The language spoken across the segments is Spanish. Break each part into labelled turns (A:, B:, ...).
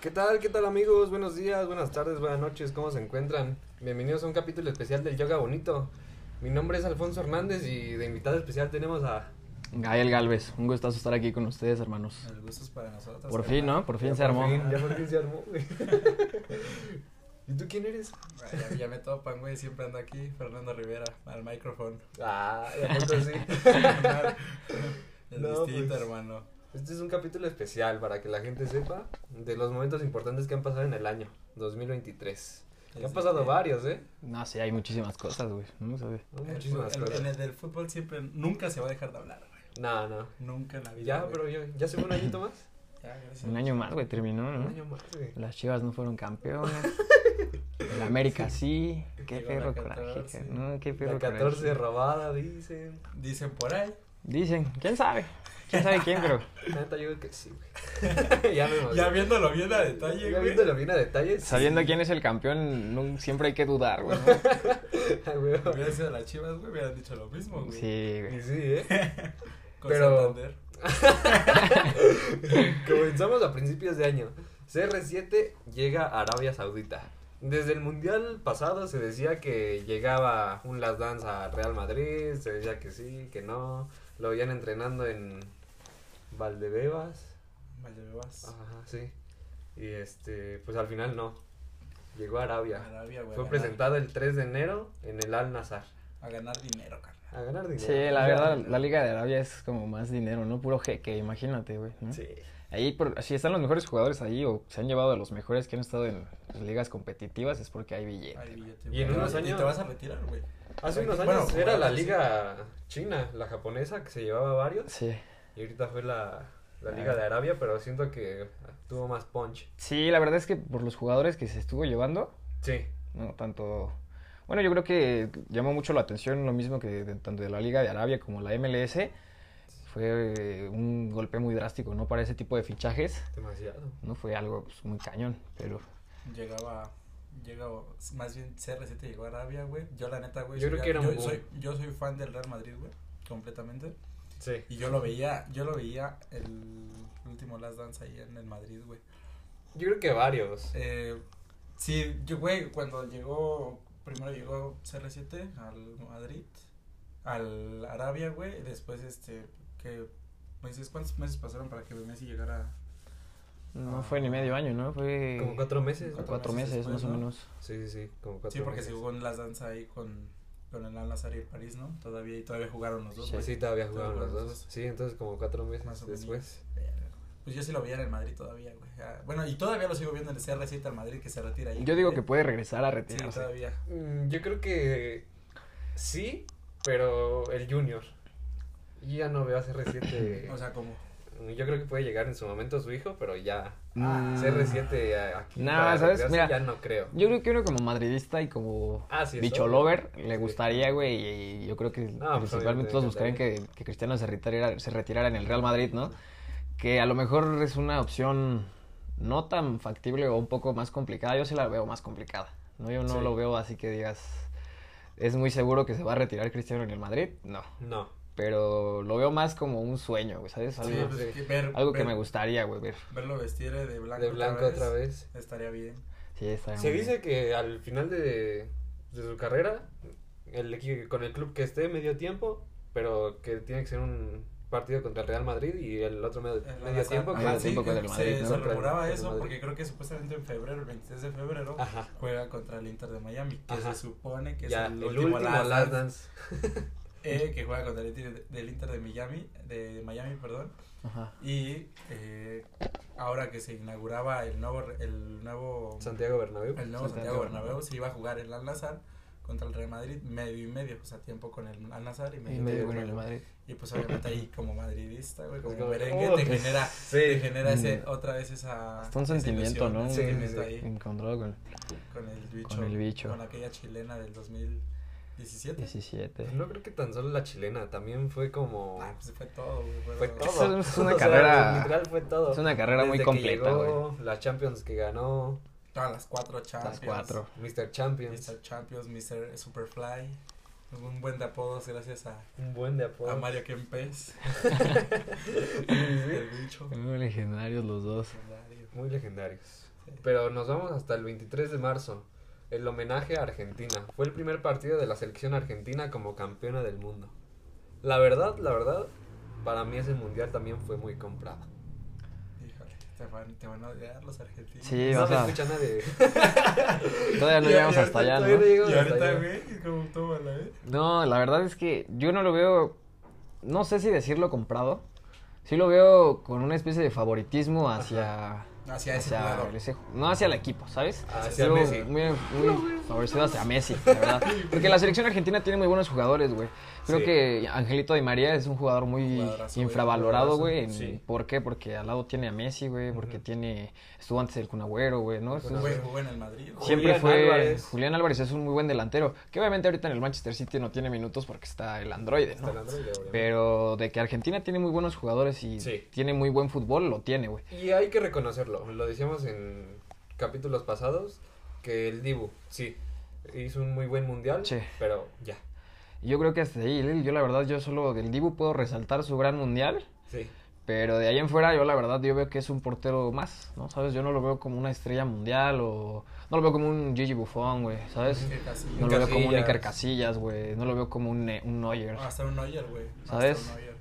A: ¿Qué tal? ¿Qué tal amigos? Buenos días, buenas tardes, buenas noches, ¿cómo se encuentran? Bienvenidos a un capítulo especial del Yoga Bonito. Mi nombre es Alfonso Hernández y de invitado especial tenemos a...
B: Gael Galvez, un gustazo estar aquí con ustedes, hermanos.
C: El gusto es para nosotros.
B: Por fin, ¿no? Por fin se
A: Ya por
B: armó.
A: fin, ya por fin se armó. güey. ¿Y tú quién eres?
C: Ah, Ya, ya me topan, güey. Siempre ando aquí. Fernando Rivera, al micrófono.
A: Ah, ya poco sí.
C: El
A: No,
C: distinto,
A: pues.
C: hermano.
A: Este es un capítulo especial para que la gente sepa de los momentos importantes que han pasado en el año 2023. Que han
C: Desde
A: pasado
C: que-
A: varios, ¿eh?
B: No, sí, hay muchísimas cosas, güey. No sabe.
A: No,
C: el
A: Muchísimas
C: fútbol- el-
A: cosas.
C: En el del fútbol siempre, nunca se va a dejar de hablar, güey.
A: No, no.
C: Nunca en la vida.
A: Ya,
C: güey.
A: pero yo, ya se fue un añito más.
C: Ya, gracias.
B: Un año más, güey, terminó,
A: Un
B: ¿no?
A: año más, güey.
B: Las chivas no fueron campeonas. El América sí. Qué
C: Llegó la
B: perro coraje,
C: 14.
B: güey, ¿no? Qué perro
A: La
B: coraje.
A: 14 robada, dicen.
C: Dicen por ahí.
B: Dicen, ¿quién sabe? ¿Quién sabe quién, pero?
A: La neta, yo creo que sí, güey. ya me
C: Ya viéndolo bien a detalle,
A: Ya
C: güey.
A: viéndolo bien a detalle. sí.
B: Sabiendo quién es el campeón, no- siempre hay que dudar, güey. ¿no?
A: Ah, güey.
C: Hubiera sido las chivas, güey. Hubieran dicho lo mismo, güey.
B: Sí,
A: Y
B: güey.
A: sí, ¿eh?
C: Con
A: pero-
C: Santander.
A: Comenzamos a principios de año. CR7 llega a Arabia Saudita. Desde el mundial pasado se decía que llegaba un Las Danza a Real Madrid, se decía que sí, que no. Lo habían entrenando en Valdebebas.
C: Valdebebas.
A: Ajá, sí. Y este, pues al final no. Llegó a Arabia.
C: Arabia, güey. a
A: Fue
C: ganar-
A: presentado el 3 de enero en el Al Nazar.
C: A ganar dinero, carnal.
A: A ganar dinero.
B: Sí, la verdad, la Liga de Arabia es como más dinero, ¿no? Puro jeque, imagínate, güey. ¿no?
A: Sí.
B: Ahí, por, si están los mejores jugadores ahí o se han llevado a los mejores que han estado en las ligas competitivas, es porque hay billete.
C: Ay, billete,
A: Y
C: güey.
A: en unos
C: Y
A: años-
C: te vas a retirar, güey.
A: Hace unos
C: Bueno,
A: años era la
C: jugadores,
A: liga china, la japonesa, que se llevaba varios.
B: Sí.
A: Y ahorita fue la,
B: Ah.
A: la liga de Arabia, pero siento que tuvo más punch.
B: Sí, la verdad es que por los jugadores que se estuvo llevando,
A: Sí.
B: no tanto. Bueno, yo creo que llamó mucho la atención lo mismo que de- tanto de la Liga de Arabia como la MLS. Fue eh, un golpe muy drástico, ¿no? Para ese tipo de fichajes.
A: Demasiado.
B: No fue algo pues, muy cañón, pero.
C: Llegaba, llegaba, más bien CR7 llegó a Arabia, güey. Yo la neta, güey.
A: Yo
C: soy-
A: creo que era un
C: yo
A: boom.
C: soy, yo soy fan del Real Madrid, güey, completamente.
A: Sí.
C: Y yo lo veía, yo lo veía el último Last Dance ahí en el Madrid, güey.
A: Yo creo que varios.
C: Eh, sí, yo, güey, cuando llegó, primero llegó CR7 al Madrid, al Arabia, güey, y después, este, que, meses, ¿cuántos meses pasaron para que Messi llegara?
B: No fue ni medio año, ¿no? Fue.
A: Como cuatro meses. ¿no?
C: cuatro
B: cuatro
C: meses
B: meses,
C: después,
B: más o
C: ¿no?
B: menos.
A: Sí, sí, sí. Como cuatro
C: Sí, porque
A: meses.
C: se jugó en Last Dance ahí con, con el Al-Nazar y el París, ¿no? Todavía, y todavía jugaron los dos,
B: Sí.
C: güey.
A: Pues sí, todavía jugaban los
C: Todavía
A: dos. Sí, entonces como cuatro
C: Más o
A: meses
C: menos.
A: después.
C: Pues yo sí lo veía en el Madrid todavía, güey. Ah, Bueno, y todavía lo sigo viendo en el CR7 al Madrid que se retira ahí.
B: Yo digo que
C: güey.
B: puede regresar a
C: Sí,
B: retirarse.
C: todavía.
A: Mm, Yo creo que sí, pero el Junior. Y ya no veo a CR7.
C: O sea, como.
A: yo creo que puede llegar en su momento su hijo, pero ya.
C: Ah.
B: Mm.
A: CR7 a- aquí.
B: No,
A: para
B: ¿sabes?
A: retirarse
B: Mira.
A: Ya no creo.
B: Yo creo que uno como madridista y como
A: Ah, sí,
B: bicho
A: eso.
B: lover le
A: Sí.
B: gustaría, güey, y yo creo que
A: No, pues,
B: principalmente todos buscarían
A: obviamente,
B: que, que Cristiano se retirara, se retirara en el Real Madrid, ¿no? Que a lo mejor es una opción no tan factible o un poco más complicada. Yo sí la veo más complicada, ¿no? Yo no
A: Sí.
B: lo veo así que digas, es muy seguro que se va a retirar Cristiano en el Madrid, no.
A: No.
B: Pero lo veo más como un sueño, güey, ¿sabes?
C: Sí,
B: Algo,
C: pues,
A: sí.
C: que ver,
B: algo que
C: ver-
B: me gustaría, güey, ver.
C: Verlo vestir eh, de blanco.
A: De blanco otra vez.
C: Estaría bien.
B: Sí, estaría
A: Se
B: muy bien.
A: dice que al final de, de su carrera, el, equi- con el club que esté medio tiempo, pero que tiene que ser un partido contra el Real Madrid y el otro medio,
C: El ah,
A: medio tiempo.
C: Al-Nazar.
A: que-
B: medio tiempo con el
C: se-
B: Madrid,
C: Se,
B: ¿no?
C: rumoraba
A: Con el
C: eso
A: Madrid.
C: porque creo que supuestamente en febrero, el 23 de febrero,
A: Ajá.
C: juega contra el Inter de Miami. Que
A: Ajá.
C: se supone que
A: Ya,
C: es
A: el, último,
C: Last
A: Last
C: Dance,
A: Dance.
C: eh, que juega contra el Inter del Inter de Miami. De Miami, perdón.
B: Ajá.
C: Y eh, ahora que se inauguraba el nuevo. re- El nuevo
A: Santiago Bernabéu.
C: El
B: Santiago
C: nuevo Santiago
B: Bernabéu.
C: Bernabéu se iba a jugar el Al-Nazar contra el Real Madrid medio y medio, o sea, tiempo con el Al-Nazar y medio,
B: Y medio
C: tiempo
B: con el
C: con-
B: Madrid.
C: Y pues obviamente ahí como madridista, güey, como,
A: Es como,
C: merengue
A: oh,
C: te genera, te genera ese,
B: Mm.
C: otra vez esa...
B: Hasta un
C: esa
B: sentimiento,
C: ilusión,
B: ¿no?
C: ese
A: Sí,
C: sentimiento
A: sí,
C: ahí
B: Encontrado con
C: con el bicho.
B: el bicho.
C: Con aquella chilena del 2017.
B: 17.
A: Pues No creo que tan solo la chilena, también fue como...
C: Ah, pues fue todo, güey.
A: Fue
C: todo.
A: todo.
B: Es una
A: O sea,
B: carrera-
A: literal fue todo.
B: es una carrera
A: Desde
B: muy
A: que
B: completa,
A: llegó, Las Champions que ganó,
C: Todas las cuatro
B: Las
C: Champions.
B: cuatro.
A: Mr. Champions,
C: Mr. Champions, Mr. Superfly. Un buen de apodos gracias a,
A: un buen de apoyo.
C: a Mario Kempes. el bicho.
B: Muy legendarios los dos.
C: Legendario.
A: Muy legendarios. Pero nos vamos hasta el 23 de marzo. El homenaje a Argentina. Fue el primer partido de la selección argentina como campeona del mundo. La verdad, la verdad, para mí ese mundial también fue muy comprado.
C: Híjole, te van, te van a odiar los argentinos.
B: Sí,
A: no
B: o
A: me
B: sea,
A: escucha nadie.
B: todavía no
C: Y- y
B: llegamos hasta
C: ahorita
B: allá,
A: Todavía
B: ¿no?
A: no llegamos
C: Y
A: hasta
C: ahorita,
A: allá.
C: güey, como tómala, ¿eh?
B: No, la verdad es que yo no lo veo, no sé si decirlo comprado, sí lo veo con una especie de favoritismo hacia...
C: Hacia Ah, ese
B: hacia
C: jugador.
B: ese- no hacia el equipo, ¿sabes?
A: Hacia
B: Yo
A: Messi.
B: Muy, muy favorecido hacia Messi, la verdad. Porque la selección argentina tiene muy buenos jugadores, güey. Creo
A: Sí.
B: que Angelito Di María es un jugador muy
C: Jugadorazo, güey,
B: infravalorado,
C: jugadorazo.
B: güey. en-
A: Sí.
B: ¿Por qué? Porque al lado tiene a Messi, güey. Porque
A: Ujú.
B: tiene... Estuvo antes el Kun Agüero, güey, ¿no? Entonces,
C: Güey, jugó en el Madrid. güey.
B: Siempre
A: Julián
B: fue
A: Álvarez.
B: Julián Álvarez es un muy buen delantero, que obviamente ahorita en el Manchester City no tiene minutos porque está el androide,
A: Hasta
B: ¿no?
A: el Android, obviamente.
B: Pero de que Argentina tiene muy buenos jugadores y
A: Sí.
B: tiene muy buen fútbol, lo tiene, güey.
A: Y hay que reconocerlo, lo decíamos en capítulos pasados, que el Dibu, sí, hizo un muy buen mundial,
B: Sí.
A: pero ya,
B: Y Yo creo que hasta ahí, Lil, yo la verdad, yo solo del Dibu puedo resaltar su gran mundial,
A: sí.
B: pero de ahí en fuera yo la verdad, yo veo que es un portero más, ¿no? ¿Sabes? Yo no lo veo como una estrella mundial o... No lo veo como un Gigi Buffon, güey, ¿sabes?
C: Iker Casillas.
B: No lo veo como un
A: Eh, Casillas. Ah.
B: Iker Casillas, güey. No lo veo como un, Ne- un Neuer.
C: Hasta un Neuer, güey.
B: ¿Sabes?
C: Hasta un Neuer.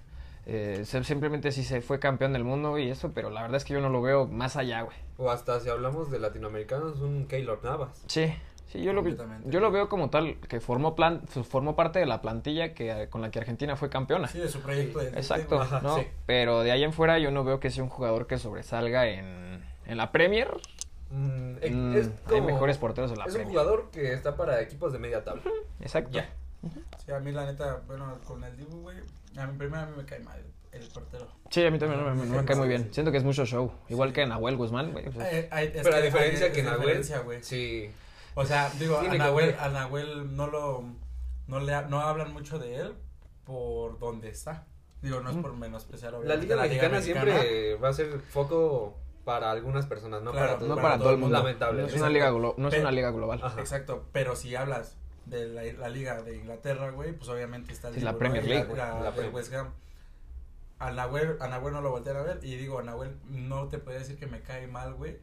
B: Eh, se- simplemente sí se fue campeón del mundo y eso, pero la verdad es que yo no lo veo más allá, güey.
A: O hasta si hablamos de latinoamericanos, un Keylor Navas.
B: Sí, sí, yo lo, vi-
C: Completamente.
B: yo lo veo como tal, que formó, plan, formó parte de la plantilla que, eh, con la que Argentina fue campeona.
C: Sí, de su proyecto. de-
B: Exacto,
A: Ajá,
B: ¿no?
A: sí.
B: Pero de ahí en fuera yo no veo que sea un jugador que sobresalga en, en la Premier.
A: Mm, eh,
B: Mm,
A: es
B: hay
A: como-
B: mejores porteros en la
A: es un
B: Premier.
A: jugador que está para equipos de media tabla.
B: Exacto.
A: Ya.
C: Sí, a mí la neta, bueno, con el Dibu, güey, a mí primero a mí me cae mal el portero.
B: Sí, a mí también no me, no me cae muy bien.
A: Sí.
B: Siento que es mucho show. Igual que Nahuel Guzmán, güey. o sea,
C: Eh, eh, es
A: pero a
C: que-
A: diferencia
C: es
A: que Nahuel,
C: diferencia, güey.
A: sí,
C: O sea, digo, a
A: Tiene que
C: Nahuel,
A: ver.
C: a Nahuel no lo, no le, no hablan mucho de él por dónde está. Digo, no es por menospreciar
A: Mm. la
C: obviamente
A: Liga Mexicana
C: Mexicana.
A: siempre va a ser foco para algunas personas, no
C: Claro,
A: para todos.
B: no para todo el mundo.
A: Lamentable.
B: No es
A: ¿no?
B: una liga, glo- no es
C: Pe-
B: una liga global.
A: Ajá.
C: Exacto, pero si hablas de la, la liga de Inglaterra, güey, pues obviamente está el
B: Es la
C: Liverpool,
B: Premier
C: la-
B: League,
A: güey.
C: la,
A: La
C: el
A: Premier.
C: West Ham. A Nahuel, a Nahuel no lo voltean a ver y digo, a Nahuel no te podría decir que me cae mal, güey.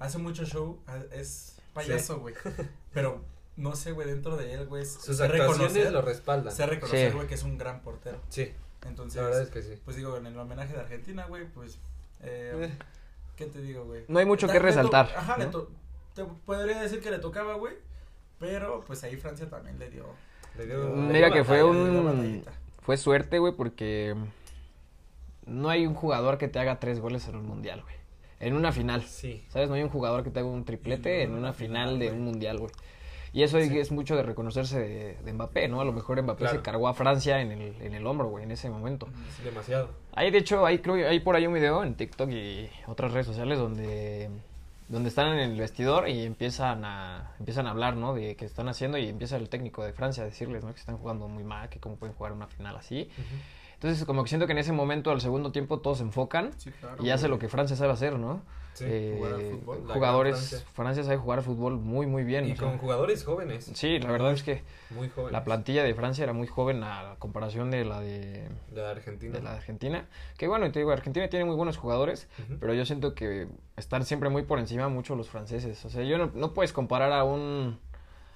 C: Hace mucho show, a- es payaso, güey. Pero no sé, güey, dentro de él, güey, es-
A: Sus
C: sé
A: actuaciones
C: reconocer-
A: lo respaldan.
C: sé reconocer,
B: Sí.
C: güey, que es un gran portero.
A: Sí,
C: Entonces,
A: la verdad es que sí.
C: pues digo, en el homenaje de Argentina, güey, pues eh,
A: Eh,
C: ¿Qué te digo, güey?
B: No hay mucho
C: Ta-
B: que
C: le to-
B: resaltar,
C: Ajá, le
B: ¿no?
C: to- te podría decir que le tocaba, güey. Pero pues ahí Francia también le dio.
A: le dio-
B: Mira
A: le dio
B: que fue
A: batalla,
B: un-
A: le dio
C: una
A: batalla.
C: batallita.
B: Fue suerte, güey, porque no hay un jugador que te haga tres goles en un mundial, güey. En una final.
A: Sí.
B: ¿Sabes? No hay un jugador que te haga un triplete en una final de un mundial, güey. Y eso es mucho de reconocerse de, de Mbappé, ¿no? A lo mejor Mbappé se
A: Claro.
B: cargó a Francia en el, en el hombro, güey, en ese momento.
A: Sí, demasiado.
B: Hay, de hecho, hay, creo, que hay por ahí un video en TikTok y otras redes sociales donde, donde están en el vestidor y empiezan a, empiezan a hablar, ¿no? De qué están haciendo y empieza el técnico de Francia a decirles, ¿no? Que están jugando muy mal, que cómo pueden jugar una final así. Entonces, como que siento que en ese momento, al segundo tiempo, todos se enfocan
C: Sí, claro.
B: y hace lo que Francia sabe hacer, ¿no?
A: Sí,
B: Eh,
A: jugar al fútbol, la gran
B: jugadores,
A: Francia.
B: Francia. sabe jugar fútbol muy, muy bien.
A: Y
B: o sea.
A: con jugadores jóvenes,
B: Sí, la verdad es que
A: muy jóvenes.
B: la plantilla de Francia era muy joven a la comparación de la de,
A: De Argentina.
B: de la de Argentina. Que bueno, y te digo, Argentina tiene muy buenos jugadores,
A: Ujú.
B: pero yo siento que están siempre muy por encima mucho los franceses. O sea, yo no, no puedes comparar a un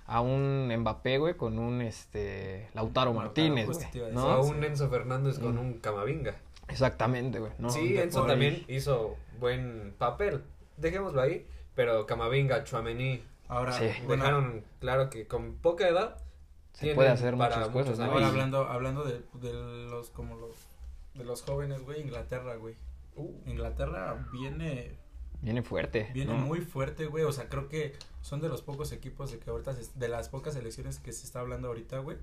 B: a un Mbappé, güey, con un este Lautaro
C: Lautaro,
B: Martínez,
C: justo te iba a
B: güey,
A: O a
B: ¿no?
A: un Enzo Fernández con
B: Mm.
A: un Camavinga.
B: Exactamente, güey, ¿no?
A: sí,
B: De-
A: Enzo
B: por-
A: también hizo buen papel. Dejémoslo ahí. Pero Camavinga,
B: Eh,
A: Chuamení,
C: Ahora,
B: Sí.
C: bueno,
A: dejaron claro que con poca edad
B: Se
A: tienen
B: puede hacer
A: para
B: muchas
A: muchos
B: cosas, ¿no?
C: ahora
B: Y-
C: hablando, hablando de, de los como los de los jóvenes, güey, Inglaterra, güey.
A: Uh,
C: Inglaterra viene
B: Viene fuerte.
C: viene
B: ¿no?
C: muy fuerte, güey. O sea, creo que son de los pocos equipos de que ahorita se- de las pocas selecciones que se está hablando ahorita, güey.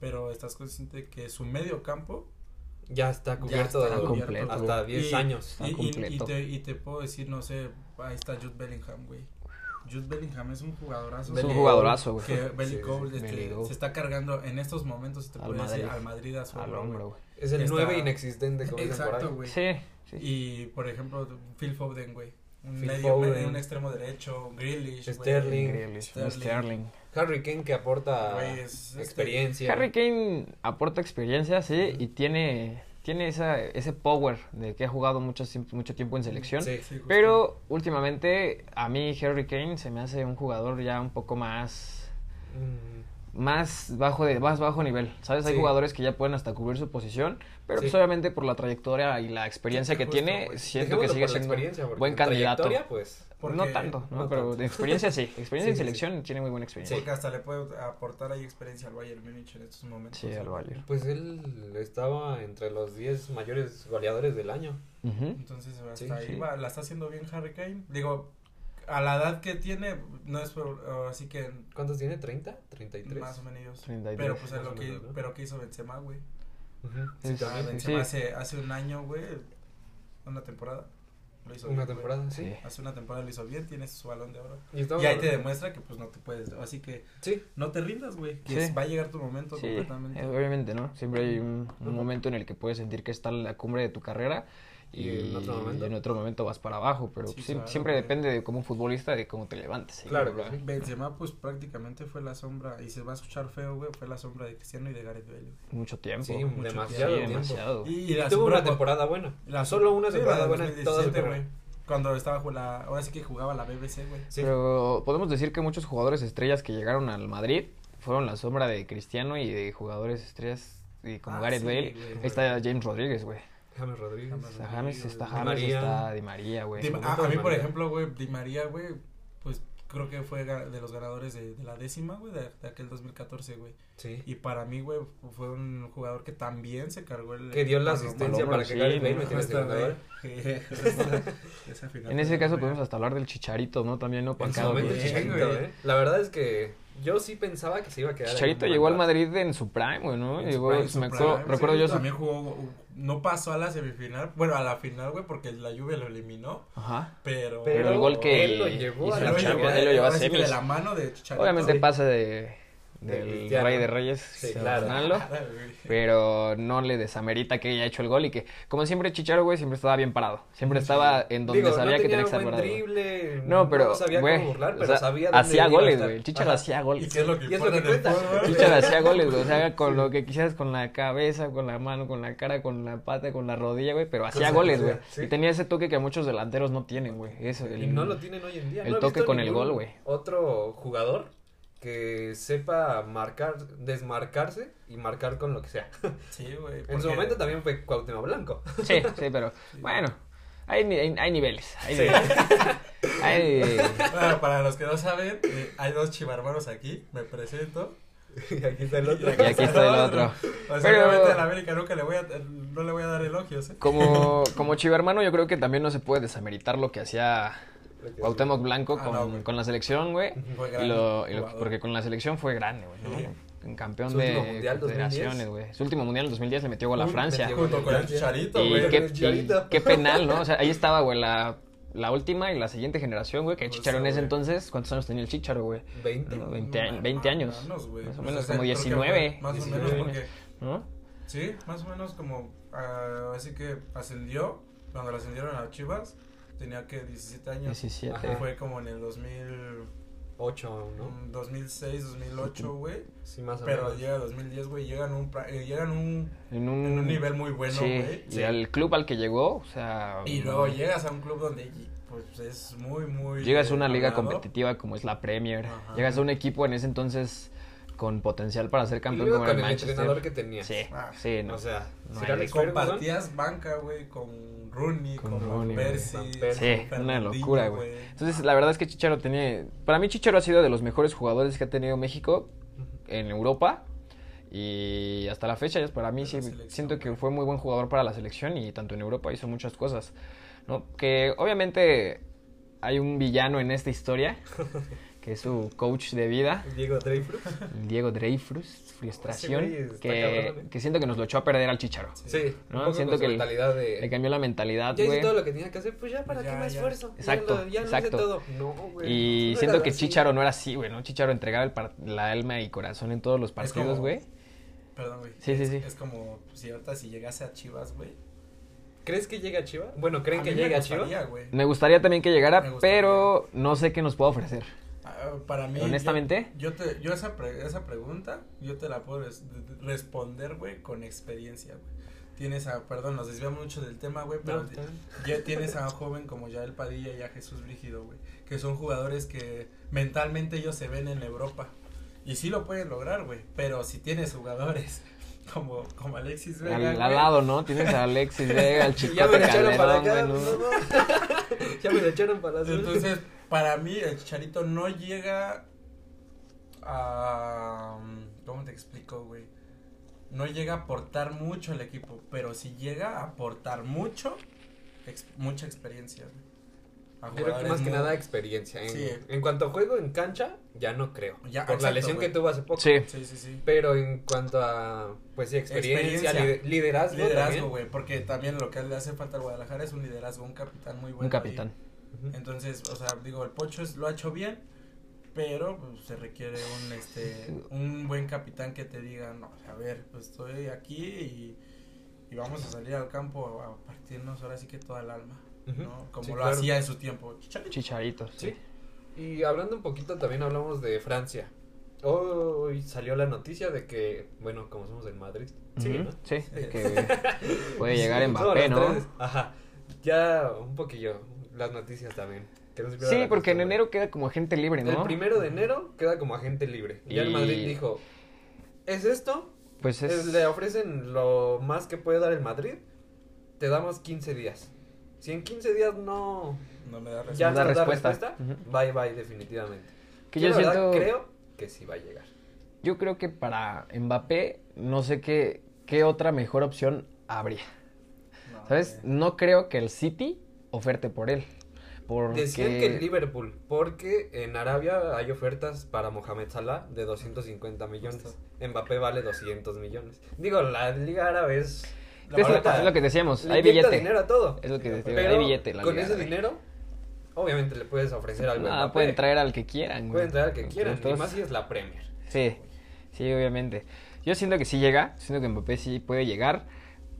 C: Pero estás consciente que su medio campo
A: ya está cubierto
C: está
A: de-
B: completo.
A: hasta 10
C: Y-
A: años.
B: Está
C: Y, y- y
B: completo.
C: te, y te puedo decir, no sé, ahí está Jude Bellingham, güey. Jude Bellingham es un jugadorazo.
B: Es un
C: que-
B: jugadorazo, güey.
C: Que
A: Sí, sí,
C: Belly Cole,
B: sí.
C: este,
B: Belly Cole.
C: se está cargando en estos momentos, te
B: Al
C: puedo decir,
B: Madrid.
C: al Madrid a su
B: Al
C: hombro,
B: hombro,
C: güey.
B: güey.
A: Es el
C: Está-
A: 9 inexistente, como dicen por
C: Exacto,
A: ahí.
C: güey.
B: Sí, sí.
C: Y, por ejemplo, Phil Foden, güey. Un
A: Phil
C: medio,
A: Foden.
C: medio, un extremo derecho, Grealish, güey.
A: Sterling.
B: Increíble,
C: Sterling.
B: Sterling.
A: Harry Kane que aporta
C: Güey, es este-
A: experiencia.
B: Harry Kane aporta experiencia, sí, y tiene, tiene esa, ese power de que ha jugado mucho, sim- mucho tiempo en selección.
A: Sí.
C: Sí, justo.
B: Pero últimamente a mí Harry Kane se me hace un jugador ya un poco más
A: Mm,
B: más bajo de más bajo nivel, ¿sabes? Hay
A: Sí.
B: jugadores que ya pueden hasta cubrir su posición, pero
A: Sí.
B: pues obviamente por la trayectoria y la experiencia
C: Sí,
B: que
C: justo,
B: tiene,
C: güey.
B: Eh, siento que
A: Pues, dejémoslo
B: sigue
A: por la
B: siendo
A: experiencia, porque
B: buen
A: en
B: candidato.
A: trayectoria, pues.
C: Porque-
B: no tanto, ¿no?
C: no
B: pero
C: tanto.
B: de experiencia sí,
C: Sí,
B: experiencia en
C: sí, sí.
B: selección tiene muy buena experiencia.
C: Porque hasta le puede aportar ahí experiencia al Bayern Múnich en estos momentos.
B: Sí, al Bayern.
A: Pues él estaba entre los 10 mayores goleadores del año.
B: Ujú.
C: Entonces hasta
A: Sí,
C: ahí
B: sí.
C: va, la está haciendo bien Harry Kane. Digo, a la edad que tiene, no es por, así que
A: ¿Cuántos tiene? ¿30? ¿33?
C: más o menos.
B: 33.
C: Pero pues es
A: Más
C: lo
A: o
C: que,
A: menos, ¿no?
C: pero que hizo Benzema, güey.
A: Ujú,
B: Sí,
A: Sí,
B: sí.
C: Ah,
A: también.
C: Benzema hace, hace un año, güey, una temporada. Lo hizo
A: Una
C: bien, güey.
A: temporada, sí.
B: Sí.
C: Hace una temporada lo hizo bien, tienes su balón de oro.
A: Y, estamos
C: Y ahí te
A: hablando-
C: demuestra que pues no te puedes, así que
A: Sí,
C: no te rindas, güey.
B: Sí.
C: Que es- va a llegar tu momento
B: Sí,
C: completamente.
B: eh, obviamente, ¿no? Siempre hay un, un
A: Ujú.
B: momento en el que puedes sentir que está la cumbre de tu carrera y,
A: Y en otro momento.
B: en otro momento vas para abajo, pero
C: Sí,
B: pues, sí,
C: claro,
B: siempre
C: güey.
B: depende de como un futbolista, de cómo te levantes. ¿eh? ¿sí?
A: Claro que sí.
C: Benzema pues prácticamente fue la sombra y se va a escuchar feo, güey, fue la sombra de Cristiano y de Gareth Bale. güey.
B: Mucho tiempo.
A: sí,
B: Sí,
C: mucho
A: demasiado tiempo.
C: tiempo.
B: demasiado. güey.
C: Y, la
A: Tuvo
C: sombra
A: una
C: con-
A: temporada buena.
C: La
A: Solo una
C: Sí,
A: temporada
C: la
A: buena en toda su
C: 2017,
A: carrera.
C: güey. Cuando estaba jugando, ahora sí que jugaba la BBC, güey.
A: Sí.
B: Pero podemos decir que muchos jugadores estrellas que llegaron al Madrid fueron la sombra de Cristiano y de jugadores estrellas y como
C: Ah,
B: Gareth
C: sí,
B: Bale.
C: güey.
B: Ahí está James Rodríguez, güey.
A: James Rodríguez.
C: James
B: Está James,
C: Rodríguez,
B: está
A: Di
B: James,
A: María.
B: está Di María, güey.
C: Di- a,
A: momento
C: a
A: de
C: mí, por
A: María.
C: ejemplo, güey, Di María, güey, pues creo que fue ga- de los ganadores de, de la décima, güey, de, de aquel 2014, güey.
A: Sí.
C: Y para mí, güey, fue un jugador que también se cargó el...
A: Que dio la
C: el balón,
A: asistencia
B: Paloma,
A: para que
B: sí,
A: Gareth Bale
B: ¿no?
A: metiera el
C: Justo,
A: segundo
C: güey.
A: gol.
C: Esa final
B: En ese
C: fue
B: caso
C: buena.
B: podemos hasta hablar del Chicharito, ¿no? También, ¿no?
A: En su
B: Marcado,
A: momento,
B: güey.
C: bien,
A: Chicharito,
C: güey.
A: ¿eh? La verdad es que yo sí pensaba que se iba a quedar. ahí
B: Chicharito
A: un
B: llegó al
A: mandato.
B: Madrid en su prime, güey, ¿no?
C: En su
B: Llegó,
C: prime,
B: me
C: en su
B: acuerdo-
C: prime,
B: recuerdo
C: sí,
B: yo su-
C: También jugó, no pasó a la semifinal, bueno, a la final, güey, porque la Juve lo eliminó,
B: Ajá.
C: pero...
B: Pero, el gol que
A: él lo llevó
B: hizo
A: a
B: en
A: la
B: Champions,
A: Champions,
B: él lo llevó a
C: ahora sí que
B: semis.
C: De la mano de Chicharito.
B: Obviamente
A: Sí.
B: pase de,
A: De
B: del
A: Cristiano.
B: Rey de Reyes,
A: Sí,
B: Cristiano
A: claro.
B: Ronaldo,
C: Claro, güey.
B: pero no le desamerita que haya hecho el gol y que, como siempre, Chicharo, güey, siempre estaba bien parado. Siempre estaba en donde
A: Digo,
B: sabía
A: no
B: que
A: tenía
B: tenía que estar
A: buen
B: parado. güey.
A: drible,
B: No, pero,
A: sabía
B: güey,
A: cómo burlar,
B: o
A: pero
B: sea,
A: sabía dónde
B: hacía
A: iba a
B: goles,
A: estar.
B: güey. El Chicharo
A: Ajá.
B: hacía
C: Y
B: goles.
C: qué es lo que
A: Y es lo
C: importa
A: que
C: en el
A: cuenta.
C: fútbol, güey.
B: Chicharo hacía goles, güey. O sea, con lo que quisieras, con la cabeza, con la mano, con la cara, con la pata, con la rodilla, güey. Pero hacía
A: Con la
B: goles,
A: rodilla,
B: güey.
A: sí.
B: Y tenía ese toque que muchos delanteros no tienen, güey. Eso, el-
A: Y no lo tienen hoy en día.
B: el
A: No he
B: toque
A: visto
B: con el
A: ningún
B: gol, güey.
A: Otro jugador que sepa marcar, desmarcarse y marcar con lo que sea.
C: Sí, güey.
A: En su
C: porque-
A: momento también fue Cuauhtémoc Blanco.
B: Sí, sí, pero bueno, hay, ni- hay, hay niveles. Hay
A: Sí.
B: niveles. Hay-
C: Bueno, para los que no saben, eh, hay dos chivarmanos aquí, me presento.
A: y aquí está el otro.
B: Y aquí está el otro.
C: O sea,
B: Pero-
C: obviamente a la América nunca le voy a, no le voy a dar elogios, ¿eh?
B: Como, como chivermano, yo creo que también no se puede desameritar lo que hacía Cuauhtémoc Blanco
C: Ah,
B: con,
C: no, güey.
B: con la selección, güey.
C: Fue
B: Y
C: gran
B: lo- y lo-
C: jugador.
B: porque con la selección fue grande, güey.
C: Sí.
B: ¿no? Un campeón
A: Su
B: de
A: último mundial,
B: confederaciones,
A: 2010.
B: güey. Su último mundial en 2010 le metió gol a
A: Uy,
B: Francia.
A: metió
C: Junto con el Chicharito,
B: Y
C: güey.
B: qué,
A: el
B: y
A: Chicharito.
B: qué penal, ¿no? O sea, ahí estaba, güey, la, la última y la siguiente generación, güey. Que
C: Pues
B: Chicharo en
C: sí,
B: ese
C: güey.
B: entonces, ¿cuántos años tenía el Chicharo, güey?
A: 20.
B: No, 20 años, 20 años.
C: Más o menos,
B: Más o menos como 19.
C: Más o
A: 19.
C: menos porque...
B: ¿No?
C: Sí, más o menos como... ah, así que ascendió, cuando le ascendieron a Chivas, tenía que 17 años.
B: 17.
A: Ajá.
C: Fue como en el 2000,
A: 8, ¿no?
C: mm, 2006, 2008, güey.
A: Sí, más o
C: Pero
A: menos.
C: llega el 2010, güey, llegan un, pra- eh, llegan un,
B: En un,
C: en un nivel muy bueno,
B: Mm, sí,
C: güey.
B: y al club al que llegó, o sea...
C: Y
B: no-
C: luego llegas a un club donde pues es muy, muy...
B: Llegas a una
C: eh,
B: liga
C: hablado.
B: competitiva como es la Premier.
C: Ajá.
B: Llegas a un equipo en ese entonces con potencial para ser
A: Y
B: campeón
A: luego
B: como era
A: con
B: el
A: el entrenador
B: Manchester.
A: que tenía.
B: Sí,
C: Ah,
B: sí, no.
A: O sea,
B: No
A: Sir
B: hay
A: Alex Ferguson.
C: Compartías banca, güey, con Rooney,
B: Con
C: con,
B: Rooney,
C: Van
B: güey.
C: Persie,
A: Van
C: con
A: Persie.
B: Sí, una
C: Fernandinho,
B: locura, güey. Entonces, la verdad es que Chicharo tiene... Para mí Chicharo ha sido de los mejores jugadores que ha tenido México en Europa. Y hasta la fecha, para mí
C: De
B: sí,
C: la selección,
B: siento que
C: güey.
B: fue muy buen jugador para la selección y tanto en Europa hizo muchas cosas. ¿no? Que obviamente hay un villano en esta historia, que es su coach de vida.
A: Diego Dreyfus.
B: el Diego Dreyfus, frustración,
A: Ese güey está
B: que,
A: cabrón, ¿eh?
B: que siento que nos lo echó a perder al Chicharo.
A: Sí,
B: No,
A: un poco
B: siento
A: con su
B: que el-
A: mentalidad de...
B: Le cambió la mentalidad,
A: Ya hice
B: güey.
A: todo lo que tenía que hacer, pues ya para
C: Ya,
A: qué me
C: ya.
A: esfuerzo. Ya
B: Exacto,
A: lo- ya lo
B: exacto.
A: hice todo. No, güey.
B: Y
A: no
B: siento
A: era
B: que
A: así.
B: Chicharo no era así, güey, ¿no? Chicharo entregaba el par- la alma y corazón en todos los partidos,
C: como-
B: güey.
C: Perdón, güey.
B: Sí, sí,
C: Es-
B: sí.
C: Es como si ahorita si llegase a Chivas, güey.
A: ¿Crees que llega a Chiva? Bueno, ¿creen
C: a
A: que
C: mí me
A: llega a Chiva?
C: gustaría, güey.
B: Me gustaría también que llegara,
C: Me gustaría.
B: pero no sé qué nos puede ofrecer.
C: Ah, Para mí.
B: Honestamente.
C: Yo, yo te, yo esa, pre- esa pregunta, yo te la puedo res- responder, güey, con experiencia, güey. tienes a, perdón, nos desviamos mucho del tema, güey, pero
A: No, está bien.
C: ya tienes a un joven como Yael Padilla y a Jesús Brígido, güey, que son jugadores que mentalmente ellos se ven en Europa. Y sí lo pueden lograr, güey, pero si tienes jugadores como, como Alexis Vega,
B: Al, al
C: güey,
B: lado, ¿no? Tienes a Alexis Vega, al
A: Y ya me
B: Chicote
A: la echaron para
B: Calderón,
A: acá.
B: güey, ¿no?
A: no, no. ya me la echaron para la
C: Entonces, para mí, el Chicharito no llega a... mm, ¿Cómo te explico, güey? No llega a aportar mucho al equipo, pero si llega a aportar mucho, ex- mucha experiencia, güey. A
A: Creo que
C: jugadores
A: más que
C: muy-
A: nada experiencia. En,
C: Sí.
A: en cuanto a juego en cancha, ya no creo.
C: Ya,
A: por la
C: exacto,
A: lesión
C: güey.
A: que tuvo hace poco.
B: Sí.
C: Sí, sí, sí.
A: Pero en cuanto a, pues sí, experiencia,
C: Experiencia.
A: lider- liderazgo.
C: Liderazgo,
A: también.
C: güey, porque también lo que le hace falta al Guadalajara es un liderazgo, un capitán muy bueno.
B: Un
C: ahí.
B: capitán.
A: Ujú.
C: Entonces, o sea, digo, el Pocho es- lo ha hecho bien, pero pues, se requiere un este un buen capitán que te diga, no, a ver, pues estoy aquí y, y vamos a salir al campo a partirnos ahora sí que toda el alma,
A: Ujú.
C: ¿no? Como
A: Sí,
C: lo
A: claro.
C: hacía en su tiempo. Chicharito.
B: Chicharitos.
A: Sí. Y hablando un poquito, también hablamos de Francia. Hoy salió la noticia de que, bueno, como somos en Madrid, sí,
B: Ujú,
A: ¿no?
B: Sí, que puede llegar
A: Todos
B: Mbappé,
A: los
B: ¿no?
A: tres, Ajá. Ya un poquillo las noticias también. que no se pierda
B: Sí,
A: la
B: porque en
A: costumbre.
B: enero queda como agente libre, ¿no?
A: El primero de enero queda como agente libre. Y, el
B: Y-
A: Madrid dijo, ¿es esto?
B: Pues
A: Es-
B: es...
A: Le ofrecen lo más que puede dar el Madrid. Te damos 15 días. Si en 15 días no,
C: No me da
A: ya
C: respuesta.
A: no
B: da
A: da respuesta,
B: respuesta. Ujú.
A: bye bye definitivamente.
B: Que
A: Yo
B: yo
A: la verdad
B: siento...
A: creo que sí va a llegar.
B: Yo creo que para Mbappé, no sé qué, qué otra mejor opción habría.
C: No, eh,
B: ¿Sabes?
C: güey.
B: No creo que el City oferte por él. Porque...
A: Decían que en Liverpool, porque en Arabia hay ofertas para Mohamed Salah de 250 millones. Mbappé vale 200 millones. Digo, la liga árabe es...
B: Es lo-
A: Ahorita
B: es lo que decíamos,
A: le
B: hay
A: inyecta
B: billete.
A: dinero a todo.
B: Es lo que decíamos,
A: Pero
B: hay billete. la
A: con
B: liga
A: ese
B: árabe.
A: dinero, obviamente le puedes ofrecer algo. a
B: Ah,
A: Mbappé.
B: pueden traer al que quieran. güey.
A: Pueden traer al que quieran. Y
B: Entonces,
A: más si es la Premier.
B: Sí, sí, obviamente. Yo siento que sí llega, siento que Mbappé sí puede llegar,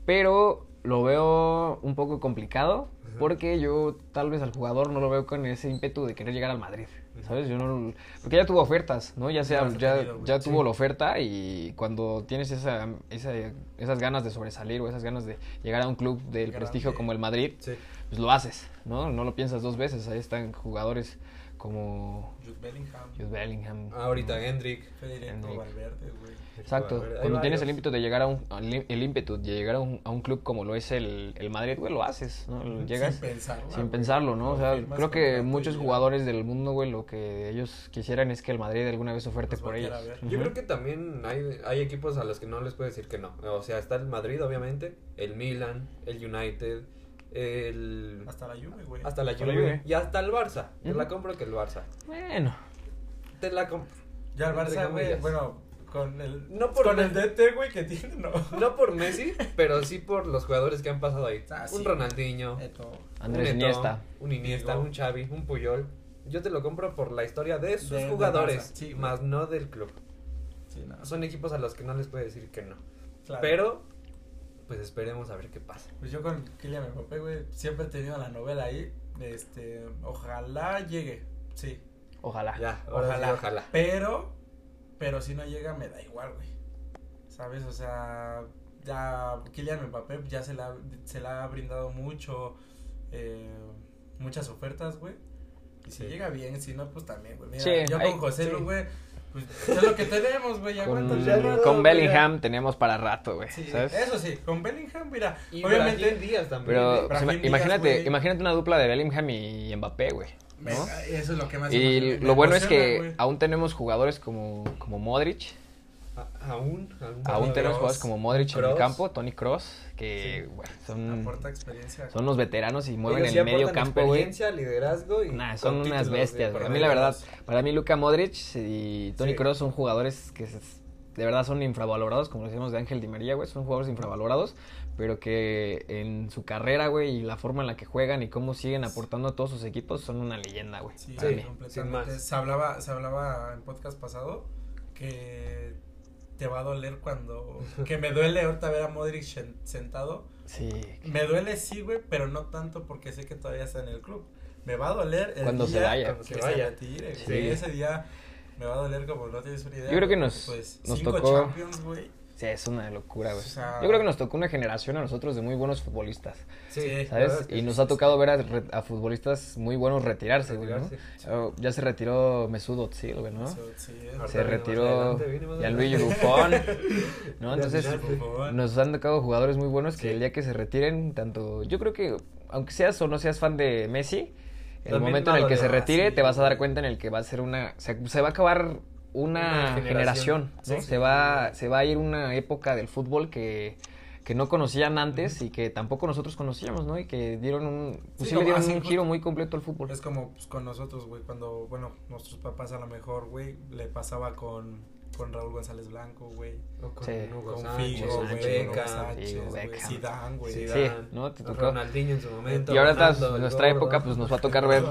B: pero lo veo un poco complicado porque yo tal vez al jugador no lo veo con ese ímpetu de querer llegar al Madrid, ¿sabes? Yo no porque ya tuvo ofertas, ¿no? Ya sea
C: las ha
B: ya,
C: tenido, güey,
B: ya
C: sí.
B: tuvo la oferta y cuando tienes esa, esa- esas ganas de sobresalir o esas ganas de llegar a un club del
C: Grande.
B: prestigio como el Madrid,
A: Sí.
B: pues lo haces, ¿no? No lo piensas dos veces, ahí están jugadores como
C: Jude Bellingham,
B: Jude
A: Ah,
B: Bellingham.
A: Ahorita Hendrick.
C: Federico
B: Enrique.
C: Valverde, güey.
B: Exacto,
A: Hay
B: cuando tienes el
A: varios.
B: ímpetu de llegar a un, al im- el ímpetu de llegar a un, a un club como lo es el, el Madrid, güey, lo haces, ¿no? Lo Llegas
C: sin pensarlo.
B: sin pensarlo, ¿no? O sea, creo que muchos jugadores del mundo, güey, lo que ellos quisieran es que el Madrid alguna vez oferte
C: Los
B: por
C: volviera
B: ellos.
C: a ver.
B: Ujú.
A: Yo creo que también hay, hay equipos a los que no les puedes decir que no. O sea, está el Madrid, obviamente. El Milan, el United, el.
C: Hasta la Juve, güey.
A: Hasta la
B: Hasta la
A: Juve.
B: Juve.
A: Y hasta el Barça. Yo
B: Ujú.
A: la compro que el Barça.
B: Bueno,
A: Te la compro.
C: Ya el Barça,
A: Entre
C: güey,
A: comillas.
C: bueno, con el,
A: No por
C: con
A: nada.
C: el DT, güey, que tiene, no.
A: No por Messi, pero sí por los jugadores que han pasado ahí.
C: Ah, sí.
A: Un Ronaldinho.
C: Eto.
B: Andrés
A: un Eto'o,
B: Iniesta.
A: Un Iniesta,
C: Digo.
A: un Xavi, un Puyol. Yo te lo compro por la historia de sus
C: De- del
A: jugadores,
C: Barça, sí, güey.
A: más no del club.
C: Sí, no,
A: Son equipos a los que no les puede decir que no.
C: claro.
A: Pero, pues esperemos a ver qué pasa.
C: Pues yo con Kylian Mbappé, güey, siempre he tenido la novela ahí. Este, ojalá llegue, sí.
B: Ojalá.
A: Ya, ahora
C: Ojalá.
A: sí, ojalá.
C: Pero, pero si no llega, me da igual, güey. ¿Sabes? O sea, ya Kylian Mbappé ya se la, se la ha brindado mucho, eh, muchas ofertas, güey. Y si
A: Sí.
C: llega bien, si no, pues también, güey. Mira,
B: Sí,
C: yo
B: ahí-
C: con José,
A: sí.
C: Lu, güey, pues es lo que tenemos, güey.
B: Con,
C: aguanta
A: ya
C: el
A: no,
B: con
A: güey,
B: Bellingham tenemos para rato, güey,
C: Sí,
B: ¿sabes?
C: eso sí, con Bellingham, mira,
A: Y
C: obviamente...
A: Brahim Díaz también.
B: Pero
A: ¿eh?
B: se
C: Brahim
B: ima-
C: Díaz,
B: imagínate,
C: güey.
B: imagínate una dupla de Bellingham y Mbappé, güey, ¿no?
C: Me- Eso es lo que más emociona,
B: Y
C: me
B: lo bueno es
C: emociona,
B: que
C: güey.
B: aún tenemos jugadores como, como Modric,
A: A- aún, aún.
B: aún tenemos
C: Kroos,
B: jugadores como Modric en
A: Kroos.
B: el campo, Tony Cross, que bueno,
C: aporta
B: son,
C: experiencia.
B: son los veteranos y mueven
A: Ellos sí
B: el medio
A: aportan
B: campo, güey.
A: Experiencia, liderazgo y.
B: Nah, son
A: con
B: unas
A: títulos de
B: bestias,
A: por
B: güey. A mí la
A: medio.
B: verdad, para mí Luca Modric y Tony
C: Sí.
B: Kroos son jugadores que se- de verdad son infravalorados, como lo decíamos de Ángel Di María, güey, son jugadores infravalorados, pero que en su carrera, güey, y la forma en la que juegan y cómo siguen aportando a todos sus equipos son una leyenda, güey.
C: Sí,
B: para
A: sí.
B: mí.
A: sin
C: completamente.
A: más.
C: Se hablaba, se hablaba en podcast pasado que te va a doler cuando. Que me duele ahorita ver a Modric sen- sentado.
B: Sí,
C: Me duele, sí, güey, pero no tanto porque sé que todavía está en el club. Me va a doler el
B: Cuando
C: día
B: se vaya.
A: Cuando
C: que
A: se
C: se
A: vaya.
C: retire,
B: Sí.
C: güey. Ese día me va a doler como no tienes una idea.
B: Yo creo que
C: güey. Pues,
B: nos- nos
C: cinco
B: tocó-
C: Champions, güey.
B: Sí, es una locura, güey.
C: O sea-
B: Yo creo que nos tocó una generación a nosotros de muy buenos futbolistas,
A: Sí, la verdad
B: ¿sabes?
A: es que
B: Y
A: sí.
B: nos ha tocado ver a, re- a futbolistas muy buenos retirarse, güey, ¿no?
A: Retirarse,
B: Oh, Ya se retiró Mesut Özil, güey, ¿no?
C: Eso, sí, es-
A: Ahorita
B: Se
A: viene más
B: retiró
A: adelante, viene más
B: Gianluigi
A: adelante.
B: Buffon, ¿no?
A: Ya
B: Entonces,
A: miraste.
B: Nos han tocado jugadores muy buenos que
A: Sí.
B: el día que se retiren, tanto. Yo creo que, aunque seas o no seas fan de Messi, el
A: También
B: momento en el que se
A: valora,
B: retire,
A: sí.
B: te vas a dar cuenta en el que va a ser una. Se, se va a acabar una,
A: Una
B: generación,
A: generación.
B: ¿no?
A: Sí, sí.
B: se, va, se va a ir una época del fútbol que que no conocían antes y que tampoco nosotros conocíamos, ¿no? Y que dieron un, pues sí,
C: como
B: le dieron
C: hacen
B: un
C: justo-
B: giro muy completo al fútbol.
C: Es como pues, con nosotros, güey, cuando, bueno, nuestros papás a lo mejor, güey, le pasaba con, con Raúl González Blanco, güey,
A: O con
B: Sí.
A: Hugo
C: con
A: Sánchez,
C: Figo,
A: con
C: güey,
B: Beckham,
C: con
A: Beckham,
C: Sánchez,
B: Figo,
C: güey,
B: Beckham.
C: Zidane, güey.
B: Sí,
A: Zidane,
B: ¿no? Te tocó.
A: Ronaldinho en su momento.
B: Y ahora tras
A: Ronaldo, el
B: nuestra
A: gordo.
B: época, pues nos va a tocar ver,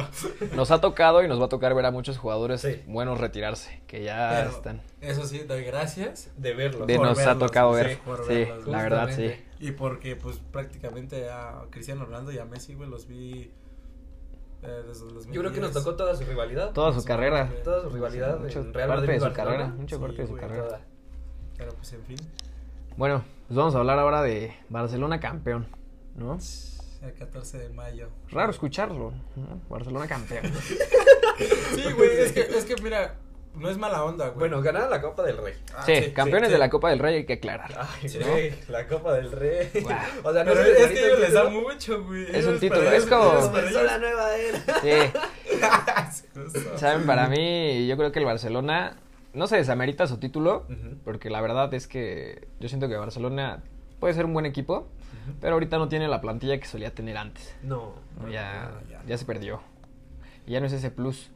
B: nos ha tocado y nos va a tocar ver a muchos jugadores
A: Sí.
B: buenos retirarse, que ya
C: Pero-
B: están.
C: Eso sí, doy gracias.
A: De verlo.
B: De
C: Por
B: nos ha
C: verlos,
B: tocado
C: sí,
B: ver.
C: por
B: Sí,
C: verlos,
B: la verdad, sí.
A: justamente.
C: Y porque, pues, prácticamente a Cristiano Ronaldo y a Messi, güey, los vi eh, desde los
A: Yo creo que nos tocó toda su rivalidad.
B: Toda su
C: Más o menos,
B: carrera.
C: güey.
A: Toda su rivalidad.
B: Mucha
A: en Real
B: parte de su
A: Madrid-Barcelona.
B: carrera. Mucha
C: Sí,
B: parte de su
C: güey,
B: carrera.
A: Toda.
C: Pero, pues, en fin,
B: Bueno, pues vamos a hablar ahora de Barcelona campeón, ¿no?
C: el 14 de mayo.
B: Raro escucharlo, ¿no? Barcelona campeón.
C: Sí, güey, es que, es que, mira, no es mala onda, güey.
A: Bueno, ganaron la Copa del Rey.
C: Ah,
B: Sí, campeones
C: sí. Ah.
B: de la Copa del Rey hay que aclarar.
A: Ay,
C: Sí.
A: güey, la Copa del Rey. O sea,
C: Pero
A: sé,
C: es que
A: ahorita
C: ellos les da
A: título,
C: mucho, güey.
B: Es un
C: Ellos
B: título,
C: para
B: es
C: ellos-
B: como-
C: ellos para
A: Comenzó la nueva era.
B: Sí,
C: ellos-
B: saben, para mí yo creo que el Barcelona no se desamerita su título,
A: Ujú.
B: porque la verdad es que yo siento que Barcelona puede ser un buen equipo, pero ahorita no tiene la plantilla que solía tener antes.
A: No.
B: ¿no? Ya,
C: ya no.
B: ya se perdió. Y ya no es ese plus,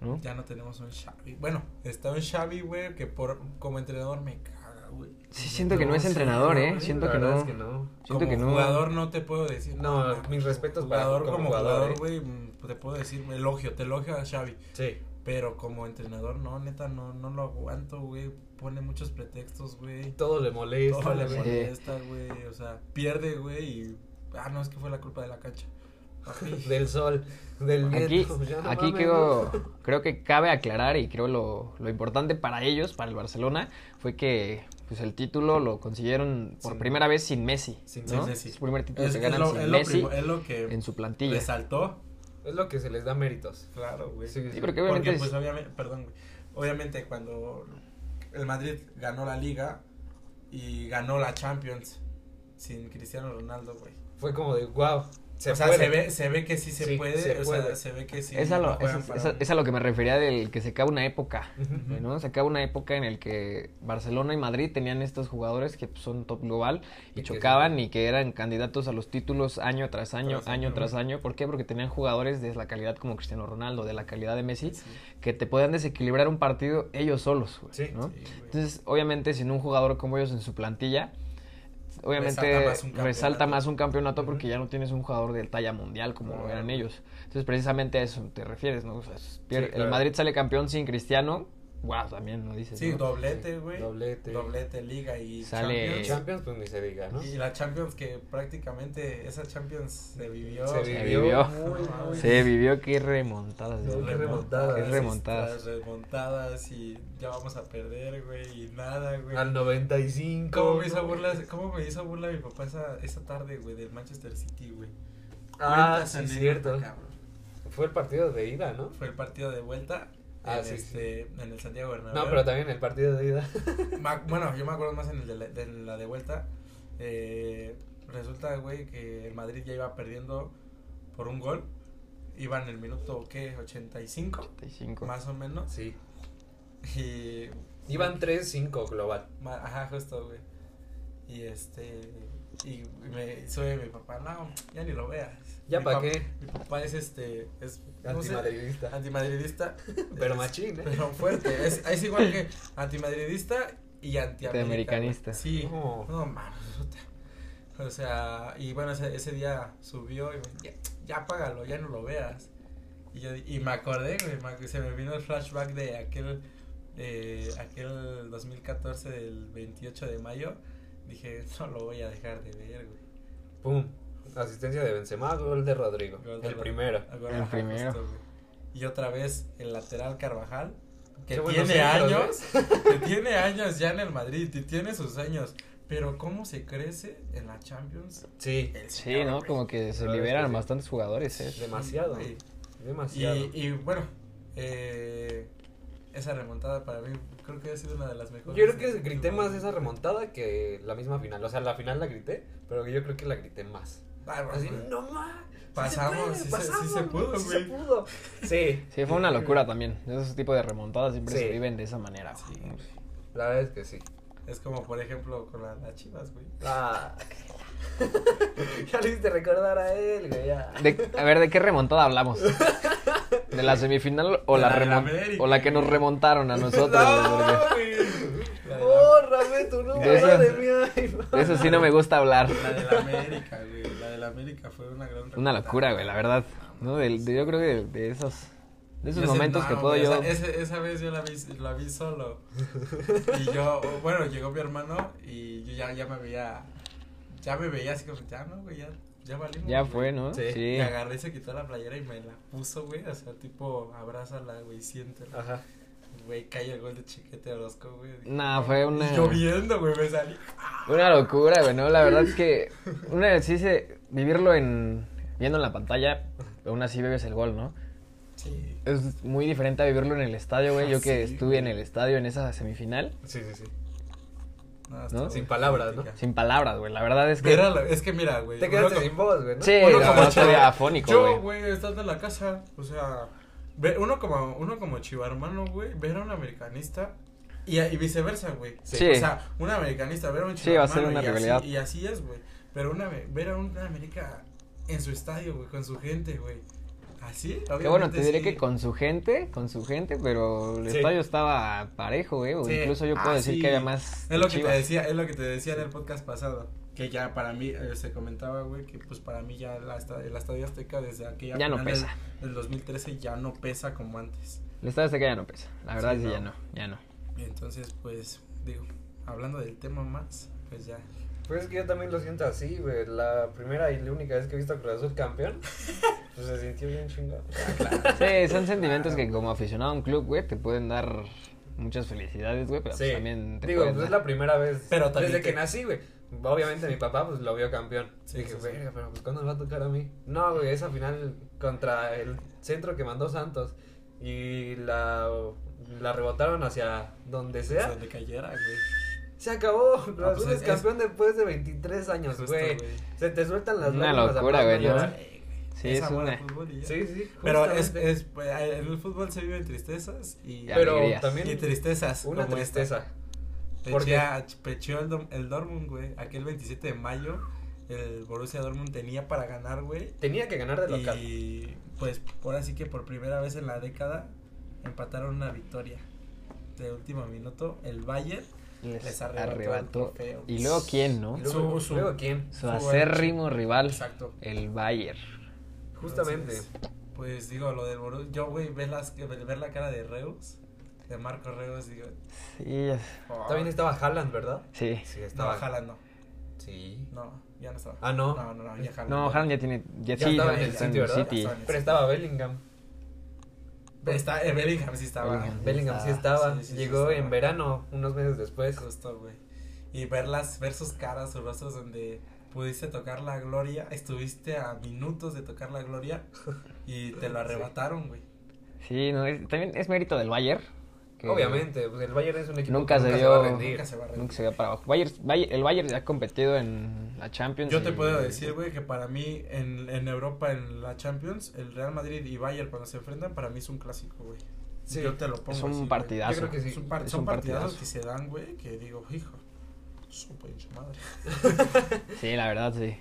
B: ¿no?
C: Ya no tenemos un Xavi. Bueno, está un Xavi, güey, que por como entrenador me caga, güey.
B: Sí, siento que no es entrenador, ¿eh? Siento
A: la
B: que
A: verdad
B: no.
A: es que no.
B: Siento
C: como
B: que no.
C: jugador no te puedo decir.
A: No,
C: nada.
A: mis respetos para-
C: jugador
A: como
C: como
A: jugador, eh.
C: jugador, güey, mm, te puedo decir, me elogio, te elogio a Xavi,
A: Sí.
C: pero como entrenador no, neta no no lo aguanto, güey. Pone muchos pretextos, güey.
A: Todo le molesta.
C: Todo le
A: güey.
B: molesta.
C: molesta, güey, o sea, pierde, güey, y ah, no es que fue la culpa de la cancha. Papi,
A: Del sol, del
B: Aquí,
A: viento. pues, ya no
B: aquí
A: mames,
B: creo, creo que cabe aclarar y creo lo, lo importante para ellos, para el Barcelona, fue que pues el título lo consiguieron por
A: Sin-
B: primera vez sin Messi.
A: sin-
B: ¿no?
C: sin Messi.
B: Es el primer título
C: es,
B: que
C: es
B: ganan
C: lo,
B: sin
C: es lo
B: Messi
C: primo- eh, es lo que
B: en su plantilla.
C: resaltó
A: ¿no? Es lo que se les da méritos.
C: Claro, güey.
A: Sí, sí.
B: Sí, porque obviamente
C: Porque,
B: es-
C: pues, obviamente, perdón, güey. Obviamente, cuando el Madrid ganó la Liga y ganó la Champions sin Cristiano Ronaldo, güey.
A: Fue como de wow. Se
C: o sea,
A: puede.
C: se ve, se ve que sí se
A: Sí,
C: puede,
A: se
C: o
A: puede.
C: sea, se ve que sí.
B: es, a lo,
C: juegan
B: es-
C: para
B: es a-
C: un-
B: es a lo que me refería del que se acaba una época.
A: Ujú.
B: ¿no? Se acaba una época en el que Barcelona y Madrid tenían estos jugadores que pues, son top global y,
A: Y que-
B: chocaban y que eran candidatos a los títulos año tras año,
C: Tras
B: año
C: año,
B: tras
C: ¿no?
B: año. ¿Por qué? Porque tenían jugadores de la calidad como Cristiano Ronaldo, de la calidad de Messi,
C: Sí,
B: que te podían desequilibrar un partido ellos solos. güey,
A: Sí,
B: ¿no?
C: sí, güey.
B: Entonces, obviamente, sin un jugador como ellos en su plantilla, obviamente
C: Resalta
B: resalta
C: más
B: más
C: un
B: un
C: campeonato.
B: campeonato, porque ya no tienes un jugador de talla mundial como lo
A: Claro.
B: eran ellos. Entonces, precisamente a eso te refieres, ¿no? O sea, es- pier-
A: claro.
B: El Madrid sale campeón sin Cristiano, wow, también lo dices.
C: Sí,
B: ¿no?
C: doblete, güey.
A: Doblete.
C: Doblete, Liga y
B: Sale-
A: Y
C: Champions.
A: Champions, pues ni se diga, ¿no?
C: Y la Champions que prácticamente, esa Champions se vivió.
A: Se
B: Se
A: vivió.
B: vivió.
A: muy, muy-
B: Se vivió qué remontadas.
A: No,
B: ¿no?
A: qué remontadas.
B: Qué remontadas.
C: estas remontadas y ya vamos a perder, güey, y nada, güey.
A: Al 95.
C: ¿Cómo me hizo burla, cómo me hizo burla mi papá esa, esa tarde, güey, del Manchester City, güey?
A: Ah,
C: Cuenta esa
A: sí,
C: anécdota,
A: cierto.
C: cabrón.
A: Fue el partido de ida, ¿no?
C: Fue el partido de vuelta
A: Ah,
C: en,
A: sí,
C: este, en el Santiago Bernabéu.
A: No, pero también el partido de ida.
C: Ma- Bueno, yo me acuerdo más en el de la de, la de vuelta. Eh, resulta, güey, que el Madrid ya iba perdiendo por un gol. Iba en el minuto, ¿qué? 85,
B: 85.
C: más o menos.
A: Sí.
C: Y
A: Iban 3-5 global.
C: Ma- Ajá, justo, güey. Y este. Y me sube mi papá, no, ya ni lo veas.
A: ¿Ya
C: Mi
A: pa'
C: pap-
A: qué?
C: Mi papá es este. Es. no sé,
A: Antimadridista.
C: antimadridista.
A: Pero
C: Es-
A: machín, ¿eh?
C: Pero fuerte. Es, es igual que antimadridista y
B: Antiamericanista.
C: antiamericanista. Sí.
A: No.
C: No mames, puta. O sea, y bueno, ese, ese día subió y me ya, ya apágalo, ya no lo veas. Y yo di- y me acordé, güey, me ac- se me vino el flashback de aquel, eh, aquel 2014 del 28 de mayo. Dije, no lo voy a dejar de ver, güey.
A: Pum. Asistencia de Benzema, gol de Rodrigo.
C: Gol de
A: el
C: Rod-
A: primero.
C: Ah, güey,
B: El
C: ajá,
B: primero.
C: güey. Y otra vez el lateral Carvajal, que
A: Qué buenos
C: tiene
A: centros,
C: años, que tiene años ya en el Madrid y tiene sus años, pero cómo se crece en la Champions.
A: Sí,
C: El
B: Sí,
C: señor,
B: ¿no?
C: güey.
B: Como que se
A: La verdad es que
B: liberan
A: sí.
B: bastantes jugadores, ¿eh?
A: demasiado.
C: Sí. Y,
A: Demasiado.
C: y bueno, eh, esa remontada para mí creo que ha sido una de las mejores.
A: Yo creo que grité más esa remontada que la misma final. O sea, la final la grité, pero yo creo que la grité más.
C: Ah, bueno,
A: Así,
C: güey.
A: no más.
C: Pasamos, sí se- sí se pudo,
A: sí se
C: güey".
A: pudo. Sí,
B: Sí, fue una locura también. Ese tipo de remontadas siempre
A: Sí.
B: se viven de esa manera.
C: Sí,
B: güey.
C: güey.
A: la verdad es que sí.
C: Es como, por ejemplo, con la- las chivas, güey.
A: Ah. ya le hiciste recordar a él, güey. ya.
B: De- a ver, ¿de qué remontada hablamos? ¿De la semifinal o
C: De
B: la,
C: la del
B: remon-
C: América,
B: o la que nos
C: güey.
B: remontaron a nosotros? güey, porque
C: La de la-
A: Bórrame tu
B: De
A: número
B: esa-
A: de mi iPhone.
B: de eso sí no me gusta hablar.
C: La de la América, güey. La de la América fue una gran
B: Una
C: remontada.
B: locura, güey, la verdad. ¿No? De, de- yo creo que de, de esos, de esos
C: Yo sé,
B: momentos
C: no,
B: que puedo
C: güey,
B: yo...
C: Esa, ese- esa vez yo la vi, la vi solo. Y yo, bueno, llegó mi hermano y yo ya, ya me veía. Ya me veía así como, ya no, güey, ya, ya valimos.
B: Ya
C: güey".
B: fue, ¿no?
A: Sí.
C: Y
B: Sí.
C: agarré y se quitó la playera y me la puso, güey. O sea, tipo, abrázala, güey, siéntela.
A: Ajá.
C: Güey, cae el gol de chiquete Orozco, güey.
B: Ah. No, fue una...
C: Y lloviendo, güey, me salí. Ah,
B: Una locura, güey, ¿no? La verdad es que una sí se vivirlo en viendo en la pantalla, aún así bebes el gol, ¿no?
C: Sí.
B: Es muy diferente a vivirlo en el estadio, güey. Yo que
C: Ah, Sí,
B: estuve
C: güey.
B: en el estadio en esa semifinal
A: Sí, sí, sí.
C: No, estuvo
A: Sin palabras, ¿no?
C: fantástica.
B: sin palabras, güey. La verdad es que
C: Era la- es que mira, güey.
A: Te
C: uno
A: quedaste
C: como-
A: sin voz, güey, ¿no?
B: Sí,
C: Uno
B: la
C: como
B: verdad
C: chava-
B: estaba afónico,
C: Yo,
B: güey.
C: güey, estando en la casa, o sea, ve- uno como, uno como chivarmano, güey, ver a un americanista y, y viceversa, güey.
B: Sí.
C: O sea, un americanista ver a un
B: Sí, va a
C: chivarmano
B: ser una
C: y,
B: rivalidad.
C: Así, y así es, güey. Pero una, ve- ver a un América en su estadio, güey, con su gente, güey. Así,
B: que bueno,
C: obviamente
B: te diré
C: sí.
B: que con su gente, con su gente, pero el
A: Sí.
B: estadio estaba parejo, güey. o
C: Sí.
B: Incluso yo puedo
C: Ah,
B: decir
C: sí.
B: que había más
C: Es lo que
B: chivas.
C: te decía, es lo que te decía en el podcast pasado. Que ya para mí, eh, se comentaba, güey, que pues para mí ya la, esta- el Estadio Azteca desde aquella
B: Ya no
C: final del-
B: pesa.
C: del 2013 ya no pesa como antes.
B: El estadio Azteca ya no pesa. La verdad
C: Sí,
B: es que
C: no.
B: ya no, ya no.
C: Entonces, pues, digo, hablando del tema más, pues ya.
A: Pues es que yo también lo siento así, güey. La primera y la única vez que he visto a Cruz Azul campeón, pues se sintió bien chingado.
B: Sí, son sentimientos que como aficionado a un club, güey, te pueden dar muchas felicidades, güey, pero pues
A: Sí.
B: también te
A: Digo,
B: pueden
A: pues es
B: dar-
A: la primera vez
C: Pero también
A: desde que
C: te-
A: nací, güey. Obviamente mi papá pues lo vio campeón.
C: Sí,
A: Dije,
C: sí, sí.
A: verga, pero pues ¿cuándo me va a tocar a mí? No, güey, esa final contra el centro que mandó Santos y la, la rebotaron hacia donde
C: O sea,
A: sea.
C: donde cayera, güey.
A: Se acabó. Cruz
C: pues
A: Azul es
C: es-
A: campeón después de 23 años,
C: Justo,
A: güey.
C: güey.
A: Se te sueltan las
B: Una
A: lágrimas,
B: locura,
A: aparte,
B: güey, ¿no?
A: llorar.
B: Sí,
C: Es
B: es
C: amor al
B: una-
C: fútbol y ya.
A: Sí, sí.
C: Pero es,
A: justamente.
C: es, pues, en el fútbol se viven tristezas y,
B: Ya,
A: Pero
B: alegrías.
A: también
C: y tristezas.
A: una
C: como esta.
A: tristeza. ¿Por qué?
C: Porque pecheó el, Dom- el Dortmund, güey. Aquel 27 de mayo, el Borussia Dortmund tenía para ganar, güey.
A: Tenía que ganar de local.
C: Y pues ahora sí que por primera vez en la década empataron una victoria. De último minuto, el Bayern.
B: les,
C: les arrebató el
B: arrebató.
C: trofeo.
B: Y luego quién, ¿no?
A: Y luego,
C: su- su-
A: luego quién?
B: Su
C: su
B: acérrimo rival,
C: Exacto.
B: el Bayern.
A: Justamente.
C: Entonces, pues digo, lo del Borussia. Yo, güey, ver, las, ver la cara de Reus, de Marco Reus, digo.
B: Sí, es-
C: oh,
A: También estaba Haaland, ¿verdad?
B: sí.
A: Sí,
C: No,
A: estaba
C: Haaland no.
A: Sí.
C: No, ya no estaba.
A: Ah, no.
C: No, no, no, ya Haaland.
B: No, Haaland ya tiene... Ya,
A: Ya
B: sí,
A: estaba
B: ya
A: en el
B: está en
A: City,
B: el
A: ¿verdad?
B: City.
C: Ya estaba
A: Pero estaba Bellingham.
C: Está, eh, Bellingham sí estaba.
B: Bellingham.
A: Bellingham sí
B: estaba.
A: estaba.
C: Sí, sí, sí
A: Llegó
C: estaba.
A: en verano, unos meses después.
C: Justo, güey. Y verlas, ver sus caras, sus rostros donde pudiste tocar la gloria, estuviste a minutos de tocar la gloria y te lo arrebataron, güey.
B: Sí, no, es- también es mérito del Bayern. que
A: Obviamente, pues el Bayern es un equipo
B: Nunca
A: que
B: se
A: nunca se
B: dio-
A: va a rendir.
C: Nunca se va a
B: Nunca
C: rendir.
B: se ve para abajo. Bayern, Bayern- el Bayern ya ha competido en la Champions.
C: Yo te
B: y-
C: puedo decir, güey, que para mí en, en Europa, en la Champions, el Real Madrid y Bayern cuando se enfrentan, para mí es un clásico, güey.
A: Sí.
C: Yo te lo pongo.
B: Es un
C: así, güey.
B: partidazo.
A: Yo creo que sí.
C: Es un par-
B: Es
C: son
B: un
C: partidazos
B: partidazo.
C: que se dan, güey, que digo, hijo, su pinche madre.
B: Sí, la verdad, sí.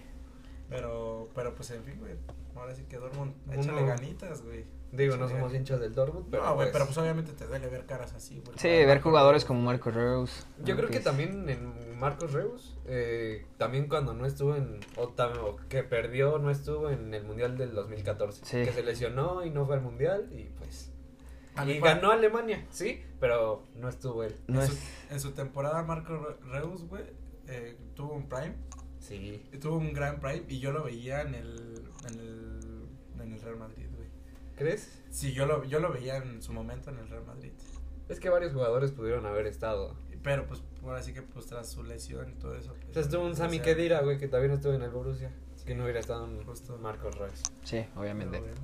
C: Pero, pero pues en fin, güey. Ahora sí que Dortmund,
A: Uno-
C: échale ganitas, güey.
A: Digo, no
C: Sí.
A: somos hinchas del Dortmund, pero,
C: no, güey,
A: pues,
C: pero pues obviamente te duele ver caras así, güey.
B: Sí,
C: Para
B: ver
C: Marco
B: jugadores
C: Reus.
B: como Marco Reus.
A: yo
B: ¿no?
A: creo que
B: es-
A: también en Marcos Reus, eh, también cuando no estuvo en o, tam- o que perdió, no estuvo en el Mundial del 2014,
B: Sí.
A: que se lesionó y no fue al Mundial y pues
C: A mí
A: y
C: para-
A: ganó Alemania, sí, pero no estuvo él.
B: No
C: en,
B: es...
C: su, en su temporada Marco Re- Reus, güey, eh, tuvo un prime,
A: Sí.
C: tuvo un gran prime y yo lo veía en el en el en el Real Madrid, güey.
A: ¿Crees?
C: Sí, yo lo yo lo veía en su momento en el Real Madrid.
A: Es que varios jugadores pudieron haber estado.
C: Pero pues ahora sí que pues tras su lesión y todo eso. pues,
A: O sea, estuvo un Sami
C: sea,
A: Khedira, güey, que también estuvo en el Borussia. Que
C: Sí.
A: no hubiera estado en
C: Justo.
A: Marcos Reus.
B: Sí,
C: pero
B: obviamente.
C: bueno.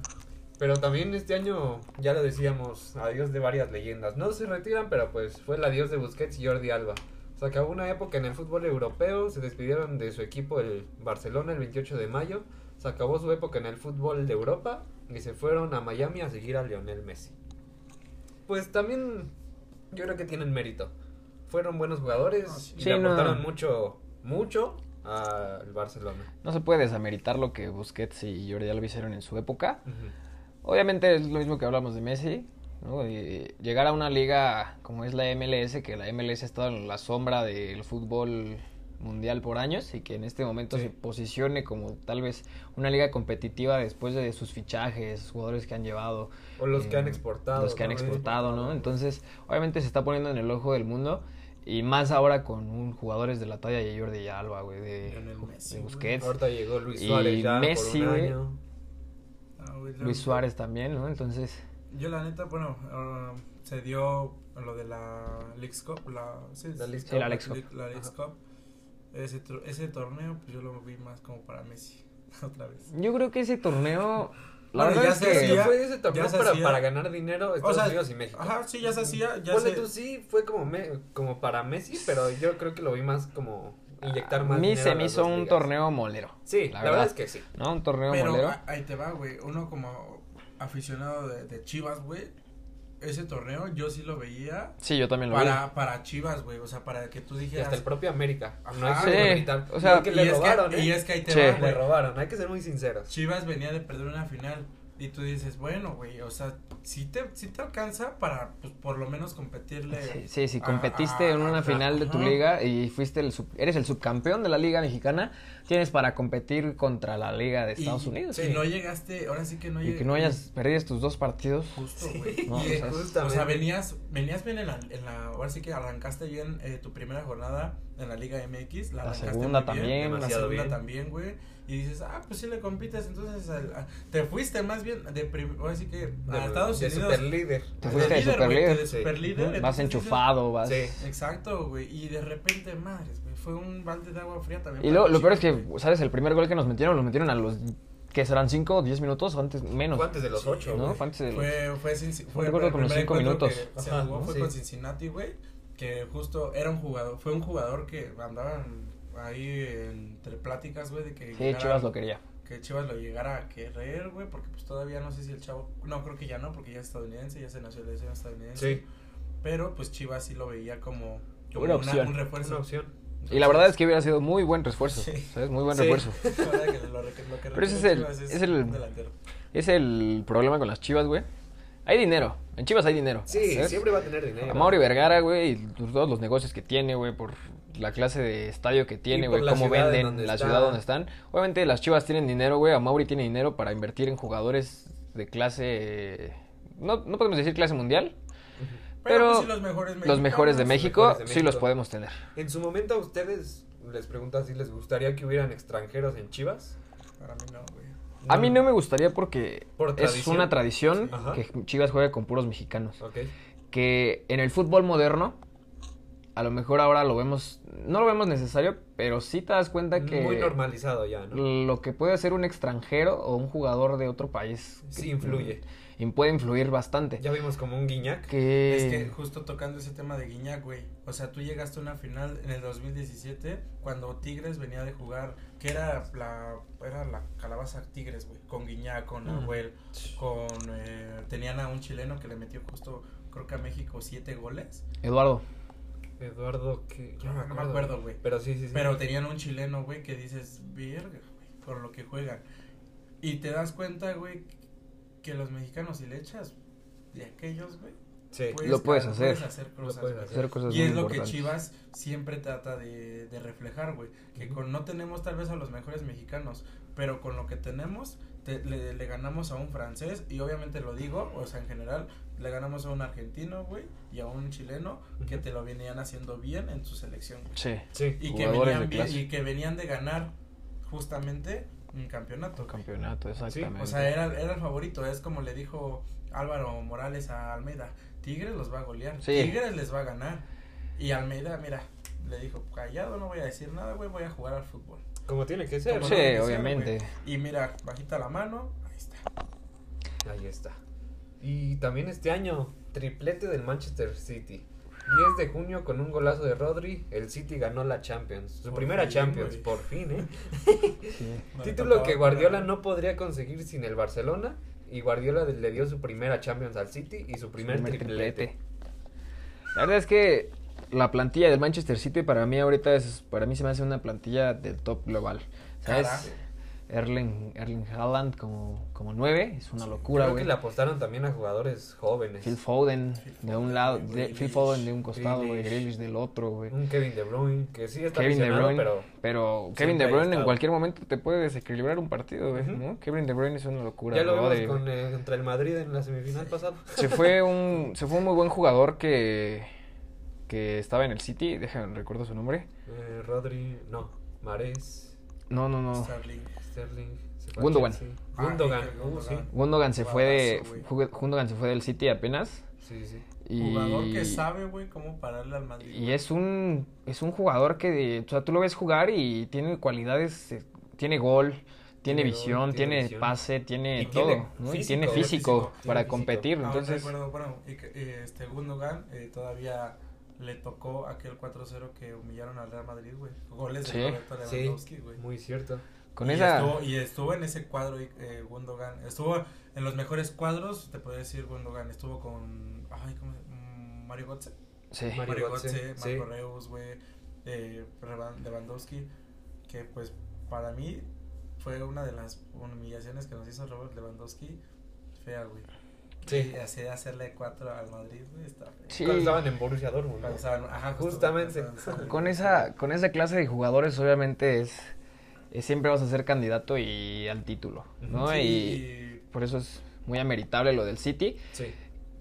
A: Pero también este año, ya lo decíamos, adiós de varias leyendas. No se retiran, pero pues fue el adiós de Busquets y Jordi Alba. O sea que hubo una época en el fútbol europeo, se despidieron de su equipo el Barcelona el 28 de mayo, se acabó su época en el fútbol de Europa y se fueron a Miami a seguir a Lionel Messi. Pues también yo creo que tienen mérito. Fueron buenos jugadores
C: Ah, sí.
A: y
B: Sí,
A: le
B: no.
A: aportaron mucho, mucho al Barcelona.
B: No se puede desameritar lo que Busquets y Jordi Alba hicieron en su época.
A: Ujú.
B: Obviamente es lo mismo que hablamos de Messi, ¿no? Y llegar a una liga como es la MLS, que la MLS ha estado en la sombra del fútbol mundial por años y que en este momento se posicione como tal vez una liga competitiva después de sus fichajes, jugadores que han llevado.
A: O los que
B: eh,
A: han exportado.
B: Los que han
A: ¿no?
B: exportado, ¿no? Entonces, obviamente se está poniendo en el ojo del mundo y más ahora con un, jugadores de la talla de Jordi Alba, güey, de,
C: Lionel Messi,
B: de
C: güey.
B: Busquets.
A: Ahorita llegó Luis
B: Y
A: Suárez ya
B: Messi,
A: por un
B: güey.
A: año.
C: Ah, güey, la
B: Luis
C: neta-
B: Suárez también, ¿no? Entonces,
C: Yo la neta, bueno, ah, se dio lo de la Leagues Cup, la, sí,
A: La Leagues
C: sí,
B: Cup. la Leagues Cup.
C: La Leagues Cup. Ese, tro- ese torneo, pues yo lo vi más como para Messi, otra vez.
B: yo creo que ese torneo... La
C: Bueno,
B: verdad
C: ya
B: es
C: se
B: que...
A: Es que
C: hacía,
A: fue ese torneo
C: ya se
A: para,
C: hacía.
A: para ganar dinero Estados
C: O sea,
A: Unidos y México.
C: Ajá, sí, ya se hacía, ya
A: Ponle
C: se...
A: tú sí, fue como, me- como para Messi, pero yo creo que lo vi más como inyectar más
B: a mí
A: dinero
B: se
A: a
B: me
A: las
B: hizo
A: dos
B: un
A: ligas.
B: torneo molero.
A: Sí, la, verdad es que sí.
B: ¿No? Un torneo
C: Pero
B: molero.
C: a- ahí te va, güey. Uno como aficionado de, de Chivas, güey. Ese torneo yo sí lo veía
B: Sí, yo también lo
C: para, para Chivas, güey. O sea, para que tú
A: Y hasta
C: dijeras.
A: el propio América. No hay
C: Ajá.
A: que
B: Sí,
A: gritar.
B: o sea,
A: No es que le
C: y, es
A: robaron,
C: que, y
A: ¿eh?
C: es que ahí te
B: Sí.
C: va,
A: Le
C: güey.
A: robaron, hay que ser muy sinceros.
C: Chivas venía de perder una final. Y tú dices, bueno, güey, o sea, si te, sí te alcanza para, pues, por lo menos competirle.
B: vi. Sí, sí, si
C: a-
B: competiste
C: a-
B: en una
C: a-
B: final de tu
C: Ah, ajá.
B: liga y fuiste el sub- eres el subcampeón de la liga mexicana, tienes para competir contra la liga de
C: Y-
B: Estados Unidos.
C: Y no llegaste, ahora sí que no Pues,
B: Y
C: llegaste.
B: que no hayas perdido tus dos partidos.
C: Justo, güey.
B: No,
C: Y-
B: o sea,
C: O sea,
A: Justamente.
C: venías, venías bien en la, en la- ahora sí que arrancaste bien eh, tu primera jornada en la Liga MX, la,
B: La
C: arrancaste
B: segunda
C: muy bien,
B: también,
C: la
A: demasiado
C: segunda
A: bien.
C: también, güey, y dices, ah, pues sí le compites, entonces al- a- te fuiste más bien de prim- ahora sí que a
A: De-
C: Estados
A: de
C: Unidos.
A: superlíder.
B: Te fuiste de
C: líder, güey,
B: superlíder.
C: de
A: Sí.
C: superlíder,
B: Ujú, Vas
C: entonces
B: enchufado, vas...
A: Sí.
C: dices, Exacto, güey, y de repente, madres, güey, fue un balde de agua fría también.
B: Y
C: para
B: luego, lo
C: Chivas,
B: peor es que,
C: güey.
B: ¿sabes? El primer gol que nos metieron, lo metieron a los... que serán? ¿Cinco o diez minutos? o antes, menos.
A: Fue antes de los
C: Sí,
A: ocho,
B: ¿no?
A: güey.
B: Fue antes de los-
C: Fue, fue, Cinci- fue
B: recuerdo
C: el
B: como los
C: primer
B: cinco
C: encuentro
B: minutos.
C: que se
A: Ajá,
C: jugó
A: ¿no?
C: fue
A: Sí.
C: con Cincinnati, güey, que justo era un jugador, fue un jugador que andaban ahí entre pláticas, güey, de que,
B: Sí,
C: llegara-
B: Chivas lo quería.
C: que Chivas lo llegara a querer, güey, porque pues todavía no sé si el chavo, no, creo que ya no, porque ya es estadounidense, ya se nacionalizó en estadounidense,
A: Sí,
C: pero pues Chivas sí lo veía como, como
B: Una opción.
C: un
A: fue
C: refuerzo.
A: una opción.
B: Y la verdad es que hubiera sido muy buen refuerzo,
C: Sí.
B: ¿sabes? Muy buen
A: Sí.
B: refuerzo.
C: La verdad que lo, re- lo que
B: Pero ese es
C: requiere
B: el-
C: Chivas
B: es el-
C: un delantero.
B: Es el problema con las Chivas, güey. Hay dinero. En Chivas hay dinero.
A: Sí,
B: ¿sabes?
A: siempre va a tener dinero.
B: A Mauri Vergara, güey, y todos los negocios que tiene, güey, por la clase de estadio que tiene,
A: Y por
B: güey,
A: la
B: cómo
A: ciudad en
B: venden
A: donde
B: la
A: está.
B: ciudad donde están. Obviamente las Chivas tienen dinero, güey. A Mauri tiene dinero para invertir en jugadores de clase... No, no podemos decir clase mundial.
C: Pero,
B: Pero
C: pues, sí, los mejores
B: los mejores de
C: mexicanos.
B: México,
A: mejores de
B: sí los
A: México.
B: podemos tener.
A: En su momento a ustedes les pregunto si les gustaría que hubieran extranjeros en Chivas.
C: Para mí no, güey.
B: A mí no me gustaría porque
A: Por
B: es
A: tradición.
B: una tradición
A: Ajá.
B: que Chivas juega con puros mexicanos.
A: Ok.
B: que en el fútbol moderno, a lo mejor ahora lo vemos, no lo vemos necesario, pero sí te das cuenta que
A: Muy normalizado ya, ¿no?
B: lo que puede hacer un extranjero o un jugador de otro país que-
A: Sí influye.
B: y puede influir bastante.
A: Ya vimos como un guiñac.
B: Que,
C: Es que justo tocando ese tema de Guiñac, güey. O sea, tú llegaste a una final en el 2017 cuando Tigres venía de jugar, que era la, era la calabaza Tigres, güey. Con Guiñac, con
A: Mm.
C: Nahuel, con... eh, tenían a un chileno que le metió justo, creo que a México, siete goles.
B: Eduardo,
A: Eduardo, que yo
C: No me acuerdo, güey.
A: Pero sí, sí, sí.
C: Pero tenían un chileno, güey, que dices, verga, güey, por lo que juegan. Y te das cuenta, güey, que los mexicanos si le echas de aquellos, güey.
A: sí.
C: puedes
B: Lo puedes
C: ganar,
B: hacer.
C: Puedes hacer cosas,
A: puedes
C: güey.
A: hacer.
B: hacer cosas
C: Y
B: muy
C: es lo que
B: importantes.
C: Chivas siempre trata de, de reflejar, güey. Que
A: Ujú.
C: con, no tenemos tal vez a los mejores mexicanos, pero con lo que tenemos te- le, le ganamos a un francés, y obviamente lo digo, o sea, en general, le ganamos a un argentino, güey, y a un chileno que
A: Ujú.
C: te lo venían haciendo bien en su selección. güey.
B: Sí,
A: sí.
C: Y, que
B: Jugadores de
C: venían bien-
B: clase.
C: y que venían de ganar justamente un campeonato. güey.
B: campeonato, exactamente.
C: O sea, era, era el favorito, es como le dijo Álvaro Morales a Almeida, Tigres los va a golear.
B: Sí.
C: Tigres les va a ganar. Y Almeida, mira, le dijo, callado, no voy a decir nada, güey, voy a jugar al fútbol.
A: Como tiene que ser.
C: Como
B: Sí,
C: lo que sea,
B: obviamente.
C: güey. Y mira, bajita la mano, ahí está.
A: Ahí está. Y también este año, triplete del Manchester City. 10 de junio con un golazo de Rodri, el City ganó la Champions. Su
C: Por
A: primera
C: fin,
A: Champions,
C: güey.
A: por fin, ¿eh?
B: Sí.
C: No le
A: Título
C: tocaba,
A: que Guardiola
C: pero-
A: no podría conseguir sin el Barcelona. Y Guardiola le dio su primera Champions al City y su primer,
B: primer
A: triplete.
B: triplete. La verdad es que la plantilla del Manchester City para mí ahorita es para mí se me hace una plantilla del top global. ¿Sabes?
C: Carajo.
B: Erling Erling Haaland como como 9, es una locura,
A: Creo
B: güey.
A: que le apostaron también a jugadores jóvenes.
B: Phil Foden
C: Phil
B: de
C: Foden,
B: un lado,
C: güey,
B: de-
C: Grealish,
B: Phil Foden de un costado, güey,
A: Grealish.
B: Grealish del otro, güey.
A: Un Kevin De Bruyne, que sí está
B: Kevin De
A: lesionado,
B: Bruyne,
A: pero
B: pero, Kevin
A: siempre
B: De
A: ha
B: Bruyne en
A: estado.
B: cualquier momento te puede desequilibrar un partido, güey,
A: Ujú.
B: ¿no? Kevin De Bruyne es una locura.
A: ya lo
B: ¿no?
A: vimos
B: De-
A: con, eh, contra el Madrid en la semifinal pasada.
B: se fue un se fue un muy buen jugador que que estaba en el City, déjame recuerdo su nombre.
A: Eh, Rodri, no, Mares,
B: No, no, no.
C: Sterling.
A: Sterling. se fue a
B: Gundogan.
A: Chelsea.
C: Ah,
A: Gundogan,
C: Iker
A: uh,
C: Gundogan.
B: Gundogan se fue de
C: Jugadorazo,
B: jug- Gundogan se fue del City apenas
A: sí, sí, sí.
B: y
C: Jugador que sabe, güey, cómo pararle al Madrid.
B: y es un es un jugador que de- o sea, tú lo ves jugar y tiene cualidades, eh, tiene gol,
A: Tiene
B: tiene,
A: gol,
B: visión,
A: tiene
B: tiene
A: visión.
B: pase, tiene
A: Y
B: todo,
A: tiene
B: ¿no? Y
A: físico,
B: tiene
A: tiene
B: físico
C: físico,
A: tiene físico.
B: para
A: Ah,
B: competir,
C: Ahora
B: entonces
C: recuerdo, bueno, y que, eh, este Gundogan eh, todavía le tocó aquel 4-0 que humillaron al Real Madrid, güey. Goles
B: Sí.
C: de Roberto Lewandowski,
A: Sí,
C: güey.
A: muy cierto.
B: con
C: y,
B: esa
C: estuvo, y estuvo en ese cuadro eh, Gundogan. Estuvo en los mejores cuadros, te podría decir Gundogan. Estuvo con. Ay, ¿cómo se mm, Mario Götze.
B: sí.
A: Mario
C: Mario
A: Götze,
C: Götze,
A: sí.
C: Marco Reus, güey. Eh, Revan- Lewandowski. Que pues para mí fue una de las humillaciones que nos hizo Robert Lewandowski. Fea, güey.
A: Sí.
C: Y así de hacerle cuatro al Madrid, güey, está feo.
B: Sí.
A: Cuando estaban en Borussia Dortmund. ¿no?
C: Cuando estaban- ajá, justo,
A: Justamente.
C: cuando estaban-
B: Con esa, con esa clase de jugadores, obviamente, es, es siempre vas a ser candidato y al título, ¿no?
A: Ujú.
C: Sí,
B: Y
C: y
B: por eso es muy ameritable lo del City.
A: Sí.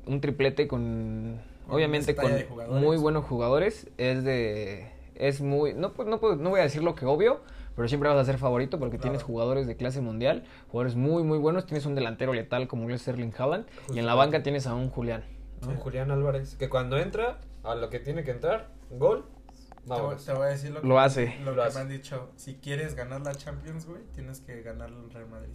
B: Un triplete con,
C: Con
B: obviamente,
C: esa talla
B: con
C: de jugadores.
B: muy buenos jugadores. Es de, es muy, no, pu- no, pu- no voy a decir lo que obvio, pero siempre vas a ser favorito porque tienes
C: Claro.
B: jugadores de clase mundial, jugadores muy, muy buenos. Tienes un delantero letal como es Erling Haaland y en la
A: Justamente.
B: banca tienes a un Julián. ¿no?
A: Con Julián Álvarez, que cuando entra a lo que tiene que entrar, gol,
C: te voy,
A: vámonos.
C: te voy a decir lo que,
B: Lo hace.
C: lo
A: Lo
C: que
A: hace.
C: me han dicho. Si quieres ganar la Champions, güey, tienes que ganar el Real Madrid.